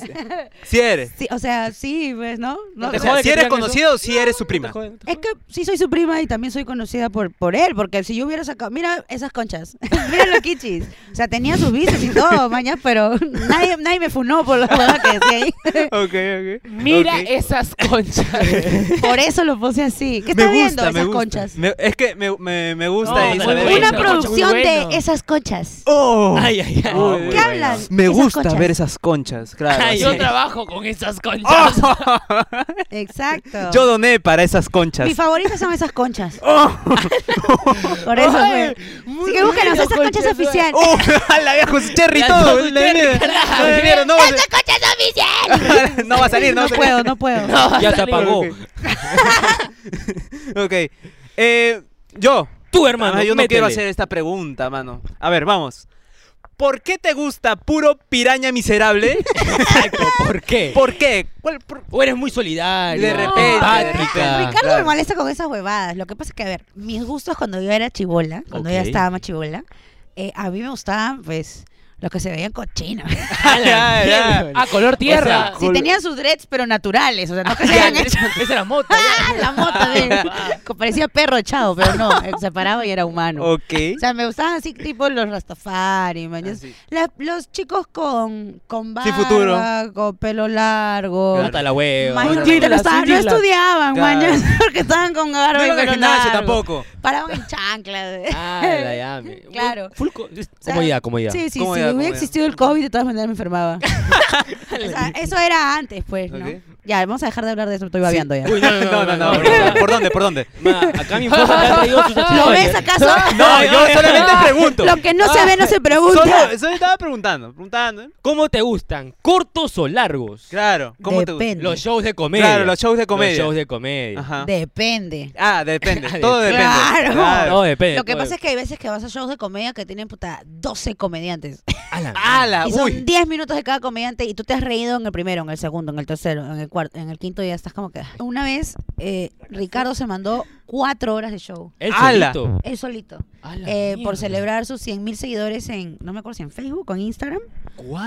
[SPEAKER 2] Si eres.
[SPEAKER 1] Sí, o sea, sí, pues, ¿no? No,
[SPEAKER 4] No
[SPEAKER 2] O
[SPEAKER 4] te
[SPEAKER 1] o sea,
[SPEAKER 2] sea, si
[SPEAKER 4] jode que
[SPEAKER 2] eres
[SPEAKER 4] te digan
[SPEAKER 2] conocido, si eres su prima.
[SPEAKER 1] es que sí soy su prima y también soy conocida por, por él, porque si yo hubiera sacado, mira esas conchas, mira los kichis. O sea, tenía sus vicios y todo, mañas, pero nadie, nadie me funó por la verdad que decía ahí.
[SPEAKER 2] Ok, ok.
[SPEAKER 5] Mira
[SPEAKER 2] Ok.
[SPEAKER 1] eh,
[SPEAKER 5] esas conchas.
[SPEAKER 1] Por eso lo puse así. ¿Qué
[SPEAKER 2] Me
[SPEAKER 1] está viendo
[SPEAKER 2] gusta, me
[SPEAKER 1] esas
[SPEAKER 2] gusta.
[SPEAKER 1] conchas?
[SPEAKER 2] Me- es que me, me, me gusta
[SPEAKER 4] No,
[SPEAKER 2] Isabel.
[SPEAKER 4] muy
[SPEAKER 2] Isabel.
[SPEAKER 1] Una
[SPEAKER 4] buena.
[SPEAKER 1] producción
[SPEAKER 5] Muy bueno.
[SPEAKER 1] de esas conchas.
[SPEAKER 2] ¡Oh!
[SPEAKER 4] Ay, ay, ay.
[SPEAKER 2] Uy,
[SPEAKER 1] ¿Qué
[SPEAKER 2] bueno.
[SPEAKER 1] hablan?
[SPEAKER 2] Me
[SPEAKER 1] Esas
[SPEAKER 2] gusta
[SPEAKER 1] conchas.
[SPEAKER 2] ver esas conchas, claro.
[SPEAKER 4] Ay,
[SPEAKER 2] sí. Oh.
[SPEAKER 5] Yo trabajo con esas
[SPEAKER 2] Ah.
[SPEAKER 5] conchas.
[SPEAKER 1] Exacto.
[SPEAKER 2] Yo doné para esas conchas.
[SPEAKER 1] Mis favoritas son esas conchas.
[SPEAKER 2] ¡Oh!
[SPEAKER 1] Por eso fue. Así que búscanos, esas conchas oficial.
[SPEAKER 2] ¡Oh! La vieja su cherry y
[SPEAKER 4] La
[SPEAKER 2] todo.
[SPEAKER 4] su
[SPEAKER 2] La
[SPEAKER 4] cherry,
[SPEAKER 2] mierda.
[SPEAKER 4] carajo.
[SPEAKER 2] La mierda, no, va a
[SPEAKER 1] ¡Esas conchas oficial!
[SPEAKER 2] salir. no va a salir, no va
[SPEAKER 1] No
[SPEAKER 2] a salir.
[SPEAKER 1] puedo, no puedo.
[SPEAKER 4] Ya se apagó.
[SPEAKER 2] Ok. ok. Eh, yo.
[SPEAKER 4] Tú, hermano.
[SPEAKER 2] Ah, yo no
[SPEAKER 4] métele.
[SPEAKER 2] quiero hacer esta pregunta, mano. A ver, vamos. ¿Por qué te gusta puro piraña miserable?
[SPEAKER 4] Exacto. ¿Por qué?
[SPEAKER 2] ¿Por qué? ¿Cuál- por-
[SPEAKER 4] O eres muy solidario.
[SPEAKER 2] De repente,
[SPEAKER 4] empática.
[SPEAKER 2] de repente.
[SPEAKER 1] Ricardo me
[SPEAKER 2] claro.
[SPEAKER 1] molesta con esas huevadas. Lo que pasa es que, a ver, mis gustos cuando yo era chibola, cuando yo
[SPEAKER 4] Ok.
[SPEAKER 1] estaba más chibola, eh, a mí me gustaban, pues, los que se veían cochinos.
[SPEAKER 4] A la
[SPEAKER 2] Ay, ay.
[SPEAKER 4] mierda.
[SPEAKER 5] A color tierra.
[SPEAKER 1] Sí, tenían sus dreads, pero naturales. O sea, no que se habían hecho
[SPEAKER 5] Esa era moto.
[SPEAKER 1] la mota de... que Parecía perro echado, pero no, eh, se paraba y era humano.
[SPEAKER 2] Ok.
[SPEAKER 1] O sea, me gustaban así tipo los Rastafari, man,
[SPEAKER 2] Ah, sí.
[SPEAKER 1] la- los chicos con, con barba,
[SPEAKER 2] Sin futuro.
[SPEAKER 1] con pelo largo.
[SPEAKER 4] Puta la hueva.
[SPEAKER 1] Mañas,
[SPEAKER 5] Sin
[SPEAKER 1] porque
[SPEAKER 5] gilda,
[SPEAKER 1] no, estaban-
[SPEAKER 5] sin
[SPEAKER 1] no
[SPEAKER 5] gilda.
[SPEAKER 1] estudiaban,
[SPEAKER 2] Claro.
[SPEAKER 1] mañas, porque estaban con garbo
[SPEAKER 2] No
[SPEAKER 1] y
[SPEAKER 2] iban al
[SPEAKER 1] pelo
[SPEAKER 2] gimnasio
[SPEAKER 1] largo.
[SPEAKER 2] tampoco.
[SPEAKER 1] Paraban en chancla.
[SPEAKER 4] Ah, la llame.
[SPEAKER 1] Claro.
[SPEAKER 4] Full co- es-
[SPEAKER 1] sea,
[SPEAKER 4] comodidad, comodidad.
[SPEAKER 1] Sí, sí, sí.
[SPEAKER 2] Comodidad,
[SPEAKER 1] Hubiera
[SPEAKER 2] comodidad.
[SPEAKER 1] existido el COVID, de todas maneras me enfermaba. O sea, eso era antes, pues, ¿no?
[SPEAKER 2] Ok.
[SPEAKER 1] Ya, vamos a dejar de hablar de eso, estoy babeando ya.
[SPEAKER 4] Uy, no, no, no, no, no,
[SPEAKER 2] No,
[SPEAKER 4] bro.
[SPEAKER 2] no, ¿Por dónde? ¿Por dónde?
[SPEAKER 4] Ma, acá mi esposa te ha traído sus
[SPEAKER 1] ¿Lo
[SPEAKER 4] satisfacciones.
[SPEAKER 1] ves acaso?
[SPEAKER 2] No, yo solamente pregunto. Ah,
[SPEAKER 1] Lo que no se ve no se pregunta.
[SPEAKER 2] Solo, solo estaba preguntando, preguntando. ¿eh?
[SPEAKER 4] ¿Cómo te gustan? ¿Cortos o largos?
[SPEAKER 2] Claro, ¿cómo te gusta?
[SPEAKER 1] Depende.
[SPEAKER 4] Los shows de comedia.
[SPEAKER 2] Claro, los shows de comedia.
[SPEAKER 4] Los shows de comedia.
[SPEAKER 2] Ajá.
[SPEAKER 1] Depende.
[SPEAKER 2] Ah, depende, todo depende.
[SPEAKER 1] Claro.
[SPEAKER 4] No, depende.
[SPEAKER 1] Lo que pasa es que hay veces que vas a shows de comedia que tienen puta 12 comediantes.
[SPEAKER 2] ¡Hala!
[SPEAKER 1] Y
[SPEAKER 2] Ah, ¡Uy!
[SPEAKER 1] son 10 minutos de cada comediante y tú te has reído en el primero, en el segundo, en el tercero, en el cuarto, en el quinto y ya estás como que... "Ah". Una vez eh, Ricardo se mandó 4 horas de show.
[SPEAKER 4] El
[SPEAKER 2] ¡Hala!
[SPEAKER 4] solito.
[SPEAKER 1] Él solito.
[SPEAKER 4] A la
[SPEAKER 1] eh, por
[SPEAKER 4] mierda.
[SPEAKER 1] celebrar sus 100 mil seguidores en, no me acuerdo si en Facebook o en Instagram.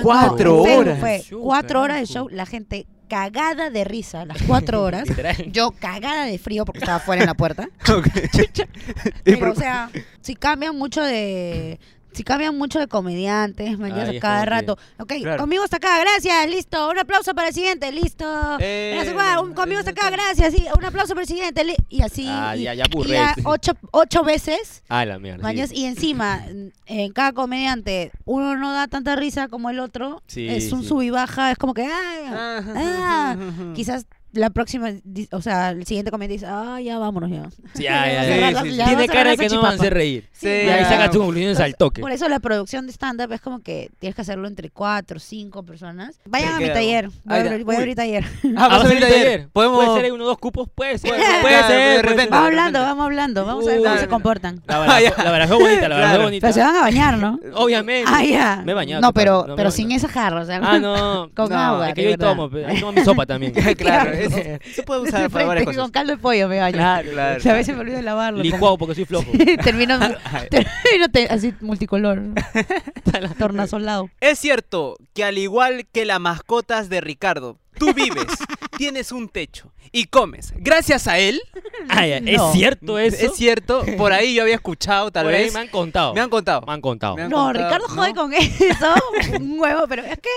[SPEAKER 2] Cuatro
[SPEAKER 1] No, en Facebook
[SPEAKER 2] horas.
[SPEAKER 1] Fue
[SPEAKER 4] Show,
[SPEAKER 1] cuatro horas de
[SPEAKER 4] carajo.
[SPEAKER 1] show, la gente cagada de risa, las cuatro horas.
[SPEAKER 4] Literal.
[SPEAKER 1] Yo cagada de frío porque estaba fuera en la puerta.
[SPEAKER 2] Y
[SPEAKER 1] Pero,
[SPEAKER 2] por-
[SPEAKER 1] o sea, si cambian mucho de... Si cambian mucho de comediantes, me
[SPEAKER 4] Ahí es
[SPEAKER 1] cada
[SPEAKER 4] como que-
[SPEAKER 1] rato. Ok,
[SPEAKER 2] Claro.
[SPEAKER 1] conmigo hasta acá, gracias, listo. Un aplauso para el siguiente, listo.
[SPEAKER 2] Eh,
[SPEAKER 1] Gracias, guau, un- conmigo hasta acá, gracias. sí, un aplauso para el siguiente. li- Y así.
[SPEAKER 4] Eh. Ah,
[SPEAKER 1] y-
[SPEAKER 4] ya- ya
[SPEAKER 1] y
[SPEAKER 4] aburré.
[SPEAKER 1] ocho, ocho veces.
[SPEAKER 4] A la mierda. sí.
[SPEAKER 1] Mañas, y encima, en- en cada comediante, uno no da tanta risa como el otro.
[SPEAKER 4] Sí,
[SPEAKER 1] es un
[SPEAKER 4] sí.
[SPEAKER 1] sub y baja, es como que, ah, ah.
[SPEAKER 4] Mm.
[SPEAKER 1] quizás la próxima, di- o sea, el siguiente comediante dice, ah, ya vámonos ya.
[SPEAKER 4] Sí, ya, ya,
[SPEAKER 1] Sí,
[SPEAKER 4] ya.
[SPEAKER 1] sí, sí, sí.
[SPEAKER 4] Tiene
[SPEAKER 1] Ya,
[SPEAKER 4] cara de
[SPEAKER 1] cerrar
[SPEAKER 4] que
[SPEAKER 1] esa
[SPEAKER 4] no van a
[SPEAKER 1] chipapa.
[SPEAKER 4] hacer reír.
[SPEAKER 1] Sí,
[SPEAKER 4] Y ahí
[SPEAKER 1] ya. Ah,
[SPEAKER 4] saca
[SPEAKER 2] Ah,
[SPEAKER 4] tus conclusiones al toque.
[SPEAKER 1] Por eso la producción de stand-up es como que tienes que hacerlo entre cuatro, cinco personas. Vayan
[SPEAKER 2] Te
[SPEAKER 1] a mi
[SPEAKER 2] queda.
[SPEAKER 1] taller, voy a
[SPEAKER 2] Ahí está.
[SPEAKER 1] abrir, voy a
[SPEAKER 2] Uy.
[SPEAKER 1] abrir taller.
[SPEAKER 2] Ah, vas a venir ayer. Podemos.
[SPEAKER 4] Puede ser ahí uno o dos cupos, puede ser.
[SPEAKER 2] Puede ser,
[SPEAKER 4] Puede
[SPEAKER 2] claro, de
[SPEAKER 4] ser. puede
[SPEAKER 2] repente.
[SPEAKER 4] ser.
[SPEAKER 1] Vamos hablando, vamos hablando, vamos a ver cómo
[SPEAKER 2] Uy.
[SPEAKER 1] se comportan.
[SPEAKER 4] La verdad
[SPEAKER 2] Ah, ya.
[SPEAKER 4] la verdad fue bonita, la verdad
[SPEAKER 2] Claro.
[SPEAKER 4] fue
[SPEAKER 1] Pero se
[SPEAKER 4] bonita.
[SPEAKER 1] van a bañar, ¿no?
[SPEAKER 4] Obviamente.
[SPEAKER 1] Ah, ya.
[SPEAKER 4] Me he bañado,
[SPEAKER 1] No,
[SPEAKER 4] qué
[SPEAKER 1] pero,
[SPEAKER 4] padre, no me
[SPEAKER 1] pero
[SPEAKER 4] he
[SPEAKER 1] sin
[SPEAKER 4] bañado.
[SPEAKER 1] esa jarra, o sea,
[SPEAKER 4] Ah, no.
[SPEAKER 1] con
[SPEAKER 2] No,
[SPEAKER 1] agua.
[SPEAKER 4] Es que
[SPEAKER 1] de
[SPEAKER 4] yo ahí
[SPEAKER 1] verdad.
[SPEAKER 4] tomo, pe- ahí tomo mi sopa también.
[SPEAKER 2] claro,
[SPEAKER 1] Claro.
[SPEAKER 2] eso, eso puede
[SPEAKER 1] De
[SPEAKER 2] usar para
[SPEAKER 1] frente,
[SPEAKER 2] varias cosas.
[SPEAKER 1] Con caldo de pollo me baño.
[SPEAKER 2] Claro, claro.
[SPEAKER 1] O sea, a veces me olvido de lavarlo.
[SPEAKER 4] Licuado porque soy flojo.
[SPEAKER 1] termino termino te- así multicolor. ¿no? Tornasolado.
[SPEAKER 2] Es cierto que al igual que las mascotas de Ricardo, tú vives, tienes un techo y comes. Gracias a él,
[SPEAKER 4] Ah, ya,
[SPEAKER 1] No.
[SPEAKER 4] ¿Es cierto eso?
[SPEAKER 2] es cierto, por ahí yo había escuchado tal
[SPEAKER 4] Por ahí
[SPEAKER 2] vez.
[SPEAKER 4] me han contado.
[SPEAKER 2] Me han contado.
[SPEAKER 4] Me han contado.
[SPEAKER 2] Me han-
[SPEAKER 1] No,
[SPEAKER 2] contado,
[SPEAKER 1] Ricardo jode
[SPEAKER 2] ¿no?
[SPEAKER 1] con eso. Un huevo, pero es que.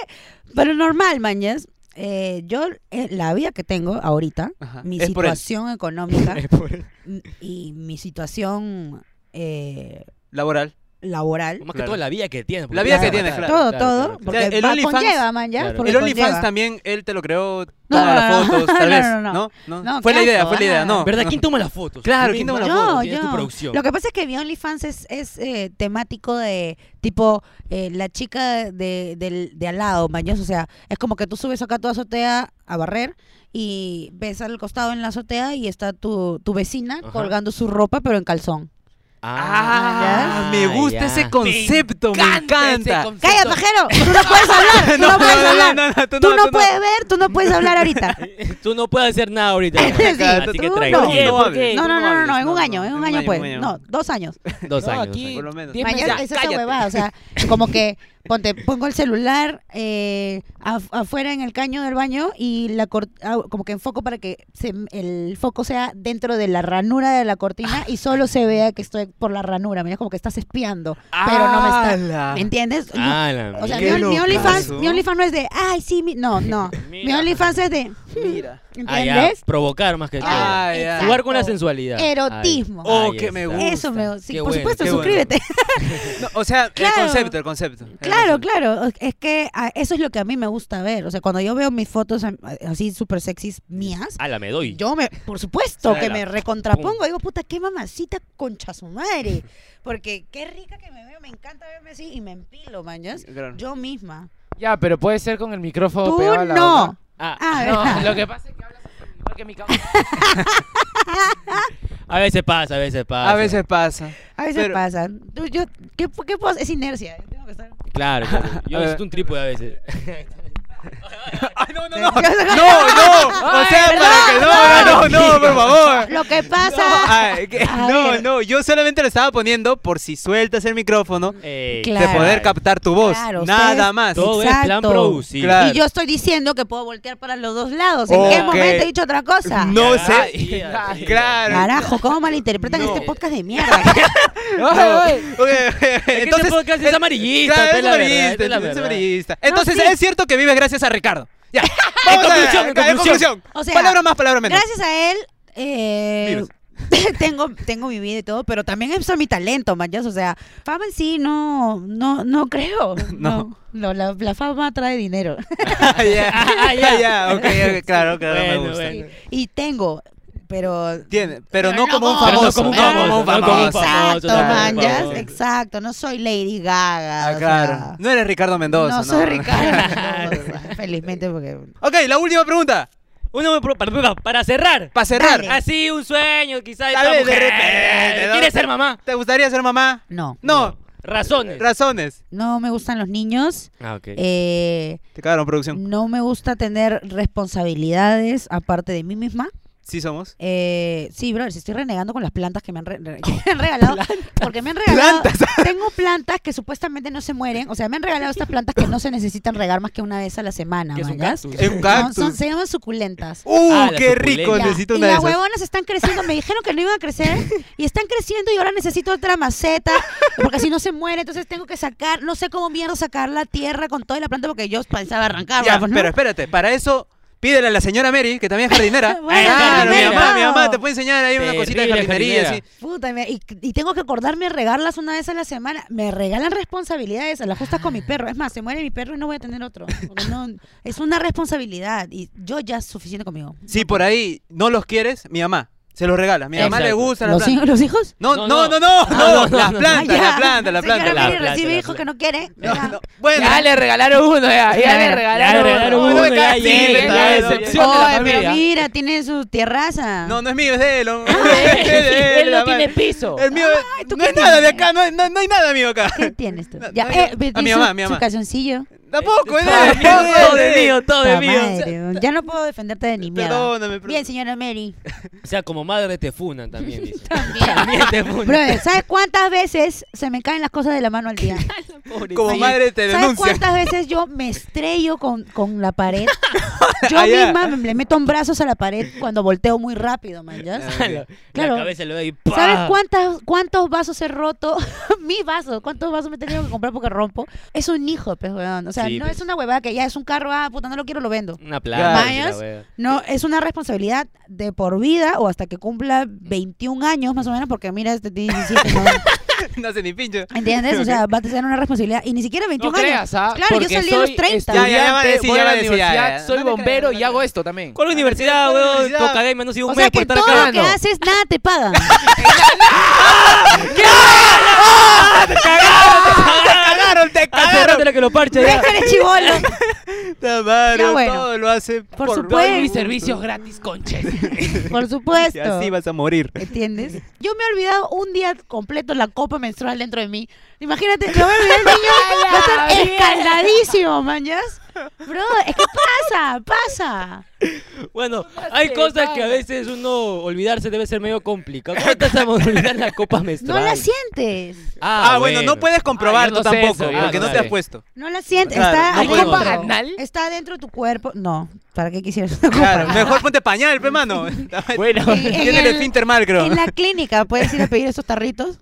[SPEAKER 1] Pero normal, mañas. Eh, yo, eh, la vida que tengo ahorita,
[SPEAKER 2] Ajá,
[SPEAKER 1] mi
[SPEAKER 2] es por él.
[SPEAKER 1] situación económica
[SPEAKER 4] Es por-
[SPEAKER 1] m- y mi situación eh,
[SPEAKER 2] Laboral.
[SPEAKER 1] laboral,
[SPEAKER 4] Más que
[SPEAKER 2] Claro.
[SPEAKER 4] todo la vida que tiene. porque
[SPEAKER 2] La vida
[SPEAKER 4] tiene
[SPEAKER 1] que
[SPEAKER 4] esa
[SPEAKER 2] tiene,
[SPEAKER 4] batalla.
[SPEAKER 2] claro,
[SPEAKER 1] todo, todo, porque
[SPEAKER 2] O sea, el
[SPEAKER 1] va
[SPEAKER 2] OnlyFans-
[SPEAKER 1] conlleva, man, ya,
[SPEAKER 4] claro.
[SPEAKER 1] porque
[SPEAKER 2] el OnlyFans
[SPEAKER 1] conlleva.
[SPEAKER 2] también, él te lo creó, todas
[SPEAKER 1] no,
[SPEAKER 2] las
[SPEAKER 1] no,
[SPEAKER 2] fotos,
[SPEAKER 1] no,
[SPEAKER 2] tal
[SPEAKER 1] no,
[SPEAKER 2] vez.
[SPEAKER 1] no,
[SPEAKER 2] No,
[SPEAKER 1] no.
[SPEAKER 2] no.
[SPEAKER 1] No,
[SPEAKER 2] fue la
[SPEAKER 1] qué
[SPEAKER 2] idea,
[SPEAKER 1] asco,
[SPEAKER 2] fue la idea,
[SPEAKER 1] ah.
[SPEAKER 2] no.
[SPEAKER 4] ¿Verdad? ¿Quién toma las fotos?
[SPEAKER 2] Claro,
[SPEAKER 4] Tú
[SPEAKER 2] ¿quién
[SPEAKER 4] mismo,
[SPEAKER 2] toma las
[SPEAKER 4] ¿no?
[SPEAKER 1] Yo,
[SPEAKER 4] Tienes
[SPEAKER 1] yo.
[SPEAKER 4] tu producción.
[SPEAKER 1] Lo que pasa es que mi OnlyFans es, es eh, temático de tipo eh, la chica de, del- de al lado, mañana. O sea, es como que tú subes acá a tu azotea a barrer y ves al costado en la azotea y está tu, tu vecina
[SPEAKER 4] Ajá.
[SPEAKER 1] colgando su ropa pero en calzón.
[SPEAKER 2] Ah, me gusta
[SPEAKER 4] ya.
[SPEAKER 2] ese concepto, me encanta.
[SPEAKER 1] ¡Cállate, pajero! ¡Tú no puedes hablar! ¡Tú no, puedes hablar!
[SPEAKER 2] tú
[SPEAKER 1] tú no, puedes ver, tú no puedes hablar ahorita.
[SPEAKER 4] Tú no puedes hacer nada ahorita.
[SPEAKER 1] Sí,
[SPEAKER 4] Así que
[SPEAKER 1] tú
[SPEAKER 4] traigo.
[SPEAKER 1] no.
[SPEAKER 4] Oye,
[SPEAKER 2] No
[SPEAKER 4] ¿por
[SPEAKER 2] hables.
[SPEAKER 4] qué?
[SPEAKER 1] No, no, no, no, no, en un
[SPEAKER 2] no,
[SPEAKER 1] año, en un año
[SPEAKER 2] un
[SPEAKER 1] pues.
[SPEAKER 2] año.
[SPEAKER 1] No, dos años.
[SPEAKER 4] Dos
[SPEAKER 5] No,
[SPEAKER 4] años. dos
[SPEAKER 5] aquí-
[SPEAKER 4] años.
[SPEAKER 2] Por lo menos.
[SPEAKER 5] diez
[SPEAKER 1] Mañana
[SPEAKER 5] meses-
[SPEAKER 2] pues, Ya,
[SPEAKER 1] es esa
[SPEAKER 2] cállate.
[SPEAKER 1] huevada, o sea, como que ponte, pongo el celular eh, af- afuera en el caño del baño y la cor- ah, como que enfoco para que se- el foco sea dentro de la ranura de la cortina y solo se vea que estoy por la ranura, mira, como que estás espiando, pero no me está,
[SPEAKER 2] ¡Ala!
[SPEAKER 1] ¿me entiendes? Yo-
[SPEAKER 4] Ah, la
[SPEAKER 1] o sea, mi,
[SPEAKER 2] qué
[SPEAKER 1] mi
[SPEAKER 2] locazo.
[SPEAKER 1] OnlyFans, mi OnlyFans no es de, ay, sí, mi-". no, no, mi
[SPEAKER 4] Mira.
[SPEAKER 1] OnlyFans es de,
[SPEAKER 2] Mira.
[SPEAKER 4] Ah, ya,
[SPEAKER 1] ¿entiendes?
[SPEAKER 4] Provocar más que todo.
[SPEAKER 2] Ah, ya.
[SPEAKER 1] exacto.
[SPEAKER 4] Jugar con la sensualidad.
[SPEAKER 1] Erotismo.
[SPEAKER 4] Ahí.
[SPEAKER 2] Oh,
[SPEAKER 4] Ahí
[SPEAKER 2] que me
[SPEAKER 4] está.
[SPEAKER 2] gusta.
[SPEAKER 1] Eso me, sí,
[SPEAKER 4] Qué
[SPEAKER 1] por
[SPEAKER 4] bueno,
[SPEAKER 1] supuesto,
[SPEAKER 2] qué bueno.
[SPEAKER 1] suscríbete.
[SPEAKER 2] No, o sea,
[SPEAKER 1] Claro.
[SPEAKER 2] el concepto, el concepto. el
[SPEAKER 1] Claro,
[SPEAKER 2] concepto.
[SPEAKER 1] claro. o- Es que ah, eso es lo que a mí me gusta ver. O sea, cuando yo veo mis fotos am- así súper sexys mías,
[SPEAKER 4] Ah, la me doy.
[SPEAKER 1] yo me, por supuesto
[SPEAKER 4] Se
[SPEAKER 1] que
[SPEAKER 4] la-
[SPEAKER 1] me recontrapongo. Digo, puta, qué mamacita concha su madre. Porque qué rica que me veo, me encanta verme así y me empilo, mañas.
[SPEAKER 2] Claro.
[SPEAKER 1] Yo misma.
[SPEAKER 5] Ya, pero puede ser con el micrófono
[SPEAKER 1] Tú
[SPEAKER 5] pegado a la
[SPEAKER 1] no.
[SPEAKER 5] boca.
[SPEAKER 4] Ah,
[SPEAKER 1] Ah,
[SPEAKER 5] No,
[SPEAKER 1] ¿verdad?
[SPEAKER 5] lo que pasa es que hablas igual que mi causa.
[SPEAKER 4] A veces pasa, a veces pasa.
[SPEAKER 2] A veces pasa.
[SPEAKER 1] A veces
[SPEAKER 2] Pero-
[SPEAKER 1] pasa. Tú- yo, ¿qué, ¿Qué puedo hacer? Es inercia. yo tengo que estar-
[SPEAKER 4] Claro, claro. Yo
[SPEAKER 2] A ver.
[SPEAKER 4] necesito un trípode a veces.
[SPEAKER 2] Ay, no, no, no. No, no. O sea, para que no, no, no, no, por favor.
[SPEAKER 1] Lo que pasa.
[SPEAKER 2] Ay, que-
[SPEAKER 1] A
[SPEAKER 2] no,
[SPEAKER 1] ver.
[SPEAKER 2] no, yo solamente lo estaba poniendo por si sueltas el micrófono
[SPEAKER 4] Eh,
[SPEAKER 1] Claro.
[SPEAKER 2] de poder captar tu voz.
[SPEAKER 1] Claro,
[SPEAKER 2] Nada
[SPEAKER 1] ustedes-
[SPEAKER 2] más.
[SPEAKER 4] Todo es plan
[SPEAKER 1] Exacto.
[SPEAKER 4] producido.
[SPEAKER 2] Claro.
[SPEAKER 1] Y yo estoy diciendo que puedo voltear para los dos lados. ¿En qué
[SPEAKER 2] Ok.
[SPEAKER 1] momento he dicho otra cosa?
[SPEAKER 2] No
[SPEAKER 4] Ah,
[SPEAKER 2] sé.
[SPEAKER 4] sí, ah, sí.
[SPEAKER 2] Claro.
[SPEAKER 1] Carajo, ¿cómo malinterpretan
[SPEAKER 2] No.
[SPEAKER 1] este podcast de mierda?
[SPEAKER 2] Ok, Entonces,
[SPEAKER 4] este podcast es
[SPEAKER 2] el-
[SPEAKER 4] amarillista,
[SPEAKER 2] Claro,
[SPEAKER 4] esta
[SPEAKER 2] es
[SPEAKER 4] es la verdad,
[SPEAKER 2] amarillista,
[SPEAKER 4] esta es la
[SPEAKER 2] es
[SPEAKER 4] verdad. Ah,
[SPEAKER 2] amarillista. Entonces,
[SPEAKER 1] sí.
[SPEAKER 2] es cierto que vive gracias a Ricardo. Ya. Vamos a-
[SPEAKER 4] conclusión, en conclusión.
[SPEAKER 1] O sea,
[SPEAKER 2] palabra más, palabra menos.
[SPEAKER 1] Gracias a él, eh,
[SPEAKER 2] Vives.
[SPEAKER 1] tengo, tengo mi vida y todo, pero también eso es mi talento, manchas. O sea, fama en sí no, no, no creo. No. no, la, la fama trae dinero.
[SPEAKER 2] Ah, ya. Ah, ya, ok, ok, claro, claro, me
[SPEAKER 4] Bueno,
[SPEAKER 2] gusta.
[SPEAKER 4] bueno.
[SPEAKER 1] y tengo, pero
[SPEAKER 2] Tiene, pero no como un
[SPEAKER 1] Pero no
[SPEAKER 2] famoso.
[SPEAKER 4] como un
[SPEAKER 2] no
[SPEAKER 4] famoso, no como un
[SPEAKER 2] famoso.
[SPEAKER 1] Exacto,
[SPEAKER 4] famoso,
[SPEAKER 1] man,
[SPEAKER 4] claro,
[SPEAKER 1] ya,
[SPEAKER 4] famoso.
[SPEAKER 1] exacto. No soy Lady Gaga.
[SPEAKER 2] Ah,
[SPEAKER 1] o
[SPEAKER 2] claro.
[SPEAKER 1] sea,
[SPEAKER 2] No eres Ricardo Mendoza.
[SPEAKER 1] no soy Ricardo. Mendoza, Felizmente porque...
[SPEAKER 2] Ok, la última pregunta.
[SPEAKER 4] Una pro- para, para- para cerrar.
[SPEAKER 2] Para cerrar.
[SPEAKER 1] Dale.
[SPEAKER 4] Así un sueño, quizás.
[SPEAKER 2] Tal vez de repente, ¿no?
[SPEAKER 4] ¿Quieres ser mamá?
[SPEAKER 2] Ah, ¿Te gustaría ser mamá?
[SPEAKER 1] No,
[SPEAKER 2] No.
[SPEAKER 4] Razones.
[SPEAKER 2] Razones.
[SPEAKER 1] no me gustan los niños.
[SPEAKER 4] ah, ok.
[SPEAKER 1] eh,
[SPEAKER 2] Te cagaron, producción.
[SPEAKER 1] no me gusta tener responsabilidades aparte de mí misma.
[SPEAKER 2] Sí somos.
[SPEAKER 1] Eh, sí, brother, si estoy renegando con las plantas que me han, re- re- que me han regalado. Porque me han regalado. Tengo plantas que supuestamente no se mueren. O sea, me han regalado estas plantas que no se necesitan regar más que una vez a la semana.
[SPEAKER 4] Que es un
[SPEAKER 1] mangas.
[SPEAKER 4] cactus.
[SPEAKER 2] Es un
[SPEAKER 1] Son- son-
[SPEAKER 2] cactus.
[SPEAKER 1] se llaman suculentas.
[SPEAKER 2] ¡Uh,
[SPEAKER 4] Ah, la
[SPEAKER 2] qué
[SPEAKER 4] suculenta.
[SPEAKER 2] rico!
[SPEAKER 1] Ya.
[SPEAKER 2] Necesito
[SPEAKER 1] y
[SPEAKER 2] una de
[SPEAKER 1] las
[SPEAKER 2] esas.
[SPEAKER 1] huevonas están creciendo. Me dijeron que no iban a crecer. Y están creciendo y ahora necesito otra maceta. Porque si no se muere, entonces tengo que sacar. No sé cómo mierda sacar la tierra con toda la planta porque yo pensaba arrancarla.
[SPEAKER 2] Ya,
[SPEAKER 1] pues, ¿no?
[SPEAKER 2] pero espérate. Para eso, pídele a la señora Mary, que también es jardinera.
[SPEAKER 1] Bueno,
[SPEAKER 2] claro, mi
[SPEAKER 4] jardinera.
[SPEAKER 2] mamá, mi mamá te puede enseñar ahí una cosita de
[SPEAKER 4] Terrible
[SPEAKER 2] jardinería.
[SPEAKER 4] jardinera.
[SPEAKER 2] así.
[SPEAKER 1] Puta, y me- y, y tengo que acordarme de regarlas una vez a la semana. Me regalan responsabilidades a las justas
[SPEAKER 2] Ah.
[SPEAKER 1] con mi perro. Es más, se muere mi perro y no voy a tener otro. Porque no- es una responsabilidad y yo ya es suficiente conmigo.
[SPEAKER 2] Si por ahí no los quieres, mi mamá. Se los regala. Mi mamá
[SPEAKER 4] Exacto.
[SPEAKER 2] le gusta la
[SPEAKER 1] ¿Los,
[SPEAKER 2] planta.
[SPEAKER 1] hij- los hijos?
[SPEAKER 2] No, no,
[SPEAKER 4] No,
[SPEAKER 2] no, no,
[SPEAKER 4] no.
[SPEAKER 2] no,
[SPEAKER 4] Ah, no, no,
[SPEAKER 2] las
[SPEAKER 4] no, no.
[SPEAKER 2] plantas,
[SPEAKER 1] Ah,
[SPEAKER 2] las
[SPEAKER 1] ya.
[SPEAKER 2] plantas, las plantas.
[SPEAKER 1] Señora,
[SPEAKER 4] la
[SPEAKER 1] mire,
[SPEAKER 4] planta,
[SPEAKER 1] recibe
[SPEAKER 4] la
[SPEAKER 1] hijos que
[SPEAKER 4] planta.
[SPEAKER 1] no quiere.
[SPEAKER 2] No,
[SPEAKER 1] Ya.
[SPEAKER 2] no. Bueno,
[SPEAKER 5] Ya le regalaron uno, ya. Ya
[SPEAKER 1] Ya,
[SPEAKER 5] le
[SPEAKER 4] Ya le
[SPEAKER 5] regalaron
[SPEAKER 4] regalaron
[SPEAKER 5] uno.
[SPEAKER 4] uno,
[SPEAKER 2] Bueno,
[SPEAKER 4] ya,
[SPEAKER 2] casi,
[SPEAKER 4] ya,
[SPEAKER 2] pero
[SPEAKER 4] ya,
[SPEAKER 2] no,
[SPEAKER 4] ya,
[SPEAKER 2] no,
[SPEAKER 4] decepción de la
[SPEAKER 1] Oye, pero
[SPEAKER 4] familia.
[SPEAKER 1] mira, tiene su tierraza.
[SPEAKER 2] no, no es mío, es de él. hombre. Es de
[SPEAKER 5] Ah, Él no
[SPEAKER 2] la
[SPEAKER 5] tiene
[SPEAKER 2] madre.
[SPEAKER 5] piso.
[SPEAKER 2] El mío,
[SPEAKER 1] Ay, ¿tú
[SPEAKER 2] no
[SPEAKER 1] qué
[SPEAKER 2] es nada de
[SPEAKER 1] tienes?
[SPEAKER 2] acá, no, no- no hay nada mío acá.
[SPEAKER 1] ¿Qué tienes tú?
[SPEAKER 2] No,
[SPEAKER 1] Ya,
[SPEAKER 2] no,
[SPEAKER 1] eh,
[SPEAKER 2] a
[SPEAKER 1] ve-
[SPEAKER 2] mi
[SPEAKER 1] su-
[SPEAKER 2] mamá, mi
[SPEAKER 1] Su
[SPEAKER 2] mamá.
[SPEAKER 1] calzoncillo.
[SPEAKER 2] Tampoco, eh. es de
[SPEAKER 4] Todo
[SPEAKER 2] él,
[SPEAKER 4] de
[SPEAKER 2] es de
[SPEAKER 4] mío,
[SPEAKER 2] él,
[SPEAKER 4] todo
[SPEAKER 2] es
[SPEAKER 4] de
[SPEAKER 2] él.
[SPEAKER 4] mío, todo de
[SPEAKER 1] Ta
[SPEAKER 4] mío.
[SPEAKER 1] madre, Ya no puedo defenderte de ni mierda.
[SPEAKER 2] Perdóname, pero-
[SPEAKER 1] Bien, señora Mary.
[SPEAKER 4] O sea, como madre te funan también, dice.
[SPEAKER 1] También.
[SPEAKER 4] También te funan.
[SPEAKER 1] Brother, ¿sabes cuántas veces se me caen las cosas de la mano al día?
[SPEAKER 2] Como
[SPEAKER 4] Sí.
[SPEAKER 2] madre te
[SPEAKER 1] ¿Sabes
[SPEAKER 2] denuncia.
[SPEAKER 1] cuántas veces yo me estrello con, con la pared? Yo
[SPEAKER 2] Ah, ya.
[SPEAKER 1] misma me, le meto en brazos a la pared cuando volteo muy rápido, man. ¿ya?
[SPEAKER 4] La,
[SPEAKER 1] Claro.
[SPEAKER 4] la cabeza le doy y ¡pa!
[SPEAKER 1] ¿Sabes cuántas, cuántos vasos he roto? Mis vasos, ¿cuántos vasos me he tenido que comprar porque rompo? Es un hijo, pues, weón. O sea,
[SPEAKER 4] Sí,
[SPEAKER 1] no
[SPEAKER 4] pues.
[SPEAKER 1] es una huevada que ya es un carro, ah, puta, no lo quiero, lo vendo.
[SPEAKER 4] Una planta.
[SPEAKER 1] Mayas.
[SPEAKER 4] la wea.
[SPEAKER 1] No, es una responsabilidad de por vida o hasta que cumpla 21 años más o menos, porque mira, este tiene 17, ¿no?
[SPEAKER 2] No sé ni pincho.
[SPEAKER 1] ¿Entiendes? O sea, va a tener una responsabilidad. Y ni siquiera 21
[SPEAKER 5] No creas,
[SPEAKER 1] años.
[SPEAKER 5] ¿ah?
[SPEAKER 1] Claro,
[SPEAKER 5] Porque
[SPEAKER 1] yo salí a
[SPEAKER 5] soy
[SPEAKER 1] los 30.
[SPEAKER 2] Ya, ya, ya va a
[SPEAKER 5] estudiante,
[SPEAKER 2] decir,
[SPEAKER 5] voy
[SPEAKER 2] ya va
[SPEAKER 5] a la
[SPEAKER 2] a decir, ya,
[SPEAKER 5] universidad,
[SPEAKER 2] ya.
[SPEAKER 5] Soy
[SPEAKER 2] No le
[SPEAKER 5] bombero
[SPEAKER 2] creas, no
[SPEAKER 5] y
[SPEAKER 2] le
[SPEAKER 5] hago
[SPEAKER 2] creas.
[SPEAKER 5] esto también.
[SPEAKER 2] Ah,
[SPEAKER 4] ¿Cuál universidad, weón?
[SPEAKER 2] universidad.
[SPEAKER 4] Tu academia no ha sido un
[SPEAKER 1] O
[SPEAKER 4] mes
[SPEAKER 1] sea,
[SPEAKER 4] por
[SPEAKER 1] que
[SPEAKER 4] estar
[SPEAKER 1] todo lo que
[SPEAKER 4] acá.
[SPEAKER 1] haces, nada te pagan.
[SPEAKER 2] ¡Cagaron, te cagaron!
[SPEAKER 4] Acércate que lo parche ya.
[SPEAKER 1] Déjale chivolo.
[SPEAKER 2] La madre,
[SPEAKER 1] Ya, bueno.
[SPEAKER 2] todo lo hace
[SPEAKER 1] Por
[SPEAKER 5] Doy
[SPEAKER 1] supuesto.
[SPEAKER 5] mis servicios gratis, conches.
[SPEAKER 1] Por
[SPEAKER 2] Y
[SPEAKER 1] supuesto.
[SPEAKER 2] así vas a morir.
[SPEAKER 1] ¿Entiendes? Yo me he olvidado un día completo la copa menstrual dentro de mí. Imagínate, me voy a olvidar el niño. Va a estar escaldadísimo, mañas. Bro, es que pasa, pasa.
[SPEAKER 4] Bueno, hay cosas que a veces uno olvidarse debe ser medio complicado. ¿Cómo te hacemos olvidar la copa
[SPEAKER 1] No
[SPEAKER 4] menstrual?
[SPEAKER 1] la sientes.
[SPEAKER 2] Ah, bueno, no puedes
[SPEAKER 5] Ah,
[SPEAKER 2] comprobar
[SPEAKER 5] yo
[SPEAKER 2] tú
[SPEAKER 5] no sé
[SPEAKER 2] tampoco,
[SPEAKER 5] eso, yo
[SPEAKER 2] porque
[SPEAKER 5] no
[SPEAKER 2] no te
[SPEAKER 5] sé.
[SPEAKER 2] has puesto.
[SPEAKER 1] No la sientes.
[SPEAKER 2] Claro,
[SPEAKER 1] está,
[SPEAKER 2] no
[SPEAKER 1] adentro,
[SPEAKER 5] puedo. ¿Anal?
[SPEAKER 1] está dentro de tu cuerpo. No, ¿para qué quisieras una copa?
[SPEAKER 2] Claro, mejor ponte pañal, pe mano.
[SPEAKER 5] Bueno,
[SPEAKER 1] En
[SPEAKER 2] Tiene el
[SPEAKER 1] el-
[SPEAKER 2] esfínter mal, creo.
[SPEAKER 1] En la clínica puedes ir a pedir esos tarritos.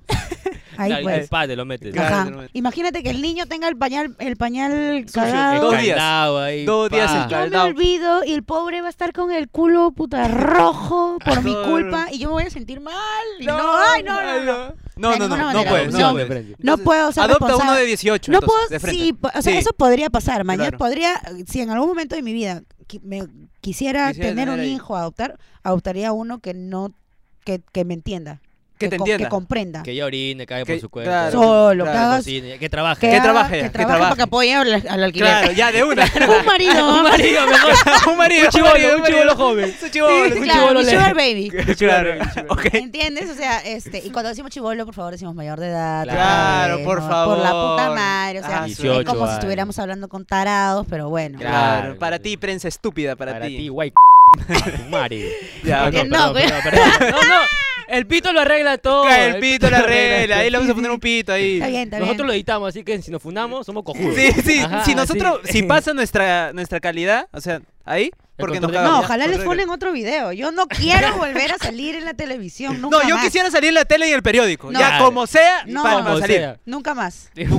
[SPEAKER 1] Ahí
[SPEAKER 4] Claro, y
[SPEAKER 1] puedes.
[SPEAKER 4] el padre lo metes.
[SPEAKER 2] Claro.
[SPEAKER 1] Ajá.
[SPEAKER 2] de nuevo.
[SPEAKER 1] Imagínate que el niño tenga el pañal, el pañal
[SPEAKER 4] El
[SPEAKER 1] cagado.
[SPEAKER 2] Dos días.
[SPEAKER 4] candado ahí,
[SPEAKER 2] Dos
[SPEAKER 4] pa.
[SPEAKER 2] días en
[SPEAKER 1] Yo me
[SPEAKER 2] Cagado.
[SPEAKER 1] olvido y el pobre va a estar con el culo puta rojo por mi
[SPEAKER 2] No,
[SPEAKER 1] culpa y yo me voy a sentir mal. y no, ay, no, no, no.
[SPEAKER 2] No,
[SPEAKER 1] De
[SPEAKER 2] no, no,
[SPEAKER 1] ninguna
[SPEAKER 2] no,
[SPEAKER 1] manera.
[SPEAKER 2] puedes,
[SPEAKER 1] No.
[SPEAKER 2] no puedes.
[SPEAKER 1] No puedo ser
[SPEAKER 2] Adopta uno
[SPEAKER 1] responsable.
[SPEAKER 2] de 18.
[SPEAKER 1] No
[SPEAKER 2] entonces,
[SPEAKER 1] puedo,
[SPEAKER 2] de frente.
[SPEAKER 1] sí, po- o sea,
[SPEAKER 2] Sí.
[SPEAKER 1] eso podría pasar, mañana
[SPEAKER 2] Claro.
[SPEAKER 1] podría, si en algún momento de mi vida qui- me quisiera,
[SPEAKER 2] Quisiera
[SPEAKER 1] tener
[SPEAKER 2] tener
[SPEAKER 1] un
[SPEAKER 2] ahí.
[SPEAKER 1] hijo, adoptar, adoptaría uno que no, que, que me entienda,
[SPEAKER 2] Que te
[SPEAKER 1] co-
[SPEAKER 2] entienda.
[SPEAKER 1] que comprenda,
[SPEAKER 4] Que ya orine, cae
[SPEAKER 2] Que-
[SPEAKER 4] por su cuerpo.
[SPEAKER 2] claro.
[SPEAKER 1] solo,
[SPEAKER 2] Claro,
[SPEAKER 1] que haga su-
[SPEAKER 4] Cocine, que trabaje.
[SPEAKER 1] haga-
[SPEAKER 2] trabaje,
[SPEAKER 1] que
[SPEAKER 2] que
[SPEAKER 1] trabaje
[SPEAKER 2] trabaje.
[SPEAKER 1] para que apoye al, al alquiler.
[SPEAKER 2] Claro, ya, de una.
[SPEAKER 1] Un marido,
[SPEAKER 4] Un marido mejor.
[SPEAKER 2] un marido,
[SPEAKER 4] Un chibolo, un chibolo joven.
[SPEAKER 2] Un chibolo.
[SPEAKER 1] claro,
[SPEAKER 4] un chibolo
[SPEAKER 1] mi
[SPEAKER 4] le-
[SPEAKER 1] sugar baby.
[SPEAKER 2] Claro, ok.
[SPEAKER 1] ¿Entiendes? O sea, este, y cuando decimos chivolo, por favor, decimos mayor de edad. otra
[SPEAKER 2] Claro,
[SPEAKER 1] vez,
[SPEAKER 2] por
[SPEAKER 1] ¿no?
[SPEAKER 2] favor.
[SPEAKER 1] Por la puta madre, o sea,
[SPEAKER 2] Ah,
[SPEAKER 1] es
[SPEAKER 4] 18
[SPEAKER 1] como si
[SPEAKER 4] años.
[SPEAKER 1] estuviéramos hablando con tarados, pero bueno.
[SPEAKER 4] Claro.
[SPEAKER 2] Claro, para ti, prensa estúpida, para,
[SPEAKER 4] Para ti,
[SPEAKER 2] ti.
[SPEAKER 4] guay. Mari.
[SPEAKER 2] Ya,
[SPEAKER 1] Porque
[SPEAKER 2] ok.
[SPEAKER 1] no,
[SPEAKER 4] perdón, perdón, perdón. No, no. El pito lo arregla todo.
[SPEAKER 2] El pito, la regla, ahí le vamos a poner un pito ahí.
[SPEAKER 1] Está bien, está
[SPEAKER 4] Nosotros
[SPEAKER 1] bien.
[SPEAKER 4] lo editamos, así que si nos funamos, somos cojudos.
[SPEAKER 2] Sí, sí,
[SPEAKER 4] Ajá,
[SPEAKER 2] si nosotros,
[SPEAKER 4] sí.
[SPEAKER 2] si pasa nuestra, nuestra calidad, o sea, ahí, Porque nos
[SPEAKER 4] control de-
[SPEAKER 2] cagamos.
[SPEAKER 1] No,
[SPEAKER 2] Ya,
[SPEAKER 1] ojalá les
[SPEAKER 2] correcto.
[SPEAKER 1] ponen otro video. Yo no quiero volver a salir en la televisión nunca
[SPEAKER 2] No, yo
[SPEAKER 1] más.
[SPEAKER 2] quisiera salir en la tele y en el periódico.
[SPEAKER 1] No.
[SPEAKER 2] Ya, como sea,
[SPEAKER 1] No.
[SPEAKER 2] para
[SPEAKER 1] Como
[SPEAKER 2] salir.
[SPEAKER 4] sea.
[SPEAKER 1] Nunca más. Ni en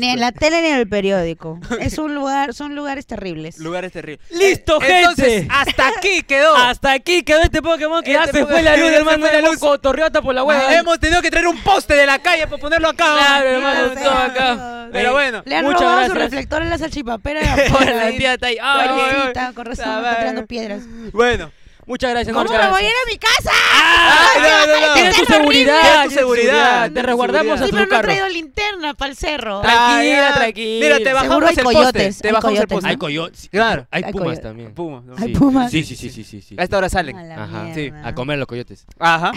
[SPEAKER 4] Listo.
[SPEAKER 1] la tele ni en el periódico. Es un lugar, son lugares terribles.
[SPEAKER 2] Lugares terribles. Eh,
[SPEAKER 4] ¡Listo,
[SPEAKER 2] Entonces,
[SPEAKER 4] gente!
[SPEAKER 2] hasta aquí quedó.
[SPEAKER 4] Hasta aquí quedó este Pokémon que ya
[SPEAKER 2] Este
[SPEAKER 4] se fue
[SPEAKER 2] Pokémon-
[SPEAKER 4] la luz,
[SPEAKER 2] ya se
[SPEAKER 4] hermano.
[SPEAKER 2] fue la
[SPEAKER 4] Hemos
[SPEAKER 2] luz.
[SPEAKER 4] cotorreado por la hueva.
[SPEAKER 2] Hemos tenido que traer un poste de la calle para ponerlo acá.
[SPEAKER 4] Claro,
[SPEAKER 1] Mira,
[SPEAKER 4] hermano,
[SPEAKER 1] ustedes,
[SPEAKER 4] todo acá.
[SPEAKER 1] amigos.
[SPEAKER 2] Ah, Pero bueno,
[SPEAKER 1] Le han
[SPEAKER 4] Muchas
[SPEAKER 1] robado su
[SPEAKER 4] gracias.
[SPEAKER 1] reflector en la salchipapera.
[SPEAKER 4] Ahora la tía está ahí. Ay, ay, ay.
[SPEAKER 1] Pobrecita, con razón,
[SPEAKER 2] Ah,
[SPEAKER 1] me
[SPEAKER 2] vale.
[SPEAKER 1] está tirando piedras.
[SPEAKER 2] Bueno.
[SPEAKER 4] Muchas gracias,
[SPEAKER 1] ¿Cómo
[SPEAKER 4] muchas
[SPEAKER 1] me voy a ir
[SPEAKER 4] gracias.
[SPEAKER 1] a mi casa?
[SPEAKER 4] Ah,
[SPEAKER 1] Ah,
[SPEAKER 2] Ay, no, no, no.
[SPEAKER 4] Tiene tu
[SPEAKER 1] Está horrible.
[SPEAKER 4] seguridad,
[SPEAKER 2] Tiene tu
[SPEAKER 4] tu
[SPEAKER 2] seguridad,
[SPEAKER 4] seguridad.
[SPEAKER 2] tiene
[SPEAKER 4] Te
[SPEAKER 2] tu
[SPEAKER 4] resguardamos a
[SPEAKER 1] Sí,
[SPEAKER 2] seguridad.
[SPEAKER 4] tu
[SPEAKER 1] pero no he
[SPEAKER 4] carro.
[SPEAKER 1] traído linterna para el cerro.
[SPEAKER 4] Tra- Tranquila,
[SPEAKER 2] Ah, ya.
[SPEAKER 4] tranquila.
[SPEAKER 2] Mira, te bajamos
[SPEAKER 1] Seguro hay
[SPEAKER 2] el
[SPEAKER 1] coyotes,
[SPEAKER 2] poste. Te
[SPEAKER 1] hay
[SPEAKER 2] bajamos el
[SPEAKER 1] coyotes,
[SPEAKER 2] poste.
[SPEAKER 1] ¿no?
[SPEAKER 4] Hay coyotes.
[SPEAKER 2] Claro.
[SPEAKER 4] Hay
[SPEAKER 1] Hay
[SPEAKER 4] pumas
[SPEAKER 1] coyotes.
[SPEAKER 4] también.
[SPEAKER 2] Puma, ¿no?
[SPEAKER 1] Hay
[SPEAKER 4] Sí.
[SPEAKER 1] pumas.
[SPEAKER 4] Sí, sí, sí, sí, sí, sí.
[SPEAKER 2] A esta hora
[SPEAKER 1] A
[SPEAKER 2] salen.
[SPEAKER 1] la
[SPEAKER 4] Ajá. Sí,
[SPEAKER 1] mierda.
[SPEAKER 4] a comer los coyotes.
[SPEAKER 2] Ajá.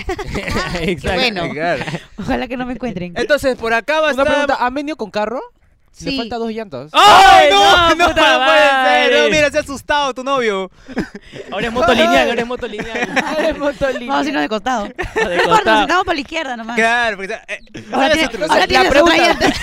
[SPEAKER 4] Exacto.
[SPEAKER 1] bueno.
[SPEAKER 2] Claro.
[SPEAKER 1] Ojalá que no me encuentren.
[SPEAKER 2] Entonces, por acá va a
[SPEAKER 5] Una
[SPEAKER 2] estar.
[SPEAKER 5] pregunta, ¿han venido con carro? Le
[SPEAKER 1] Sí.
[SPEAKER 5] faltan dos llantas.
[SPEAKER 2] ¡Ay,
[SPEAKER 4] ¡Ay,
[SPEAKER 2] no!
[SPEAKER 4] no,
[SPEAKER 2] No,
[SPEAKER 4] puta
[SPEAKER 2] puede ser.
[SPEAKER 4] madre!
[SPEAKER 2] No, mira, se ha asustado tu novio.
[SPEAKER 4] Ahora es moto lineal, ahora es moto lineal.
[SPEAKER 5] Ay, motolínea.
[SPEAKER 1] Vamos a irnos de costado. No
[SPEAKER 4] De
[SPEAKER 1] importa,
[SPEAKER 4] costado.
[SPEAKER 1] nos sentamos para la izquierda nomás.
[SPEAKER 2] Claro, porque. eh,
[SPEAKER 1] Ahora
[SPEAKER 2] ¿sabes
[SPEAKER 1] tiene-
[SPEAKER 2] otro?
[SPEAKER 1] ahora
[SPEAKER 5] La
[SPEAKER 1] tienes otra
[SPEAKER 5] pregunta-
[SPEAKER 1] llanta.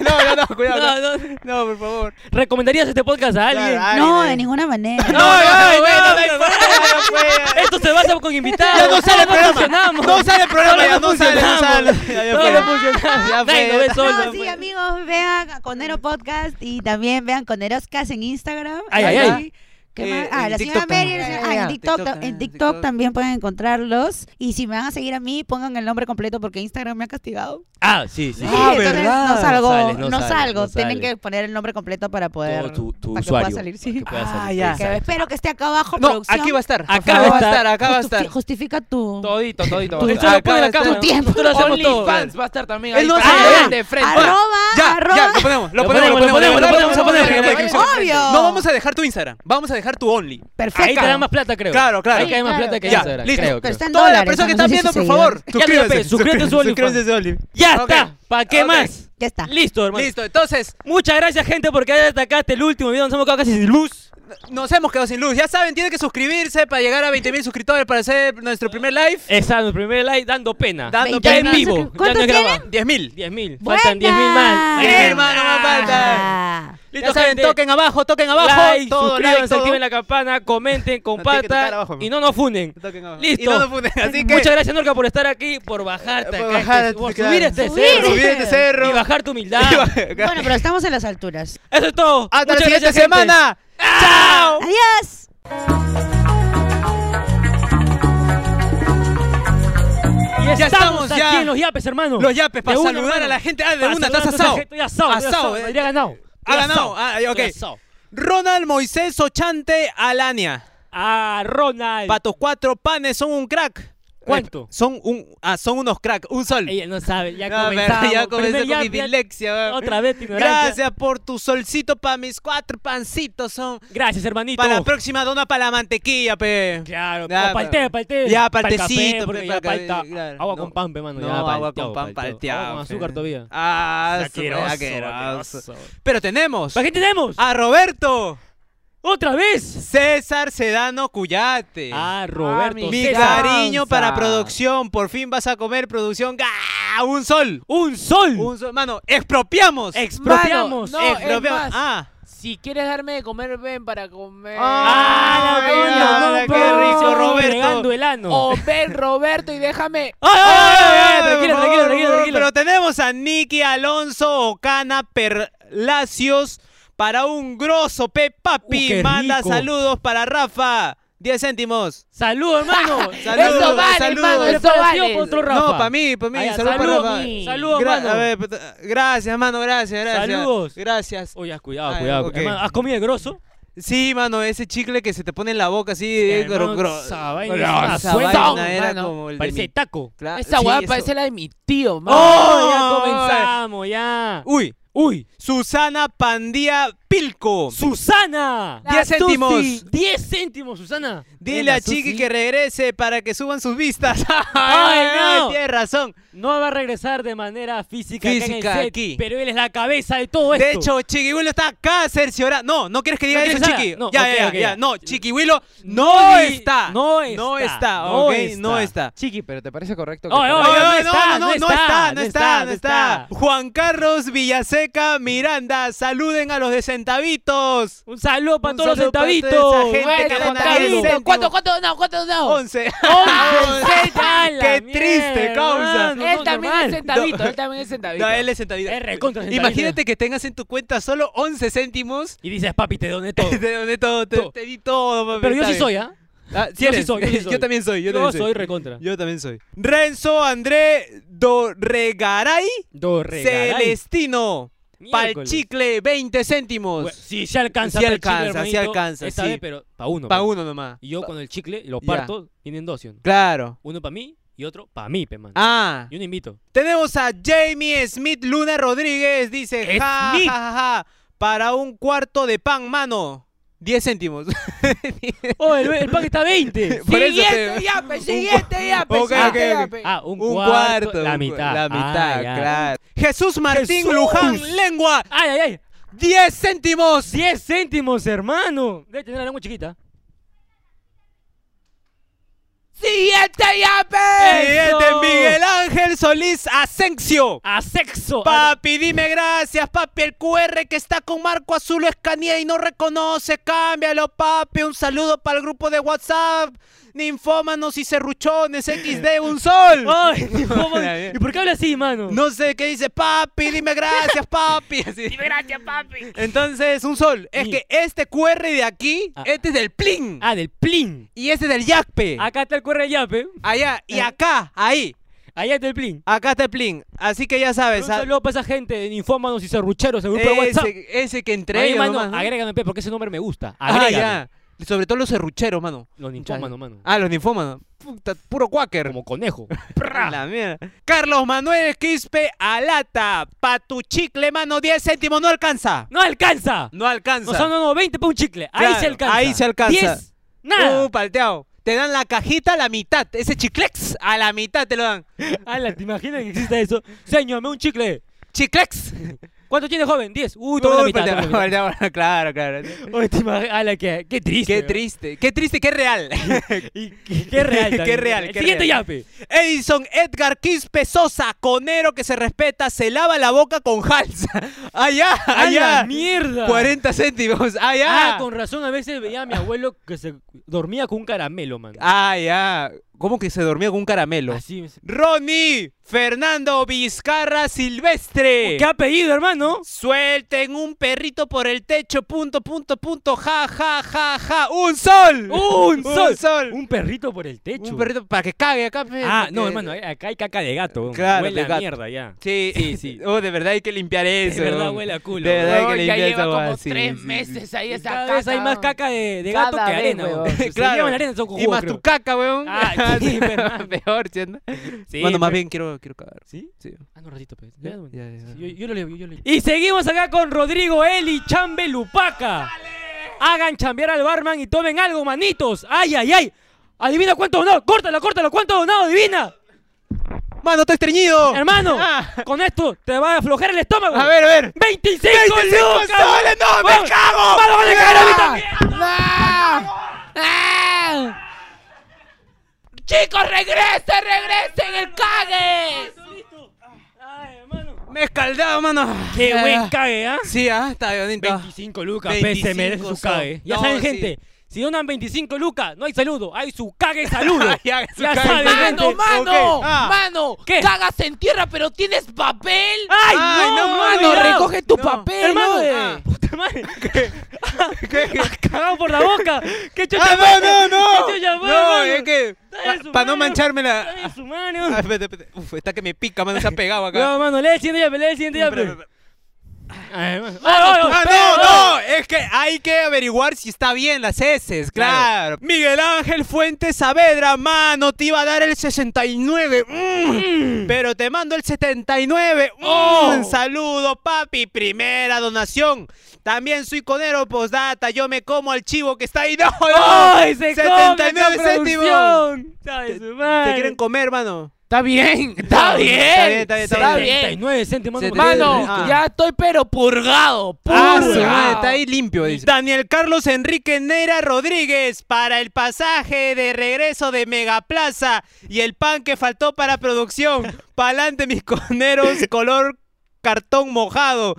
[SPEAKER 2] No, no, no, cuidado. No,
[SPEAKER 4] No, no.
[SPEAKER 2] No, por favor.
[SPEAKER 4] ¿Recomendarías este podcast a alguien?
[SPEAKER 2] Claro, ay,
[SPEAKER 1] No,
[SPEAKER 2] ay.
[SPEAKER 1] de ninguna manera.
[SPEAKER 2] No, no, no,
[SPEAKER 4] no,
[SPEAKER 2] bueno,
[SPEAKER 4] no,
[SPEAKER 2] no hay
[SPEAKER 4] no,
[SPEAKER 2] forma, no puede.
[SPEAKER 4] Esto se basa con invitados.
[SPEAKER 2] Ya no sale el programa.
[SPEAKER 4] funcionamos.
[SPEAKER 2] No sale el programa, ya no sale, no sale.
[SPEAKER 4] funcionamos.
[SPEAKER 2] Ya, ya
[SPEAKER 4] No,
[SPEAKER 2] fue.
[SPEAKER 4] no funcionamos.
[SPEAKER 2] Ya fue,
[SPEAKER 4] Nadie nos
[SPEAKER 2] ya
[SPEAKER 4] ve
[SPEAKER 2] está.
[SPEAKER 4] solo. pues.
[SPEAKER 1] No, sí, amigos, vean a Conero Podcast y también vean Coneroscas en Instagram.
[SPEAKER 4] Ay,
[SPEAKER 1] Ahí
[SPEAKER 4] ay,
[SPEAKER 1] está.
[SPEAKER 4] ay.
[SPEAKER 1] ¿Qué
[SPEAKER 2] Eh,
[SPEAKER 1] más? Ah,
[SPEAKER 2] en
[SPEAKER 1] la señora
[SPEAKER 2] TikTok
[SPEAKER 1] Mary,
[SPEAKER 2] también.
[SPEAKER 1] la señora-
[SPEAKER 2] Ah,
[SPEAKER 1] ah,
[SPEAKER 2] ya,
[SPEAKER 1] en TikTok,
[SPEAKER 2] TikTok,
[SPEAKER 1] en
[SPEAKER 2] ah,
[SPEAKER 1] TikTok
[SPEAKER 2] TikTok.
[SPEAKER 1] también pueden encontrarlos. Y si me van a seguir a mí, pongan el nombre completo porque Instagram me ha castigado.
[SPEAKER 4] Ah, sí, sí.
[SPEAKER 2] Ah,
[SPEAKER 1] entonces
[SPEAKER 2] ¿verdad?
[SPEAKER 1] no salgo, no,
[SPEAKER 4] No sales, no sales,
[SPEAKER 1] salgo.
[SPEAKER 4] no
[SPEAKER 1] Tienen
[SPEAKER 4] sales.
[SPEAKER 1] que poner el nombre completo para poder
[SPEAKER 4] Todo tu, tu
[SPEAKER 1] para que
[SPEAKER 4] usuario.
[SPEAKER 1] pueda salir, sí.
[SPEAKER 4] que pueda
[SPEAKER 2] Ah,
[SPEAKER 4] salir,
[SPEAKER 2] ya.
[SPEAKER 4] exacto.
[SPEAKER 1] Que espero que esté acá abajo,
[SPEAKER 2] No,
[SPEAKER 1] producción.
[SPEAKER 2] aquí va a estar.
[SPEAKER 4] Acá
[SPEAKER 2] Acá
[SPEAKER 4] va
[SPEAKER 2] va a
[SPEAKER 4] a
[SPEAKER 2] estar, acá va a estar.
[SPEAKER 1] Justifi- Justifica tu...
[SPEAKER 5] Todito, todito.
[SPEAKER 4] Tú
[SPEAKER 5] va a
[SPEAKER 4] solo
[SPEAKER 5] estar.
[SPEAKER 4] pones la
[SPEAKER 5] Acá va a
[SPEAKER 4] cámara.
[SPEAKER 5] estar.
[SPEAKER 1] tiempo. Ah,
[SPEAKER 4] Nosotros lo hacemos todo.
[SPEAKER 5] OnlyFans va a estar también.
[SPEAKER 2] Él
[SPEAKER 5] ahí
[SPEAKER 2] no
[SPEAKER 5] para
[SPEAKER 2] hace
[SPEAKER 5] que
[SPEAKER 2] nada.
[SPEAKER 5] vean de frente. Ah,
[SPEAKER 1] Arroba,
[SPEAKER 2] Ya,
[SPEAKER 1] arroba.
[SPEAKER 2] ya, lo ponemos, lo
[SPEAKER 4] Lo
[SPEAKER 2] ponemos, lo ponemos, lo ponemos, lo ponemos.
[SPEAKER 4] lo ponemos.
[SPEAKER 1] Obvio.
[SPEAKER 2] No vamos a dejar tu Instagram, vamos a dejar tu Only.
[SPEAKER 1] Perfecto.
[SPEAKER 4] Ahí te dan más plata, creo.
[SPEAKER 2] Claro, claro.
[SPEAKER 4] Ahí cae más
[SPEAKER 1] Sí, claro.
[SPEAKER 4] plata que
[SPEAKER 2] Ya,
[SPEAKER 4] Instagram,
[SPEAKER 2] listo.
[SPEAKER 4] creo,
[SPEAKER 1] Pero
[SPEAKER 4] creo.
[SPEAKER 1] está en
[SPEAKER 2] Todas las
[SPEAKER 1] dólares,
[SPEAKER 2] personas que
[SPEAKER 1] no sé
[SPEAKER 2] están
[SPEAKER 1] si
[SPEAKER 2] viendo, por
[SPEAKER 1] seguidores.
[SPEAKER 2] favor,
[SPEAKER 4] Ya,
[SPEAKER 2] suscríbanse.
[SPEAKER 4] López, suscríbete a su OnlyFans.
[SPEAKER 2] Suscríbanse a su Only.
[SPEAKER 4] Ya
[SPEAKER 2] Ok.
[SPEAKER 4] está. ¿Para qué
[SPEAKER 2] Ok.
[SPEAKER 4] más?
[SPEAKER 1] Ya está.
[SPEAKER 4] Listo, hermano.
[SPEAKER 2] Listo, entonces
[SPEAKER 4] Muchas gracias, gente, por quedar hasta acá este el último video. Nos hemos quedado casi sin luz.
[SPEAKER 2] nos hemos quedado sin luz. Ya saben, tienen que suscribirse para llegar a 20.000 suscriptores para hacer nuestro primer live.
[SPEAKER 4] Esa, mi primer like dando pena.
[SPEAKER 2] Da- dando
[SPEAKER 1] 20
[SPEAKER 2] pena.
[SPEAKER 1] mil
[SPEAKER 4] En vivo.
[SPEAKER 1] suscriptores. ¿Cuántos
[SPEAKER 4] Ya no
[SPEAKER 1] tienen?
[SPEAKER 4] graba.
[SPEAKER 2] 10.000.
[SPEAKER 4] 10.000. Faltan 10.000
[SPEAKER 1] Buena.
[SPEAKER 4] más.
[SPEAKER 2] Bien, hermano, más falta.
[SPEAKER 1] Ah.
[SPEAKER 2] Ya saben,
[SPEAKER 4] gente.
[SPEAKER 2] toquen abajo, toquen abajo.
[SPEAKER 4] Like,
[SPEAKER 2] todo,
[SPEAKER 4] suscríbanse,
[SPEAKER 2] like, todo.
[SPEAKER 4] activen la campana,
[SPEAKER 2] tocar
[SPEAKER 4] comenten, compartan
[SPEAKER 2] abajo, man.
[SPEAKER 4] y no nos funen.
[SPEAKER 2] Toquen abajo.
[SPEAKER 4] Listo.
[SPEAKER 2] Y no nos funen, así que-
[SPEAKER 4] Muchas gracias, Norca, por estar aquí, por bajarte
[SPEAKER 2] Por
[SPEAKER 4] acá,
[SPEAKER 2] bajar,
[SPEAKER 4] este- por
[SPEAKER 2] claro.
[SPEAKER 4] subir este
[SPEAKER 1] Subir.
[SPEAKER 4] cerro
[SPEAKER 2] Subir este cerro.
[SPEAKER 4] y bajar tu humildad.
[SPEAKER 1] Bueno, pero estamos en las alturas.
[SPEAKER 4] Eso es todo.
[SPEAKER 2] Hasta la
[SPEAKER 4] Muchas
[SPEAKER 2] siguiente
[SPEAKER 4] gracias, gente. Ah,
[SPEAKER 2] semana.
[SPEAKER 4] ¡Chao!
[SPEAKER 1] Adiós.
[SPEAKER 4] Y
[SPEAKER 2] Ya
[SPEAKER 4] estamos,
[SPEAKER 2] estamos,
[SPEAKER 4] aquí
[SPEAKER 2] ya.
[SPEAKER 4] en los yapes, hermano.
[SPEAKER 2] Los yapes, para
[SPEAKER 4] De una,
[SPEAKER 2] saludar
[SPEAKER 4] hermano.
[SPEAKER 2] a la gente. Ah, de
[SPEAKER 4] Para
[SPEAKER 2] una,
[SPEAKER 4] saludar
[SPEAKER 2] estás
[SPEAKER 4] a toda
[SPEAKER 2] asado.
[SPEAKER 4] la gente. Estoy asado, estoy
[SPEAKER 2] Asado,
[SPEAKER 4] asado.
[SPEAKER 2] eh.
[SPEAKER 4] Habría ganado.
[SPEAKER 2] Ha
[SPEAKER 4] Estoy
[SPEAKER 2] ganado.
[SPEAKER 4] asado.
[SPEAKER 2] Ah, ok.
[SPEAKER 4] Estoy asado.
[SPEAKER 2] Ronald Moisés Ochante Alania.
[SPEAKER 4] A Ronald.
[SPEAKER 2] Patos cuatro panes son un crack.
[SPEAKER 4] ¿Cuánto?
[SPEAKER 2] Eh, Son un ah, son unos crack, un sol.
[SPEAKER 4] Ella no sabe, ya
[SPEAKER 2] No, pero
[SPEAKER 4] comenzamos.
[SPEAKER 2] ya comencé
[SPEAKER 4] Primer
[SPEAKER 2] con mi
[SPEAKER 4] yape,
[SPEAKER 2] dislexia. va.
[SPEAKER 4] Otra vez, tu ignorancia.
[SPEAKER 2] Gracias por tu solcito para mis cuatro pancitos son.
[SPEAKER 4] Gracias, hermanito.
[SPEAKER 2] Para la próxima dona para la mantequilla, pe.
[SPEAKER 4] Claro,
[SPEAKER 2] Ya,
[SPEAKER 4] para el té, para el té.
[SPEAKER 2] Ya,
[SPEAKER 4] Pa'l
[SPEAKER 2] pa'l
[SPEAKER 4] café,
[SPEAKER 2] tecito,
[SPEAKER 4] porque
[SPEAKER 2] pe,
[SPEAKER 4] ya
[SPEAKER 2] pa'l
[SPEAKER 4] falta
[SPEAKER 2] café, claro.
[SPEAKER 4] agua
[SPEAKER 2] No.
[SPEAKER 4] con pan, pe, mano.
[SPEAKER 2] No,
[SPEAKER 4] ya, pa'l
[SPEAKER 2] agua
[SPEAKER 4] teo,
[SPEAKER 2] con pan para el
[SPEAKER 4] teo. Agua con
[SPEAKER 2] pe.
[SPEAKER 4] azúcar todavía.
[SPEAKER 2] Ah, su-
[SPEAKER 4] Asqueroso,
[SPEAKER 2] asqueroso.
[SPEAKER 4] asqueroso.
[SPEAKER 2] Pero tenemos
[SPEAKER 4] ¿Para qué tenemos?
[SPEAKER 2] a Roberto
[SPEAKER 4] ¿Otra vez?
[SPEAKER 2] César Sedano Cuyate.
[SPEAKER 4] Ah, Roberto.
[SPEAKER 5] mi
[SPEAKER 2] Mi
[SPEAKER 4] César.
[SPEAKER 2] cariño para
[SPEAKER 5] Danza.
[SPEAKER 2] producción, por fin vas a comer producción. ¡Ah! ¡Un sol!
[SPEAKER 4] ¡Un sol!
[SPEAKER 2] Un sol. Mano, expropiamos.
[SPEAKER 4] ¡Expropiamos!
[SPEAKER 5] Mano, no.
[SPEAKER 4] Ex-
[SPEAKER 5] es
[SPEAKER 2] expropiamos.
[SPEAKER 5] más.
[SPEAKER 2] Ah.
[SPEAKER 5] Si quieres darme de comer, ven para comer.
[SPEAKER 4] ¡Ah, la
[SPEAKER 2] Ay,
[SPEAKER 4] coña,
[SPEAKER 2] ala,
[SPEAKER 4] no,
[SPEAKER 2] qué
[SPEAKER 4] pero
[SPEAKER 2] rico,
[SPEAKER 4] estamos
[SPEAKER 2] Roberto. Oh.
[SPEAKER 4] fregando el ano.
[SPEAKER 5] O ven, Roberto, y déjame.
[SPEAKER 4] ¡Ay, ay, ay, ay!
[SPEAKER 2] Ay, por
[SPEAKER 4] Tranquilo, tranquilo,
[SPEAKER 2] favor,
[SPEAKER 4] tranquilo,
[SPEAKER 2] por favor.
[SPEAKER 4] tranquilo.
[SPEAKER 2] Pero tenemos a Nicky Alonso Ocana Perlacios para un grosso pe
[SPEAKER 4] Uh,
[SPEAKER 2] papi.
[SPEAKER 4] qué
[SPEAKER 2] Manda
[SPEAKER 4] rico.
[SPEAKER 2] saludos para Rafa. 10 céntimos.
[SPEAKER 4] ¡Saludos, hermano!
[SPEAKER 2] Saludos,
[SPEAKER 5] eso vale,
[SPEAKER 2] saludos.
[SPEAKER 5] hermano, eso
[SPEAKER 4] Preparación
[SPEAKER 5] vale.
[SPEAKER 4] para otro Rafa.
[SPEAKER 2] No, para mí, para mí.
[SPEAKER 4] Ahí, ah,
[SPEAKER 2] saludos
[SPEAKER 4] saludos,
[SPEAKER 2] para Rafa.
[SPEAKER 4] mi. Saludos,
[SPEAKER 2] Gra-
[SPEAKER 4] mano.
[SPEAKER 2] a ver, put- gracias, mano, gracias, gracias.
[SPEAKER 4] Saludos.
[SPEAKER 2] Gracias.
[SPEAKER 4] Oye, cuidado,
[SPEAKER 2] Ay,
[SPEAKER 4] cuidado.
[SPEAKER 2] ok.
[SPEAKER 4] Hermano, ¿Has comido de grosso?
[SPEAKER 2] Sí, mano, ese chicle que se te pone en la boca así. eh,
[SPEAKER 4] Hermano,
[SPEAKER 2] gro- gro-
[SPEAKER 4] esa vaina
[SPEAKER 2] gro-
[SPEAKER 4] es
[SPEAKER 2] esa
[SPEAKER 4] azúcar,
[SPEAKER 2] vaina era
[SPEAKER 5] mano.
[SPEAKER 2] como el de
[SPEAKER 4] Parece
[SPEAKER 2] mi-
[SPEAKER 4] taco.
[SPEAKER 2] Cla-
[SPEAKER 5] Esa
[SPEAKER 2] sí,
[SPEAKER 5] hueá
[SPEAKER 2] eso.
[SPEAKER 5] parece la de mi tío, man.
[SPEAKER 4] ¡Oh, ya
[SPEAKER 2] ¡Ay!
[SPEAKER 4] comenzamos, ya!
[SPEAKER 2] Uy,
[SPEAKER 4] ¡Uy!
[SPEAKER 2] Susana Pandía Pilco.
[SPEAKER 4] ¡Susana!
[SPEAKER 2] Diez céntimos.
[SPEAKER 4] 10 céntimos, Susana.
[SPEAKER 2] Dile
[SPEAKER 4] Buena,
[SPEAKER 2] a Chiqui
[SPEAKER 4] Susi.
[SPEAKER 2] que regrese para que suban sus vistas.
[SPEAKER 4] Ay, no.
[SPEAKER 2] Tienes razón.
[SPEAKER 4] No va a regresar de manera física,
[SPEAKER 2] Física,
[SPEAKER 4] acá en el set,
[SPEAKER 2] aquí.
[SPEAKER 4] pero él es la cabeza de todo esto.
[SPEAKER 2] De hecho, Chiqui Willo está acá cerciorado. No, no quieres que diga
[SPEAKER 4] ¿No
[SPEAKER 2] eso,
[SPEAKER 4] quieres nada?
[SPEAKER 2] Chiqui.
[SPEAKER 4] No,
[SPEAKER 2] ya,
[SPEAKER 4] ok,
[SPEAKER 2] ya,
[SPEAKER 4] ok,
[SPEAKER 2] ya.
[SPEAKER 4] ya.
[SPEAKER 2] No, Chiqui Willo no,
[SPEAKER 4] di-
[SPEAKER 2] está.
[SPEAKER 4] No está.
[SPEAKER 2] No está,
[SPEAKER 4] no
[SPEAKER 2] ok, no está.
[SPEAKER 5] Chiqui, pero ¿te parece correcto?
[SPEAKER 4] Oye,
[SPEAKER 2] No,
[SPEAKER 4] oye,
[SPEAKER 2] no,
[SPEAKER 4] no
[SPEAKER 2] no,
[SPEAKER 4] está,
[SPEAKER 2] no,
[SPEAKER 4] no
[SPEAKER 2] no, no está, no está, no está.
[SPEAKER 4] no
[SPEAKER 2] Juan Carlos Villaseca Miranda, saluden a los descentralizados centavitos.
[SPEAKER 4] Un saludo para
[SPEAKER 2] Un
[SPEAKER 4] todos los
[SPEAKER 2] saludo para toda esa
[SPEAKER 4] centavitos.
[SPEAKER 2] gente
[SPEAKER 5] Bueno,
[SPEAKER 2] que
[SPEAKER 5] Juan
[SPEAKER 2] dona
[SPEAKER 5] Carlos.
[SPEAKER 2] 10 céntimos.
[SPEAKER 5] ¿Cuánto, cuánto donado? ¿Cuánto donado?
[SPEAKER 2] 11.
[SPEAKER 4] Oh. ¡Once!
[SPEAKER 2] ¡Qué triste, causa!
[SPEAKER 4] No,
[SPEAKER 5] Él
[SPEAKER 4] no,
[SPEAKER 5] también
[SPEAKER 4] normal.
[SPEAKER 5] es centavito, él también es centavito.
[SPEAKER 2] No, él es centavito.
[SPEAKER 4] Es recontra centavito.
[SPEAKER 2] Imagínate que tengas en tu cuenta solo 11 céntimos.
[SPEAKER 4] Y dices, papi, te doné todo.
[SPEAKER 2] Te doné todo, te,
[SPEAKER 4] Todo.
[SPEAKER 2] te di todo, papi,
[SPEAKER 4] Pero yo
[SPEAKER 2] está
[SPEAKER 4] sí
[SPEAKER 2] bien.
[SPEAKER 4] soy, ¿ah?
[SPEAKER 2] Ah, sí
[SPEAKER 4] Yo sí
[SPEAKER 2] eres.
[SPEAKER 4] soy, yo sí soy.
[SPEAKER 2] también soy, yo,
[SPEAKER 4] Yo
[SPEAKER 2] también
[SPEAKER 4] soy recontra.
[SPEAKER 2] Yo también soy. Renzo André Dorregaray,
[SPEAKER 4] Do
[SPEAKER 2] Celestino. Palchicle, 20 céntimos.
[SPEAKER 4] Si se alcanza
[SPEAKER 2] Sí
[SPEAKER 4] pa'l
[SPEAKER 2] alcanza,
[SPEAKER 4] chicle,
[SPEAKER 2] sí
[SPEAKER 4] hermanito,
[SPEAKER 2] alcanza,
[SPEAKER 4] Esta
[SPEAKER 2] sí.
[SPEAKER 4] vez, pero para uno.
[SPEAKER 2] Pa'
[SPEAKER 4] pe.
[SPEAKER 2] uno nomás.
[SPEAKER 4] Y yo con el chicle lo
[SPEAKER 2] Ya.
[SPEAKER 4] parto, tienen dos. ¿sí o no?
[SPEAKER 2] Claro.
[SPEAKER 4] Uno para mí y otro para mí, pe, man.
[SPEAKER 2] Ah.
[SPEAKER 4] Yo no invito.
[SPEAKER 2] Tenemos a Jamie Smith Luna Rodríguez. Dice,
[SPEAKER 4] Smith.
[SPEAKER 2] ja, ja, ja, ja, para un cuarto de pan, mano. 10 céntimos.
[SPEAKER 4] ¡Oh, el, el pack está a 20!
[SPEAKER 2] Por eso
[SPEAKER 5] Siguiente
[SPEAKER 2] te-
[SPEAKER 5] yape, siguiente yape,
[SPEAKER 2] Ok,
[SPEAKER 5] siguiente
[SPEAKER 2] ok, ok.
[SPEAKER 5] yape.
[SPEAKER 4] Ah, un,
[SPEAKER 2] Un
[SPEAKER 4] cuarto,
[SPEAKER 2] cuarto.
[SPEAKER 4] La
[SPEAKER 2] un cu-
[SPEAKER 4] mitad.
[SPEAKER 2] La mitad,
[SPEAKER 4] Ah, ya.
[SPEAKER 2] claro. Jesús Martín
[SPEAKER 4] ¡Jesús!
[SPEAKER 2] Luján Lengua.
[SPEAKER 4] ¡Ay, ay, ay!
[SPEAKER 2] 10 céntimos.
[SPEAKER 4] ¡10 céntimos, hermano! Debe tener la lengua chiquita.
[SPEAKER 5] Siguiente
[SPEAKER 4] Eh.
[SPEAKER 5] yape.
[SPEAKER 2] Siguiente,
[SPEAKER 4] Eso.
[SPEAKER 2] Miguel Ángel Solís Asensio.
[SPEAKER 4] ¡A sexo! Ah,
[SPEAKER 2] Papi, dime gracias, papi. El QR que está con Marco Azul lo escanea y no reconoce. Cámbialo, papi. Un saludo para el grupo de WhatsApp. Ninfómanos y serruchones. XD, un sol.
[SPEAKER 4] ¡Ay, ¿cómo-
[SPEAKER 2] Ya, bien.
[SPEAKER 4] ¿Y por qué habla así, mano?
[SPEAKER 2] No sé qué dice, papi. Dime gracias, papi. Dime gracias, papi. Entonces, un sol. Es
[SPEAKER 4] Ni-
[SPEAKER 2] que este QR de aquí,
[SPEAKER 4] Ah.
[SPEAKER 2] este es del Plin.
[SPEAKER 4] Ah, del plin.
[SPEAKER 2] Y este es del Yacpe.
[SPEAKER 4] Acá está el correo ya, pe.
[SPEAKER 2] Allá y
[SPEAKER 4] Ah.
[SPEAKER 2] acá, ahí.
[SPEAKER 4] Allá está el plin.
[SPEAKER 2] Acá está el Plin. Así que ya sabes.
[SPEAKER 4] Un
[SPEAKER 2] ah,
[SPEAKER 4] saludo para esa gente de infómanos y serrucheros en el grupo de WhatsApp.
[SPEAKER 2] ese, ese que entre
[SPEAKER 4] Oye,
[SPEAKER 2] ellos
[SPEAKER 4] mano,
[SPEAKER 2] nomás, ¿no?
[SPEAKER 4] agrégame, pe, porque ese nombre me gusta.
[SPEAKER 2] Ah,
[SPEAKER 4] Agrégame.
[SPEAKER 2] ya. Sobre todo los serrucheros, mano.
[SPEAKER 4] Los ninfómanos, mano.
[SPEAKER 2] Ah, los ninfómanos. Puta, puro cuáquer.
[SPEAKER 4] Como conejo.
[SPEAKER 2] La mierda. Carlos Manuel Quispe Alata. Pa' tu chicle, mano. 10 céntimos no alcanza.
[SPEAKER 4] ¡No alcanza!
[SPEAKER 2] No alcanza.
[SPEAKER 4] No, no, no, 20 para un chicle. Ahí
[SPEAKER 2] Claro,
[SPEAKER 4] se alcanza.
[SPEAKER 2] ahí se alcanza.
[SPEAKER 4] 10. Nada.
[SPEAKER 2] Uh, palteado. Te dan la cajita a la mitad. Ese chiclex a la mitad te lo dan.
[SPEAKER 4] Ala, ¿te imaginas que exista eso? Señor, me un chicle.
[SPEAKER 2] Chiclex.
[SPEAKER 4] ¿Cuánto tiene, joven? 10. Uy, toma la
[SPEAKER 2] Uy,
[SPEAKER 4] mitad. toma la
[SPEAKER 2] palteado,
[SPEAKER 4] mitad.
[SPEAKER 2] palteado. Claro, claro.
[SPEAKER 4] Oye, te imaginas. Ala, qué, qué triste.
[SPEAKER 2] Qué
[SPEAKER 4] ¿no?
[SPEAKER 2] triste. Qué triste, qué real.
[SPEAKER 4] Y qué, qué real.
[SPEAKER 2] Qué
[SPEAKER 4] también.
[SPEAKER 2] real,
[SPEAKER 4] El
[SPEAKER 2] qué
[SPEAKER 4] siguiente
[SPEAKER 2] real.
[SPEAKER 4] yape.
[SPEAKER 2] Edison Edgar Quispe Sosa, conero que se respeta, se lava la boca con jalsa. Allá,
[SPEAKER 4] ¡Ala,
[SPEAKER 2] allá.
[SPEAKER 4] mierda!
[SPEAKER 2] 40 céntimos. Allá.
[SPEAKER 4] Ah, con razón a veces veía a mi abuelo que se dormía con un caramelo, man.
[SPEAKER 2] Ah, ya. ¿Cómo que se dormía con un caramelo?
[SPEAKER 4] Así. me-
[SPEAKER 2] Ronnie Fernando Vizcarra Silvestre.
[SPEAKER 4] ¿Qué apellido, hermano?
[SPEAKER 2] Suelten un perrito por el techo, punto, punto, punto, ja, ja, ja, ja, un sol.
[SPEAKER 4] ¡Un sol!
[SPEAKER 2] Un sol.
[SPEAKER 4] Un perrito por el techo.
[SPEAKER 2] Un perrito para que cague acá. pe,
[SPEAKER 4] Ah,
[SPEAKER 2] porque-
[SPEAKER 4] no, hermano, eh, acá hay caca de gato.
[SPEAKER 2] Claro,
[SPEAKER 4] Claro, huele
[SPEAKER 2] de
[SPEAKER 4] a
[SPEAKER 2] gato.
[SPEAKER 4] mierda ya.
[SPEAKER 2] Sí,
[SPEAKER 4] Sí, sí.
[SPEAKER 2] Oh, de verdad hay que limpiar eso.
[SPEAKER 4] De verdad
[SPEAKER 2] weón.
[SPEAKER 4] huele a culo.
[SPEAKER 2] De verdad hay
[SPEAKER 5] No,
[SPEAKER 2] que
[SPEAKER 5] ya
[SPEAKER 2] limpiar
[SPEAKER 5] lleva
[SPEAKER 2] esa weá,
[SPEAKER 5] como
[SPEAKER 2] sí,
[SPEAKER 5] tres
[SPEAKER 2] sí, sí.
[SPEAKER 5] meses ahí esa
[SPEAKER 4] Cada
[SPEAKER 5] caca.
[SPEAKER 4] vez hay más
[SPEAKER 5] ¿no?
[SPEAKER 4] caca de, de gato
[SPEAKER 5] Cada
[SPEAKER 4] que
[SPEAKER 5] vez,
[SPEAKER 4] arena,
[SPEAKER 5] huevón.
[SPEAKER 4] weón. Se
[SPEAKER 2] Claro.
[SPEAKER 4] llevan la arena, son con
[SPEAKER 2] Y
[SPEAKER 4] jugo,
[SPEAKER 2] más
[SPEAKER 4] creo.
[SPEAKER 2] tu caca, weón.
[SPEAKER 4] Ah, sí, pe, man.
[SPEAKER 2] Peor, ¿sí? no?
[SPEAKER 4] Sí,
[SPEAKER 2] Mano, más
[SPEAKER 4] pe.
[SPEAKER 2] bien quiero, quiero cagar.
[SPEAKER 4] ¿Sí?
[SPEAKER 2] Sí.
[SPEAKER 4] Ah, no, ratito, pues.
[SPEAKER 2] Ya, ya, ya.
[SPEAKER 4] Yo, yo lo leo, yo lo leo. Y seguimos acá con Rodrigo Eli Chambe Lupaca. Hagan chambear al barman y tomen algo, manitos. ¡Ay, ay, ay! Adivina cuánto donado. Córtalo, córtalo. ¿Cuánto donado? Adivina.
[SPEAKER 2] Mano, estoy estreñido.
[SPEAKER 4] Hermano,
[SPEAKER 2] Ah.
[SPEAKER 4] con esto te va a aflojar el estómago.
[SPEAKER 2] A ver, a ver.
[SPEAKER 4] 25,
[SPEAKER 2] 25
[SPEAKER 4] lucas.
[SPEAKER 2] soles, no, me
[SPEAKER 4] Vamos.
[SPEAKER 2] cago. ¡Ah!
[SPEAKER 4] Vamos, vale, cara, ahorita.
[SPEAKER 5] ¡Ah! ¡Ah! Chicos, regresen, regresen el cague.
[SPEAKER 2] Me he escaldado, mano.
[SPEAKER 4] Qué
[SPEAKER 2] Ah.
[SPEAKER 4] buen cague, ¿ah?
[SPEAKER 2] Sí, ah, está bonito.
[SPEAKER 4] 25 lucas, pe, se merece
[SPEAKER 2] 25
[SPEAKER 4] su cague. Ya
[SPEAKER 2] son.
[SPEAKER 4] saben,
[SPEAKER 2] No,
[SPEAKER 4] gente, si donan 25 lucas, no hay saludo, hay su cague saludo.
[SPEAKER 2] Ay, haga su
[SPEAKER 4] ya
[SPEAKER 2] cague
[SPEAKER 4] saben,
[SPEAKER 2] saludo.
[SPEAKER 4] gente.
[SPEAKER 5] Mano, mano,
[SPEAKER 2] ok. Ah.
[SPEAKER 5] mano,
[SPEAKER 4] ¿Qué?
[SPEAKER 5] cagas en tierra, pero tienes papel.
[SPEAKER 2] Ah.
[SPEAKER 4] ¡Ay,
[SPEAKER 2] Ay,
[SPEAKER 4] no,
[SPEAKER 2] no,
[SPEAKER 4] mano!
[SPEAKER 5] mano,
[SPEAKER 2] no.
[SPEAKER 5] recoge tu
[SPEAKER 2] No.
[SPEAKER 5] papel,
[SPEAKER 4] Hermano,
[SPEAKER 5] ¿no?
[SPEAKER 2] eh.
[SPEAKER 4] puta madre. ¿Qué? Cagado por la boca. ¿Qué chucha?
[SPEAKER 2] Ah,
[SPEAKER 4] fue?
[SPEAKER 2] no, no,
[SPEAKER 4] ¿Qué
[SPEAKER 2] no.
[SPEAKER 4] chucha fue,
[SPEAKER 2] No,
[SPEAKER 4] mano?
[SPEAKER 2] es que
[SPEAKER 4] Está de su
[SPEAKER 2] para no
[SPEAKER 4] mano.
[SPEAKER 2] mancharme la
[SPEAKER 4] Ay, su mano.
[SPEAKER 2] Ah, espérate, espérate. Uf, está que me pica, mano, se ha pegado acá.
[SPEAKER 4] Cuidado, mano, lee el siguiente llave, lee el siguiente
[SPEAKER 2] Espera,
[SPEAKER 4] llave.
[SPEAKER 2] espera,
[SPEAKER 4] Ay, mano. ¡Ay,
[SPEAKER 2] Ah, no, no, es que hay que averiguar si está bien las heces, claro.
[SPEAKER 4] Claro.
[SPEAKER 2] Miguel Ángel Fuentes Saavedra, mano, te iba a dar el 69, mm, pero te mando el 79. mm.
[SPEAKER 4] Oh.
[SPEAKER 2] Un saludo, papi, primera donación. También soy conero postdata, yo me como al chivo que está ahí. No, no,
[SPEAKER 4] ¡Ay, se
[SPEAKER 2] 79 céntimos.
[SPEAKER 4] ¡Ay, su
[SPEAKER 2] ¿Te
[SPEAKER 4] madre!
[SPEAKER 2] quieren comer, hermano?
[SPEAKER 5] Está bien, está bien.
[SPEAKER 2] Está bien, está bien, está bien.
[SPEAKER 4] 79 céntimos.
[SPEAKER 2] Setenta-
[SPEAKER 5] Mano,
[SPEAKER 2] Ah.
[SPEAKER 5] ya estoy pero purgado,
[SPEAKER 2] Ah,
[SPEAKER 5] purgado.
[SPEAKER 2] su madre, está ahí limpio, dice. Daniel Carlos Enrique Neira Rodríguez para el pasaje de regreso de Megaplaza y el pan que faltó para producción. Pa'lante mis coneros, color cartón mojado.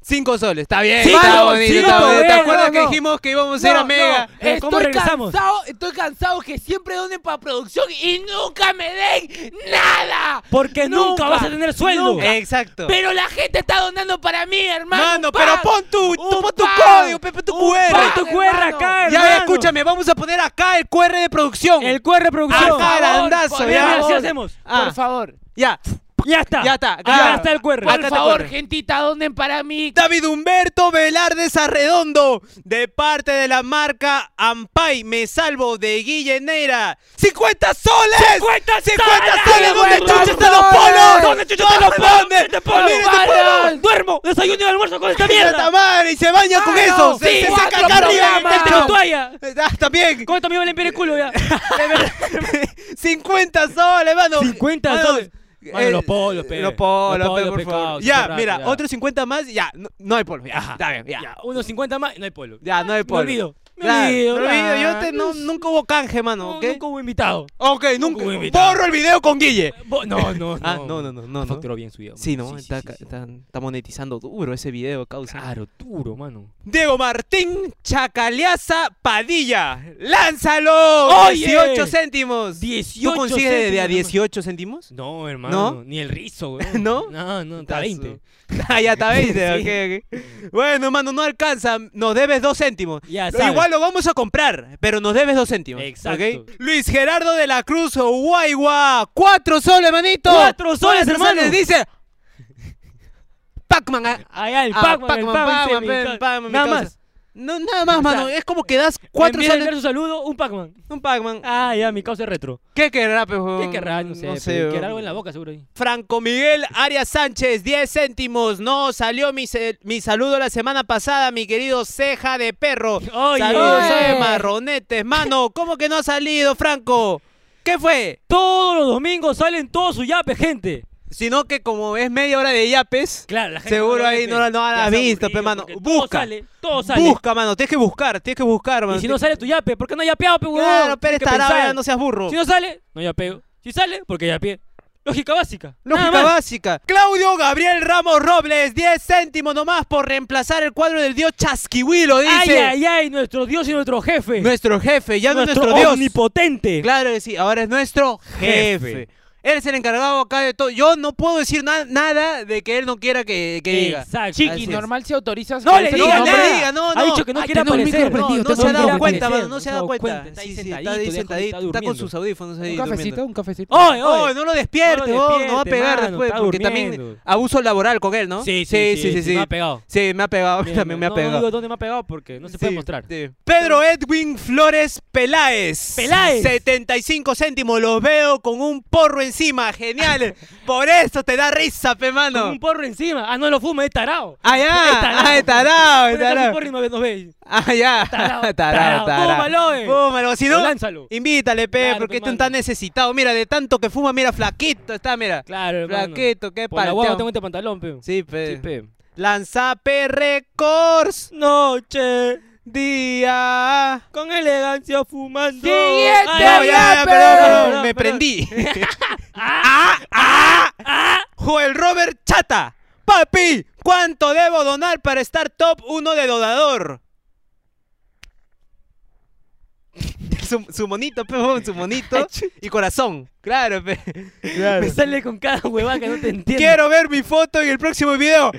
[SPEAKER 2] Cinco soles. Está bien.
[SPEAKER 4] Sí,
[SPEAKER 2] está
[SPEAKER 5] no,
[SPEAKER 2] bonito.
[SPEAKER 5] sí,
[SPEAKER 2] está
[SPEAKER 5] no,
[SPEAKER 2] bonito. ¿Te
[SPEAKER 5] bueno,
[SPEAKER 2] acuerdas que
[SPEAKER 5] no.
[SPEAKER 2] dijimos que íbamos a ir a Mega?
[SPEAKER 5] estoy
[SPEAKER 4] ¿Cómo regresamos?
[SPEAKER 5] cansado, estoy cansado que siempre donen para producción y nunca me den nada.
[SPEAKER 4] Porque nunca vas a tener sueldo.
[SPEAKER 5] nunca.
[SPEAKER 2] Exacto.
[SPEAKER 5] Pero la gente está donando para mí, hermano.
[SPEAKER 2] Mano,
[SPEAKER 5] un
[SPEAKER 2] pero
[SPEAKER 5] pan,
[SPEAKER 2] pon tu, tu-
[SPEAKER 5] un
[SPEAKER 2] pon tu
[SPEAKER 5] pan,
[SPEAKER 2] código, Pepe, tu
[SPEAKER 5] un
[SPEAKER 2] QR.
[SPEAKER 5] pan,
[SPEAKER 4] Pon tu QR
[SPEAKER 5] hermano.
[SPEAKER 4] acá,
[SPEAKER 2] Ya, ya,
[SPEAKER 4] hermano.
[SPEAKER 2] escúchame, vamos a poner acá el QR de producción.
[SPEAKER 4] El QR producción.
[SPEAKER 2] Acá,
[SPEAKER 5] Por favor,
[SPEAKER 2] arandazo,
[SPEAKER 5] por
[SPEAKER 2] ya.
[SPEAKER 5] favor.
[SPEAKER 4] Así hacemos.
[SPEAKER 2] Ah.
[SPEAKER 5] Por favor.
[SPEAKER 2] Ya.
[SPEAKER 4] Ya está.
[SPEAKER 2] Ya está,
[SPEAKER 4] Acá
[SPEAKER 2] claro.
[SPEAKER 4] está el QR.
[SPEAKER 2] Acá
[SPEAKER 5] Por
[SPEAKER 2] te
[SPEAKER 5] favor,
[SPEAKER 2] corre.
[SPEAKER 5] gentita, donen para mí.
[SPEAKER 2] David Humberto Velarde Arredondo, de parte de la marca Ampay, me salvo de Guillenera. ¡50 soles! ¡50, soles! ¿Dónde
[SPEAKER 5] ¡50
[SPEAKER 2] chucha están los
[SPEAKER 5] soles!
[SPEAKER 2] polos?
[SPEAKER 5] ¿Dónde
[SPEAKER 2] chucha están los polos? ¿Dónde
[SPEAKER 5] polos?
[SPEAKER 2] ¡Miren este polo!
[SPEAKER 5] ¡Vayan!
[SPEAKER 4] Duermo, desayuno y almuerzo con esta
[SPEAKER 2] ¡Mierda
[SPEAKER 4] mierda.
[SPEAKER 2] madre! ¡Y se baña con
[SPEAKER 5] Claro,
[SPEAKER 2] eso! ¡Se,
[SPEAKER 5] sí,
[SPEAKER 2] se
[SPEAKER 5] cuatro
[SPEAKER 2] seca acá arriba!
[SPEAKER 5] programas.
[SPEAKER 2] del
[SPEAKER 4] Tengo
[SPEAKER 2] techo.
[SPEAKER 4] toalla.
[SPEAKER 2] Ah, también!
[SPEAKER 4] ¿Cómo también va a limpiar el culo ya?
[SPEAKER 2] 50 soles, mano.
[SPEAKER 4] 50
[SPEAKER 2] Mano,
[SPEAKER 4] soles. Mano,
[SPEAKER 2] eh,
[SPEAKER 4] los polos, pe.
[SPEAKER 2] Los polos,
[SPEAKER 4] Los
[SPEAKER 2] pe,
[SPEAKER 4] polos,
[SPEAKER 2] por
[SPEAKER 4] pe,
[SPEAKER 2] favor.
[SPEAKER 4] causa,
[SPEAKER 2] Ya,
[SPEAKER 4] rato,
[SPEAKER 2] mira,
[SPEAKER 4] ya.
[SPEAKER 2] otros 50 más, ya, no, no hay polos. Ya, está bien, ya.
[SPEAKER 4] Ya, unos 50 más y no hay polo.
[SPEAKER 2] Ya, no hay polvo.
[SPEAKER 4] olvido, me
[SPEAKER 2] Claro,
[SPEAKER 4] olvido,
[SPEAKER 2] me olvido.
[SPEAKER 4] ya.
[SPEAKER 2] Yo te- no- nunca hubo canje, mano.
[SPEAKER 4] No,
[SPEAKER 2] ¿ok?
[SPEAKER 4] Nunca hubo invitado.
[SPEAKER 2] Ok, nunca.
[SPEAKER 4] hubo invitado.
[SPEAKER 2] Borro el video con Guille.
[SPEAKER 4] Bo- No, no, no.
[SPEAKER 2] Ah, no, no, no, no, no.
[SPEAKER 4] Facturó bien su video.
[SPEAKER 2] Sí, ¿no? está,
[SPEAKER 4] sí, sí.
[SPEAKER 2] está- está monetizando duro ese video, causa.
[SPEAKER 4] Claro, duro, mano.
[SPEAKER 2] Diego Martín Chacaleaza Padilla. ¡Lánzalo!
[SPEAKER 4] Oye.
[SPEAKER 2] 18 céntimos.
[SPEAKER 4] 18
[SPEAKER 2] ¿Tú consigues de- de a
[SPEAKER 4] céntimos,
[SPEAKER 2] 18 céntimos?
[SPEAKER 4] No, hermano, ni el rizo, güey.
[SPEAKER 2] ¿No?
[SPEAKER 4] No, no, está
[SPEAKER 2] Tazo.
[SPEAKER 4] 20.
[SPEAKER 2] Ah, ya está 20, ok, ok. Bueno, mano, no alcanza. Nos debes dos céntimos.
[SPEAKER 4] Ya
[SPEAKER 2] Lo-
[SPEAKER 4] sabes.
[SPEAKER 2] Igual lo vamos a comprar, pero nos debes dos céntimos.
[SPEAKER 4] Exacto.
[SPEAKER 2] ¿ok? Luis Gerardo de la Cruz, Guayua. Cuatro soles, manito.
[SPEAKER 4] ¡Cuatro soles,
[SPEAKER 2] Cuatro
[SPEAKER 4] hermano!
[SPEAKER 2] dice. Pac-Man. ah,
[SPEAKER 4] Allá el
[SPEAKER 2] ah,
[SPEAKER 4] Pac-Man, el
[SPEAKER 2] Pac-Man,
[SPEAKER 4] Pac-Man,
[SPEAKER 2] pe,
[SPEAKER 4] mi ca-
[SPEAKER 2] Pac-Man, mi
[SPEAKER 4] Nada
[SPEAKER 2] causa.
[SPEAKER 4] más.
[SPEAKER 2] No, nada más,
[SPEAKER 4] O
[SPEAKER 2] mano.
[SPEAKER 4] sea,
[SPEAKER 2] es como que das cuatro
[SPEAKER 4] Envíale
[SPEAKER 2] soles.
[SPEAKER 4] su saludo, un Pac-Man.
[SPEAKER 2] Un Pac-Man.
[SPEAKER 4] Ah, ya, mi causa es retro.
[SPEAKER 2] ¿Qué querrá, pe,
[SPEAKER 4] ¿Qué
[SPEAKER 2] huevón?
[SPEAKER 4] querrá? No sé. pero
[SPEAKER 2] huevón.
[SPEAKER 4] Querrá algo en la boca, seguro. ahí.
[SPEAKER 2] Franco Miguel Arias Sánchez, 10 céntimos. No salió mi, se- mi saludo la semana pasada, mi querido ceja de perro.
[SPEAKER 4] Oye.
[SPEAKER 2] Saludos, soy
[SPEAKER 4] Oye.
[SPEAKER 2] marronetes. Mano, ¿cómo que no ha salido, Franco? ¿Qué fue?
[SPEAKER 4] Todos los domingos salen todos sus yapes, gente.
[SPEAKER 2] Sino que como es media hora de yapes,
[SPEAKER 4] Claro, la gente
[SPEAKER 2] seguro
[SPEAKER 4] no lo
[SPEAKER 2] ahí
[SPEAKER 4] ve,
[SPEAKER 2] no, la- no
[SPEAKER 4] ya
[SPEAKER 2] la has
[SPEAKER 4] está
[SPEAKER 2] visto,
[SPEAKER 4] aburrido,
[SPEAKER 2] pe, mano.
[SPEAKER 4] porque Todo
[SPEAKER 2] Busca.
[SPEAKER 4] sale, todo sale.
[SPEAKER 2] Busca, mano. Tienes que buscar, tienes que buscar, mano.
[SPEAKER 4] Y si no
[SPEAKER 2] Tienes-
[SPEAKER 4] sale tu yape, ¿por qué no yapeado, pe, huevón?
[SPEAKER 2] Claro, pero
[SPEAKER 4] Tienes que
[SPEAKER 2] estará,
[SPEAKER 4] pensar.
[SPEAKER 2] ya no seas burro.
[SPEAKER 4] Si no sale, no yapeo. Si sale, porque yapeé. Lógica básica. Nada
[SPEAKER 2] Lógica
[SPEAKER 4] más.
[SPEAKER 2] básica. Claudio Gabriel Ramos Robles, 10 céntimos nomás por reemplazar el cuadro del dios Chasquihuilo, dice.
[SPEAKER 4] Ay, ay, ay, nuestro Dios y nuestro jefe.
[SPEAKER 2] Nuestro jefe, ya no es
[SPEAKER 4] nuestro,
[SPEAKER 2] nuestro Dios.
[SPEAKER 4] omnipotente.
[SPEAKER 2] Claro que sí, ahora es nuestro jefe.
[SPEAKER 4] Jefe.
[SPEAKER 2] Él es el encargado acá de todo. Yo no puedo decir na- nada de que él no quiera que, que diga.
[SPEAKER 4] Exacto.
[SPEAKER 2] Así
[SPEAKER 5] Chiqui,
[SPEAKER 2] es.
[SPEAKER 5] normal si autorizas.
[SPEAKER 4] No
[SPEAKER 5] que
[SPEAKER 4] le
[SPEAKER 5] ese
[SPEAKER 4] diga
[SPEAKER 2] no,
[SPEAKER 5] nombre-
[SPEAKER 2] No
[SPEAKER 4] nada.
[SPEAKER 2] le diga, no,
[SPEAKER 4] Ha
[SPEAKER 2] no.
[SPEAKER 4] dicho que no quiere
[SPEAKER 5] tengo el micro
[SPEAKER 4] aparecer.
[SPEAKER 5] prendido,
[SPEAKER 2] No, no
[SPEAKER 5] tengo
[SPEAKER 2] se ha
[SPEAKER 5] el
[SPEAKER 2] dado
[SPEAKER 5] micro
[SPEAKER 2] cuenta,
[SPEAKER 5] prendido.
[SPEAKER 2] mano, no se ha dado cuenta.
[SPEAKER 4] Está ahí
[SPEAKER 2] Sí, sí,
[SPEAKER 4] sentadito,
[SPEAKER 2] está ahí
[SPEAKER 4] dejo que
[SPEAKER 2] sentadito, está con
[SPEAKER 4] durmiendo.
[SPEAKER 2] sus audífonos ahí
[SPEAKER 5] Un
[SPEAKER 2] durmiendo.
[SPEAKER 5] cafecito, un cafecito.
[SPEAKER 4] Oye,
[SPEAKER 2] Oh,
[SPEAKER 4] oye.
[SPEAKER 2] no lo despierte, no,
[SPEAKER 4] No
[SPEAKER 2] no
[SPEAKER 4] lo
[SPEAKER 2] va a
[SPEAKER 4] despierte,
[SPEAKER 2] pegar
[SPEAKER 4] mano,
[SPEAKER 2] después,
[SPEAKER 4] está
[SPEAKER 2] porque también
[SPEAKER 4] durmiendo.
[SPEAKER 2] abuso laboral con él, ¿no?
[SPEAKER 4] Sí, sí, sí, sí,
[SPEAKER 2] sí.
[SPEAKER 4] me ha pegado.
[SPEAKER 2] Sí, me ha pegado, a mí también me ha
[SPEAKER 4] no,
[SPEAKER 2] pegado.
[SPEAKER 4] No digo dónde me ha pegado porque no se puede
[SPEAKER 2] Sí,
[SPEAKER 4] mostrar.
[SPEAKER 2] sí. Pedro Edwin Flores Peláez.
[SPEAKER 4] Peláez.
[SPEAKER 2] 75 céntimos, los veo con un porro encima, genial. Por eso te da risa, pe
[SPEAKER 4] Con
[SPEAKER 2] mano.
[SPEAKER 4] un porro encima. Ah, no lo fumo, es tarao.
[SPEAKER 2] Allá,
[SPEAKER 4] Es tarao.
[SPEAKER 2] ah, es tarao, es
[SPEAKER 4] Puede darse
[SPEAKER 2] tarao.
[SPEAKER 4] un porro y no ve- nos ve.
[SPEAKER 2] Allá.
[SPEAKER 4] Tarao, tarao. Fúmalo, eh.
[SPEAKER 2] Fúmalo, si
[SPEAKER 4] O
[SPEAKER 2] no,
[SPEAKER 4] lánzalo.
[SPEAKER 2] invítale, pe,
[SPEAKER 4] Claro,
[SPEAKER 2] porque
[SPEAKER 4] pe,
[SPEAKER 2] este
[SPEAKER 4] mano.
[SPEAKER 2] está necesitado. Mira, de tanto que fuma, mira, flaquito está, mira.
[SPEAKER 4] Claro, hermano.
[SPEAKER 2] Flaquito, qué
[SPEAKER 4] Por la guagua tengo
[SPEAKER 2] palteado.
[SPEAKER 4] este pantalón, pe.
[SPEAKER 2] Sí, pe.
[SPEAKER 4] Sí, pe.
[SPEAKER 2] Lanza P Records.
[SPEAKER 4] Noche
[SPEAKER 2] Día.
[SPEAKER 4] con elegancia fumando.
[SPEAKER 5] Siguiente
[SPEAKER 2] No,
[SPEAKER 4] Ay,
[SPEAKER 5] Ya,
[SPEAKER 2] ya,
[SPEAKER 5] ya,
[SPEAKER 2] ya,
[SPEAKER 5] perdón,
[SPEAKER 2] perdón,
[SPEAKER 5] perdón,
[SPEAKER 2] perdón, me prendí. ah, ah, Joel Robert Chata. Papi, ¿cuánto debo donar para estar top 1 de donador? Su, su monito, pe, huevón, su monito y corazón. Claro, pe.
[SPEAKER 4] Me sale con cada huevada que no te entiendo.
[SPEAKER 2] Quiero ver mi foto en el próximo video.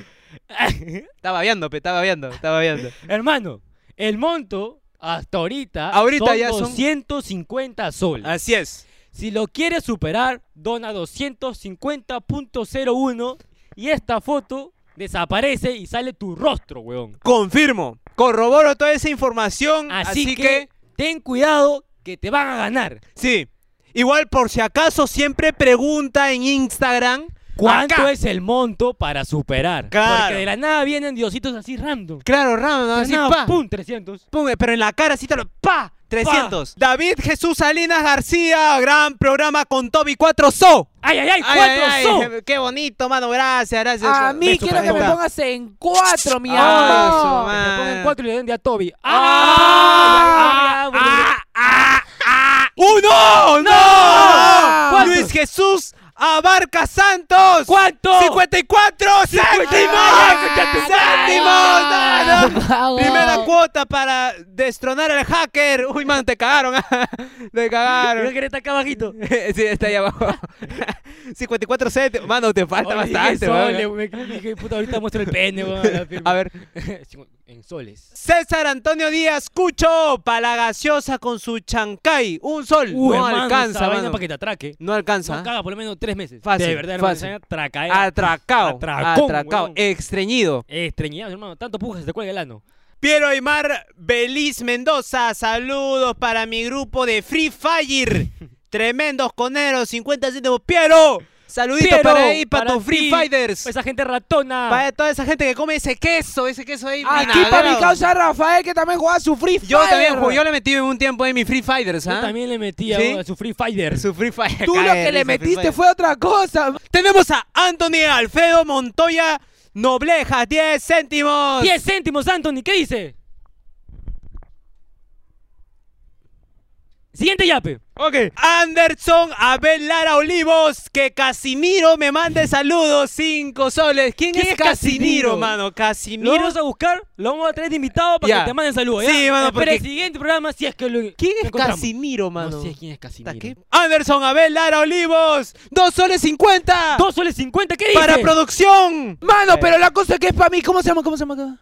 [SPEAKER 2] Estaba viendo, pe, estaba viendo, estaba viendo.
[SPEAKER 4] Hermano, el monto hasta ahorita,
[SPEAKER 2] Ahorita
[SPEAKER 4] son
[SPEAKER 2] ya son-
[SPEAKER 4] 250 soles.
[SPEAKER 2] Así es.
[SPEAKER 4] Si lo quieres superar, dona 250.01 y esta foto desaparece y sale tu rostro, huevón.
[SPEAKER 2] Confirmo. Corroboro toda esa información.
[SPEAKER 4] Así, que, ten cuidado que te van a ganar.
[SPEAKER 2] Sí. Igual, por si acaso, siempre pregunta en Instagram.
[SPEAKER 4] ¿Cuánto
[SPEAKER 2] acá.
[SPEAKER 4] es el monto para superar?
[SPEAKER 2] Claro.
[SPEAKER 4] Porque de la nada vienen diositos así random.
[SPEAKER 2] Claro, Ram,
[SPEAKER 4] De
[SPEAKER 2] así,
[SPEAKER 4] la nada,
[SPEAKER 2] pa.
[SPEAKER 4] ¡pum! 300.
[SPEAKER 2] pum, pero en la cara así te lo... ¡Pa! 300. David Jesús Salinas García, gran programa con Toby 4 So.
[SPEAKER 4] ¡Ay, ay, ay!
[SPEAKER 2] Ay,
[SPEAKER 4] ¡Cuatro
[SPEAKER 2] ay,
[SPEAKER 4] son!
[SPEAKER 2] ay, ¡Qué bonito, mano! Gracias, gracias.
[SPEAKER 5] A mí
[SPEAKER 4] Beso
[SPEAKER 5] quiero
[SPEAKER 4] para
[SPEAKER 5] que me
[SPEAKER 4] ella.
[SPEAKER 5] pongas en cuatro, mi
[SPEAKER 2] Ay, su
[SPEAKER 5] amor.
[SPEAKER 2] madre.
[SPEAKER 4] Me pongan cuatro y le den de a Toby.
[SPEAKER 2] ¡Ah!
[SPEAKER 4] ¡Ah! ¡Ah!
[SPEAKER 2] ¡Uno! ¡No!
[SPEAKER 4] ¿Cuánto?
[SPEAKER 2] Luis Jesús Abarca Santos.
[SPEAKER 4] ¿Cuánto?
[SPEAKER 2] 54 céntimos.
[SPEAKER 4] ¡Ay, concha tu madre!
[SPEAKER 2] ¡Céntimos!
[SPEAKER 5] Ah, weón.
[SPEAKER 2] Primera cuota para destronar al hacker. Uy, man, te cagaron. ah. te
[SPEAKER 4] Creo
[SPEAKER 2] cagaron.
[SPEAKER 4] que eres acá bajito.
[SPEAKER 2] sí, está ahí abajo. 54 set. Mano, te falta
[SPEAKER 4] Oye, dije
[SPEAKER 2] bastante,
[SPEAKER 4] soles,
[SPEAKER 2] weón.
[SPEAKER 4] weón. Dije, puta, ahorita muestro el pene, weón, la firma.
[SPEAKER 2] A ver,
[SPEAKER 4] En soles.
[SPEAKER 2] César Antonio Díaz Cucho para la gaseosa con su chancay. Un sol.
[SPEAKER 4] Uy,
[SPEAKER 2] no
[SPEAKER 4] hermano,
[SPEAKER 2] alcanza,
[SPEAKER 4] esa vaina
[SPEAKER 2] mano.
[SPEAKER 4] para que te atraque.
[SPEAKER 2] No alcanza.
[SPEAKER 4] No caga por lo menos tres meses.
[SPEAKER 2] Ah. Fácil,
[SPEAKER 4] De verdad, hermano,
[SPEAKER 2] fácil. Ah,
[SPEAKER 4] esa vaina traca, eh.
[SPEAKER 2] Atracao.
[SPEAKER 4] Atracón,
[SPEAKER 2] Atracao.
[SPEAKER 4] weón.
[SPEAKER 2] Extrañido.
[SPEAKER 4] Estreñidados, hermano. Tanto pujas, se te cuelga el ano.
[SPEAKER 2] Piero Aymar Beliz Mendoza, saludos para mi grupo de Free Fire. Tremendos coneros, 50 céntimos. Piero, saluditos
[SPEAKER 4] Piero,
[SPEAKER 2] para ahí, para,
[SPEAKER 4] para
[SPEAKER 2] tus Free
[SPEAKER 4] ti.
[SPEAKER 2] Fighters.
[SPEAKER 5] Pues,
[SPEAKER 4] Esa gente ratona.
[SPEAKER 2] para toda esa gente que come ese queso, ese queso ahí.
[SPEAKER 5] ah. Aquí
[SPEAKER 2] vinagre.
[SPEAKER 5] para mi causa Rafael, que también jugaba su Free
[SPEAKER 2] Yo
[SPEAKER 5] Fire.
[SPEAKER 2] también, ju- yo le metí un tiempo en mi Free Fighters,
[SPEAKER 4] Yo
[SPEAKER 2] ¿ah?
[SPEAKER 4] también le metí
[SPEAKER 2] ¿Sí?
[SPEAKER 4] a su Free Fighter.
[SPEAKER 2] Su Free Fire.
[SPEAKER 5] Tú lo
[SPEAKER 2] cae de
[SPEAKER 5] que le
[SPEAKER 2] risa, Free
[SPEAKER 5] metiste
[SPEAKER 2] Fire.
[SPEAKER 5] fue otra cosa.
[SPEAKER 2] Tenemos a Anthony Alfredo Montoya Nobleja, 10 céntimos.
[SPEAKER 4] 10 céntimos, Anthony, ¿qué dice? Siguiente yape.
[SPEAKER 2] Ok. Anderson Abel Lara Olivos, que Casimiro me mande saludos, cinco soles. ¿Quién,
[SPEAKER 4] ¿Quién
[SPEAKER 2] es
[SPEAKER 4] es
[SPEAKER 2] Casimiro,
[SPEAKER 4] Casimiro?
[SPEAKER 2] mano?
[SPEAKER 4] Lo
[SPEAKER 2] Casimiro.
[SPEAKER 4] vamos a buscar, lo vamos a traer de invitado para
[SPEAKER 2] Ya.
[SPEAKER 4] que te manden saludos. ¿ya?
[SPEAKER 2] Sí, mano,
[SPEAKER 4] Espera
[SPEAKER 2] porque-
[SPEAKER 4] el siguiente programa si es que lo.
[SPEAKER 2] ¿Quién
[SPEAKER 4] lo
[SPEAKER 2] es
[SPEAKER 4] encontramos.
[SPEAKER 2] Casimiro, mano?
[SPEAKER 4] No sé quién es
[SPEAKER 2] ¿Está
[SPEAKER 4] Casimiro.
[SPEAKER 2] qué? Anderson Abel Lara Olivos, dos soles cincuenta.
[SPEAKER 4] 2 soles 50, ¿qué dice?
[SPEAKER 2] Para producción.
[SPEAKER 5] Mano, pero la cosa es que es para mí. ¿Cómo se llama? ¿Cómo se llama?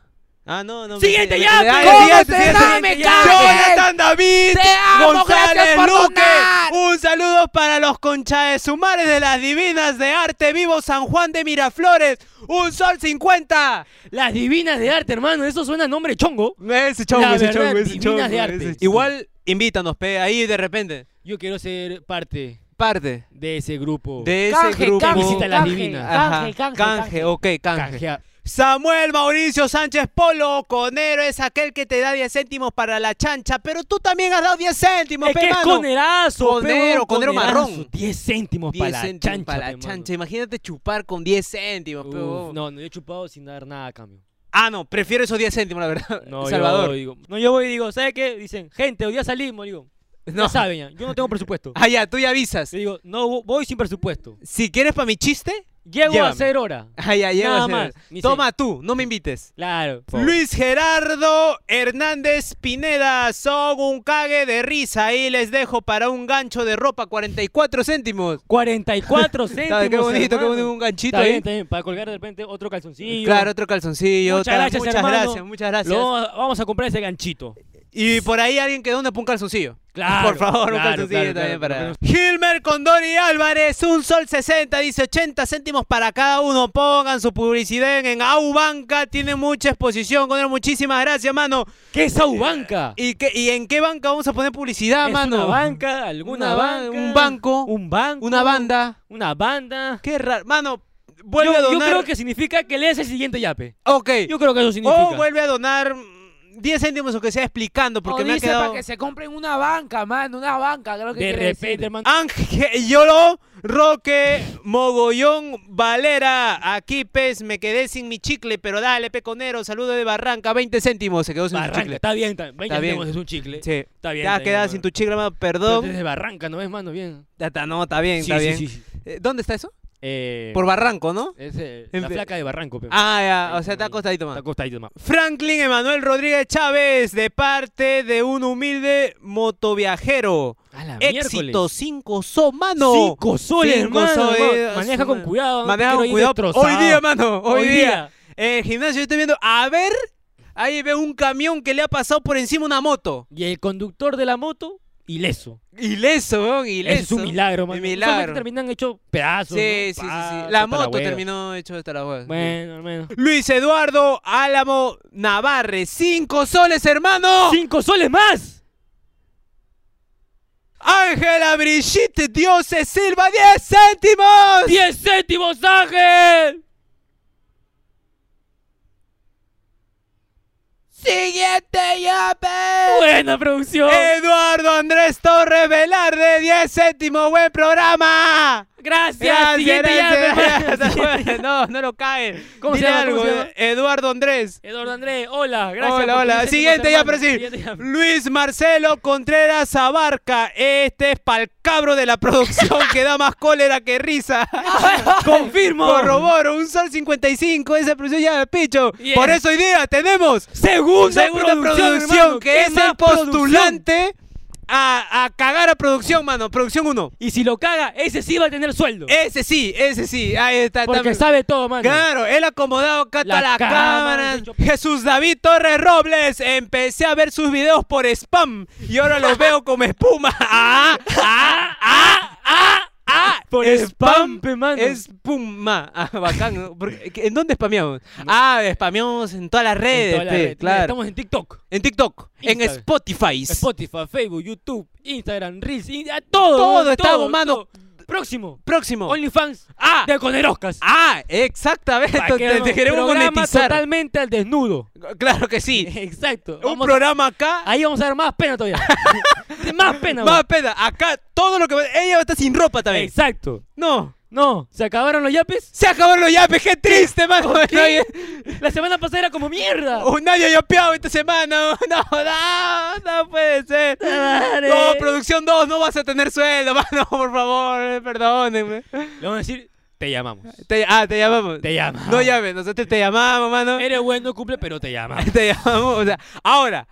[SPEAKER 2] Ah, no, no.
[SPEAKER 4] Siguiente
[SPEAKER 2] me-
[SPEAKER 4] ya,
[SPEAKER 2] me-
[SPEAKER 4] pe.
[SPEAKER 2] ay,
[SPEAKER 5] ¿Cómo
[SPEAKER 2] siguiente,
[SPEAKER 5] te
[SPEAKER 2] siguiente,
[SPEAKER 5] da,
[SPEAKER 2] siguiente,
[SPEAKER 5] me
[SPEAKER 2] ya.
[SPEAKER 5] cagas?
[SPEAKER 2] Jonathan David
[SPEAKER 5] Te amo, gracias
[SPEAKER 2] González
[SPEAKER 5] por
[SPEAKER 2] Luque.
[SPEAKER 5] donar.
[SPEAKER 2] Un saludo para los conchas de sumares de las divinas de arte vivo San Juan de Miraflores. Un sol 50.
[SPEAKER 4] Las divinas de arte, hermano. Eso suena a nombre chongo.
[SPEAKER 2] Ese
[SPEAKER 4] La verdad, divinas de arte.
[SPEAKER 2] Igual invítanos, pe, ahí de repente.
[SPEAKER 4] Yo quiero ser parte
[SPEAKER 2] Parte
[SPEAKER 4] de ese grupo.
[SPEAKER 2] de ese
[SPEAKER 5] Canje,
[SPEAKER 2] grupo.
[SPEAKER 5] canje,
[SPEAKER 4] Visita a las
[SPEAKER 5] canje,
[SPEAKER 4] divinas.
[SPEAKER 2] Ajá.
[SPEAKER 5] Canje, canje,
[SPEAKER 2] Canje,
[SPEAKER 5] canje.
[SPEAKER 2] ok, canje.
[SPEAKER 4] Canjea.
[SPEAKER 2] Samuel Mauricio Sánchez Polo, conero es aquel que te da 10 céntimos para la chancha, pero tú también has dado 10 céntimos,
[SPEAKER 4] Es
[SPEAKER 2] pe,
[SPEAKER 4] que es
[SPEAKER 2] mano.
[SPEAKER 4] conerazo.
[SPEAKER 2] Conero, conero marrón.
[SPEAKER 4] 10 céntimos
[SPEAKER 2] 10
[SPEAKER 4] para la
[SPEAKER 2] céntimos
[SPEAKER 4] chancha.
[SPEAKER 2] para la
[SPEAKER 4] pe,
[SPEAKER 2] chancha.
[SPEAKER 4] mano.
[SPEAKER 2] Imagínate chupar con 10 céntimos, pe,
[SPEAKER 4] Uf,
[SPEAKER 2] huevón.
[SPEAKER 4] no, no, yo he chupado sin dar nada a cambio.
[SPEAKER 2] Ah, no, prefiero esos 10 céntimos, la verdad.
[SPEAKER 4] No, Yo,
[SPEAKER 2] Eh, Salvador.
[SPEAKER 4] digo, no, yo voy y digo, ¿sabes qué? Dicen, gente, hoy día salimos. Digo, no.
[SPEAKER 2] No.
[SPEAKER 4] saben ya, yo no tengo presupuesto.
[SPEAKER 2] Ah, ya, tú ya avisas.
[SPEAKER 4] Yo digo, no, vo- voy sin presupuesto.
[SPEAKER 2] Si quieres para mi chiste,
[SPEAKER 4] Llego
[SPEAKER 2] Llévame.
[SPEAKER 4] a ser hora.
[SPEAKER 2] ah, ya, llegas.
[SPEAKER 4] Nada más, ni
[SPEAKER 2] Toma tú, no me invites.
[SPEAKER 4] Claro. por favor.
[SPEAKER 2] Luis Gerardo Hernández Pineda, son un cague de risa y les dejo para un gancho de ropa 44 céntimos.
[SPEAKER 4] 44 céntimos.
[SPEAKER 2] Qué bonito, qué
[SPEAKER 4] hermano.
[SPEAKER 2] bonito, un ganchito
[SPEAKER 4] Está bien,
[SPEAKER 2] ahí.
[SPEAKER 4] está bien, Para colgar de repente otro calzoncillo.
[SPEAKER 2] Claro, otro calzoncillo.
[SPEAKER 4] Muchas
[SPEAKER 2] tal.
[SPEAKER 4] gracias,
[SPEAKER 2] muchas
[SPEAKER 4] hermano.
[SPEAKER 2] gracias, muchas gracias.
[SPEAKER 4] Lo vamos, a, vamos a comprar ese ganchito.
[SPEAKER 2] Y por ahí alguien que dona un calzoncillo.
[SPEAKER 4] Claro,
[SPEAKER 2] Por favor, un
[SPEAKER 4] claro,
[SPEAKER 2] calzoncillo
[SPEAKER 4] claro,
[SPEAKER 2] también para.
[SPEAKER 4] claro, claro.
[SPEAKER 2] Hilmer Condori Álvarez, un sol 60, dice 80 céntimos para cada uno. Pongan su publicidad en Aubanca, tiene mucha exposición. Condor, muchísimas gracias, mano.
[SPEAKER 4] ¿Qué es Aubanca?
[SPEAKER 2] ¿Y, qué- ¿Y en qué banca vamos a poner publicidad,
[SPEAKER 4] es
[SPEAKER 2] mano?
[SPEAKER 4] una banca, alguna
[SPEAKER 2] Una ban-
[SPEAKER 4] banca,
[SPEAKER 2] un banco,
[SPEAKER 4] un banco,
[SPEAKER 2] Una banda.
[SPEAKER 4] una banda.
[SPEAKER 2] Qué raro. Mano, vuelve a
[SPEAKER 4] Yo, yo
[SPEAKER 2] donar. Oh,
[SPEAKER 4] creo que significa que lees el siguiente yape.
[SPEAKER 2] Ok.
[SPEAKER 4] Yo creo que eso significa.
[SPEAKER 2] O vuelve a donar mm, 10 céntimos o que sea explicando, porque
[SPEAKER 5] Porque
[SPEAKER 2] me ha
[SPEAKER 5] dice
[SPEAKER 2] quedado.
[SPEAKER 5] para que se compren una banca, mano. Una banca, creo que
[SPEAKER 4] de
[SPEAKER 5] quiere
[SPEAKER 4] repente,
[SPEAKER 5] decir.
[SPEAKER 2] Ah,
[SPEAKER 4] hermano.
[SPEAKER 2] Ángel Yolo, Roque, Mogollón, Valera. Aquí, pez, me quedé sin mi chicle, pero dale, peconero. Saludo de Barranca, 20 céntimos. Se quedó sin
[SPEAKER 4] Barranca,
[SPEAKER 2] su chicle.
[SPEAKER 4] está bien, está, venga,
[SPEAKER 2] bien.
[SPEAKER 4] tenemos, es un chicle.
[SPEAKER 2] Sí.
[SPEAKER 4] Está bien.
[SPEAKER 2] ya
[SPEAKER 4] está bien,
[SPEAKER 2] quedaba
[SPEAKER 4] mano.
[SPEAKER 2] sin tu chicle, mano.
[SPEAKER 4] Pero
[SPEAKER 2] Perdón.
[SPEAKER 4] desde Barranca, ¿no ves, mano? Bien.
[SPEAKER 2] Ya está, no, está bien,
[SPEAKER 4] Sí,
[SPEAKER 2] está
[SPEAKER 4] sí,
[SPEAKER 2] bien.
[SPEAKER 4] sí, sí.
[SPEAKER 2] Eh, ¿Dónde está eso?
[SPEAKER 4] Eh,
[SPEAKER 2] Por Barranco, ¿no?
[SPEAKER 4] es, eh,
[SPEAKER 2] en
[SPEAKER 4] la
[SPEAKER 2] fe-
[SPEAKER 4] flaca de Barranco. pe.
[SPEAKER 2] Ah, ya,
[SPEAKER 4] Ahí,
[SPEAKER 2] o sea, está
[SPEAKER 4] ahí.
[SPEAKER 2] acostadito más.
[SPEAKER 4] Está acostadito, ma.
[SPEAKER 2] Franklin Emanuel Rodríguez Chávez, de parte de un humilde motoviajero.
[SPEAKER 4] A la
[SPEAKER 2] Éxito,
[SPEAKER 4] miércoles.
[SPEAKER 2] 5 so, mano.
[SPEAKER 4] Cinco soles,
[SPEAKER 2] Cinco
[SPEAKER 4] hermano,
[SPEAKER 2] soles,
[SPEAKER 4] hermano.
[SPEAKER 2] eh,
[SPEAKER 4] Maneja con
[SPEAKER 2] su-
[SPEAKER 4] cuidado. no te
[SPEAKER 2] Maneja
[SPEAKER 4] quiero
[SPEAKER 2] con
[SPEAKER 4] ir
[SPEAKER 2] cuidado.
[SPEAKER 4] destrozado.
[SPEAKER 2] Hoy día, mano, hoy,
[SPEAKER 4] Hoy
[SPEAKER 2] día.
[SPEAKER 4] día.
[SPEAKER 2] Eh, gimnasio, yo estoy viendo. A ver, ahí veo un camión que le ha pasado por encima una moto.
[SPEAKER 4] Y el conductor de la moto, ileso.
[SPEAKER 2] Ileso, weón,
[SPEAKER 4] Eso
[SPEAKER 2] ileso.
[SPEAKER 4] es un milagro, mano.
[SPEAKER 2] Un milagro.
[SPEAKER 4] Solamente terminan hechos pedazos.
[SPEAKER 2] Sí, sí, sí,
[SPEAKER 4] ¿no?
[SPEAKER 2] sí.
[SPEAKER 4] Pa-
[SPEAKER 2] La
[SPEAKER 4] hasta
[SPEAKER 2] moto
[SPEAKER 4] hueva.
[SPEAKER 2] terminó hecho hasta la hueá.
[SPEAKER 4] Bueno, al menos.
[SPEAKER 2] Luis Eduardo Álamo Navarre, 5 soles, hermano.
[SPEAKER 4] ¡Cinco soles más!
[SPEAKER 2] Ángela Brigitte Dioses Silva, 10 céntimos.
[SPEAKER 4] ¡Diez céntimos, Ángel!
[SPEAKER 5] Siguiente Yape.
[SPEAKER 4] Buena producción.
[SPEAKER 2] Eh, Eduardo Andrés Torres Velarde, 10 séptimo, buen programa.
[SPEAKER 4] Gracias. Siguiente ya,
[SPEAKER 2] gracias,
[SPEAKER 4] pe-
[SPEAKER 2] gracias. No, no lo caen. ¿Cómo
[SPEAKER 4] Dile
[SPEAKER 2] se llama?
[SPEAKER 4] algo,
[SPEAKER 2] ¿Cómo se
[SPEAKER 4] ¿no?
[SPEAKER 2] llama? Eduardo Andrés.
[SPEAKER 4] Eduardo Andrés, hola, gracias.
[SPEAKER 2] hola,
[SPEAKER 4] por
[SPEAKER 2] hola.
[SPEAKER 4] tener
[SPEAKER 2] Siguiente ya,
[SPEAKER 4] hermano.
[SPEAKER 2] pero sí.
[SPEAKER 4] Siguiente ya.
[SPEAKER 2] Luis Marcelo Contreras Abarca. Este es pa'l cabro de la producción que da más cólera que risa.
[SPEAKER 4] Confirmo.
[SPEAKER 2] Corroboro, un sol 55, esa producción ya, picho.
[SPEAKER 4] Yeah.
[SPEAKER 2] Por eso hoy día tenemos
[SPEAKER 4] Segunda,
[SPEAKER 2] segunda producción,
[SPEAKER 4] hermano,
[SPEAKER 2] que es
[SPEAKER 4] más
[SPEAKER 2] el postulante a, a cagar a producción, mano. Producción 1.
[SPEAKER 4] Y si lo caga, ese sí va a tener sueldo.
[SPEAKER 2] Ese sí, ese sí. Ahí está.
[SPEAKER 4] porque
[SPEAKER 2] Eh, también.
[SPEAKER 4] sabe todo, mano.
[SPEAKER 2] Claro, él acomodado acá
[SPEAKER 4] La
[SPEAKER 2] toda la
[SPEAKER 4] cámara,
[SPEAKER 2] cámara.
[SPEAKER 4] yo-
[SPEAKER 2] Jesús David Torres Robles. Empecé a ver sus videos por spam y ahora los veo como espuma. ¡Ah! ¡Ah! ¡Ah! ¡Ah! ¡Ah!
[SPEAKER 4] Por spam, pe, mano.
[SPEAKER 2] Espuma. Ah, bacán. ¿no? Porque- ¿En dónde spameamos? Ah, spameamos en todas las
[SPEAKER 4] En
[SPEAKER 2] redes,
[SPEAKER 4] todas las
[SPEAKER 2] pe,
[SPEAKER 4] redes.
[SPEAKER 2] este, claro.
[SPEAKER 4] Estamos en TikTok,
[SPEAKER 2] En TikTok, en
[SPEAKER 4] Instagram.
[SPEAKER 2] Spotify.
[SPEAKER 4] Spotify, Facebook, YouTube, Instagram, Reels, y- ah, todo.
[SPEAKER 2] Todo
[SPEAKER 4] todo,
[SPEAKER 2] estamos, mano.
[SPEAKER 4] todo. Próximo.
[SPEAKER 2] Próximo.
[SPEAKER 4] OnlyFans
[SPEAKER 2] Ah.
[SPEAKER 4] de Coneroscas.
[SPEAKER 2] Ah, exactamente.
[SPEAKER 4] Pa' que
[SPEAKER 2] Te, te
[SPEAKER 4] hagamos
[SPEAKER 2] queremos
[SPEAKER 4] programa
[SPEAKER 2] monetizar.
[SPEAKER 4] totalmente al desnudo.
[SPEAKER 2] Claro que sí.
[SPEAKER 4] Exacto.
[SPEAKER 2] Un
[SPEAKER 4] Vamos-
[SPEAKER 2] programa acá.
[SPEAKER 4] Ahí vamos a dar más pena todavía. más pena.
[SPEAKER 2] Más
[SPEAKER 4] weón.
[SPEAKER 2] pena. Acá todo lo que. Ella va a estar sin ropa también.
[SPEAKER 4] Exacto.
[SPEAKER 2] No.
[SPEAKER 4] No, se acabaron los yapes.
[SPEAKER 2] Se acabaron los yapes. Qué triste, mano. No hay-
[SPEAKER 4] La semana pasada era como mierda.
[SPEAKER 2] Oh, nadie ha yapeado esta semana. No, no, no puede ser.
[SPEAKER 4] Madre.
[SPEAKER 2] No, producción 2, no vas a tener sueldo, mano. Por favor, eh, perdónenme.
[SPEAKER 4] Le vamos a decir, te llamamos.
[SPEAKER 2] Te- ah, te llamamos.
[SPEAKER 4] Te llamamos.
[SPEAKER 2] No llames. Nosotros te llamamos, mano.
[SPEAKER 4] Eres bueno, cumple, pero te llamamos.
[SPEAKER 2] Te llamamos. O sea, ahora.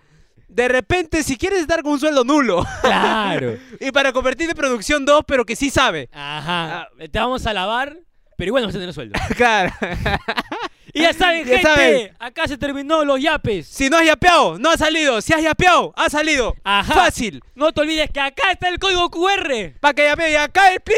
[SPEAKER 2] De repente, si quieres estar con un sueldo nulo.
[SPEAKER 4] Claro.
[SPEAKER 2] y para convertirte en producción 2, pero que sí sabe. Ah.
[SPEAKER 4] Ajá. Te vamos a lavar, pero igual no vas a tener sueldo.
[SPEAKER 2] Claro.
[SPEAKER 4] Y ya saben,
[SPEAKER 2] Ya
[SPEAKER 4] gente,
[SPEAKER 2] saben.
[SPEAKER 4] acá se terminó los yapes.
[SPEAKER 2] Si no has yapeado, no ha salido. Si has yapeado, ha salido.
[SPEAKER 4] Ajá.
[SPEAKER 2] Fácil.
[SPEAKER 4] No te olvides que acá está el código QR.
[SPEAKER 2] Para que yapee y acá el pin.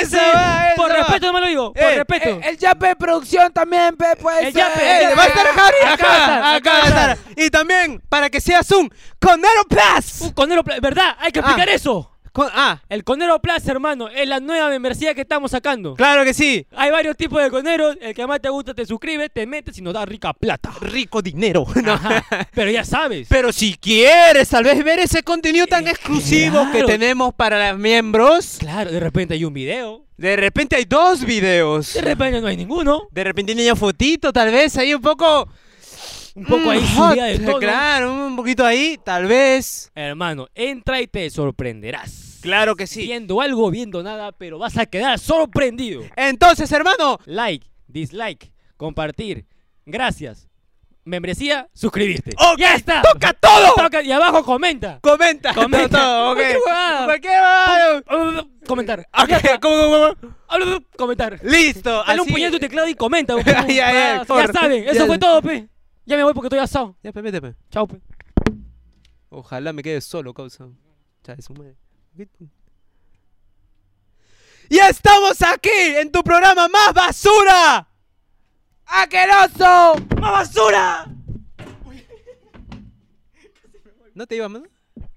[SPEAKER 2] Eso va, eso
[SPEAKER 4] Por
[SPEAKER 2] va.
[SPEAKER 4] respeto, no me lo digo. Por
[SPEAKER 2] Eh,
[SPEAKER 4] respeto.
[SPEAKER 5] El, el Yape de producción también, pe, pues.
[SPEAKER 4] El Yape,
[SPEAKER 5] eh,
[SPEAKER 2] Eh, va a estar Harry acá,
[SPEAKER 4] Acá va a estar,
[SPEAKER 2] acá,
[SPEAKER 4] acá
[SPEAKER 2] va
[SPEAKER 4] va
[SPEAKER 2] a
[SPEAKER 4] a
[SPEAKER 2] estar. Y también para que seas un Conero
[SPEAKER 4] Un
[SPEAKER 2] Plus.
[SPEAKER 4] conero pla- ¿Verdad? Hay que
[SPEAKER 2] Ah.
[SPEAKER 4] explicar eso.
[SPEAKER 2] Con- ah,
[SPEAKER 4] El Conero Plus, hermano, es la nueva membresía que estamos sacando.
[SPEAKER 2] claro que sí.
[SPEAKER 4] Hay varios tipos de coneros. El que más te gusta te suscribe, te metes y nos da rica plata.
[SPEAKER 2] Rico dinero. No.
[SPEAKER 4] Ajá. Pero ya sabes.
[SPEAKER 2] Pero si quieres tal vez ver ese contenido tan exclusivo que
[SPEAKER 4] Eh, claro.
[SPEAKER 2] tenemos para los miembros,
[SPEAKER 4] Claro, de repente hay un video.
[SPEAKER 2] de repente hay dos videos.
[SPEAKER 4] De repente no hay ninguno.
[SPEAKER 2] De repente hay una fotito, tal vez ahí un poco...
[SPEAKER 4] Un poco ahí
[SPEAKER 2] mm,
[SPEAKER 4] subida de
[SPEAKER 2] hot,
[SPEAKER 4] tono.
[SPEAKER 2] Claro, un poquito ahí, tal vez.
[SPEAKER 4] Hermano, entra y te sorprenderás.
[SPEAKER 2] Claro que sí.
[SPEAKER 4] Viendo algo, viendo nada, pero vas a quedar sorprendido.
[SPEAKER 2] Entonces, hermano,
[SPEAKER 4] Like, dislike, compartir. Gracias. Membresía, suscribirte.
[SPEAKER 2] Ok,
[SPEAKER 4] ¡Ya está!
[SPEAKER 2] toca todo.
[SPEAKER 4] Toca y abajo comenta.
[SPEAKER 2] Comenta.
[SPEAKER 4] Ah, Comenta.
[SPEAKER 2] Todo, todo, ok.
[SPEAKER 4] Cualquier huevada.
[SPEAKER 2] Cualquier huevada.
[SPEAKER 4] Comentar.
[SPEAKER 2] Ok, ¿cómo, cómo, cómo?
[SPEAKER 4] Comentar.
[SPEAKER 2] Listo.
[SPEAKER 4] Ah, Dale un
[SPEAKER 2] así-
[SPEAKER 4] puñal a tu teclado y comenta.
[SPEAKER 2] Ya,
[SPEAKER 4] pe.
[SPEAKER 2] ya, ya,
[SPEAKER 4] ya
[SPEAKER 2] por-
[SPEAKER 4] saben, eso
[SPEAKER 2] ya.
[SPEAKER 4] fue todo, pe. Ya me voy porque estoy asado.
[SPEAKER 2] Ya, pe, vete, pe.
[SPEAKER 4] Chao, pe.
[SPEAKER 2] Ojalá me quede solo, causa. Chale, su madre. Y estamos aquí en tu programa más basura.
[SPEAKER 5] ¡Aqueroso!
[SPEAKER 2] ¡Más basura! ¿No te ibas, mano?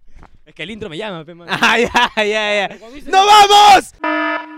[SPEAKER 4] Es que el intro me llama, pe, man.
[SPEAKER 2] ¡Ay, ay, ay, ay! ¡No vamos!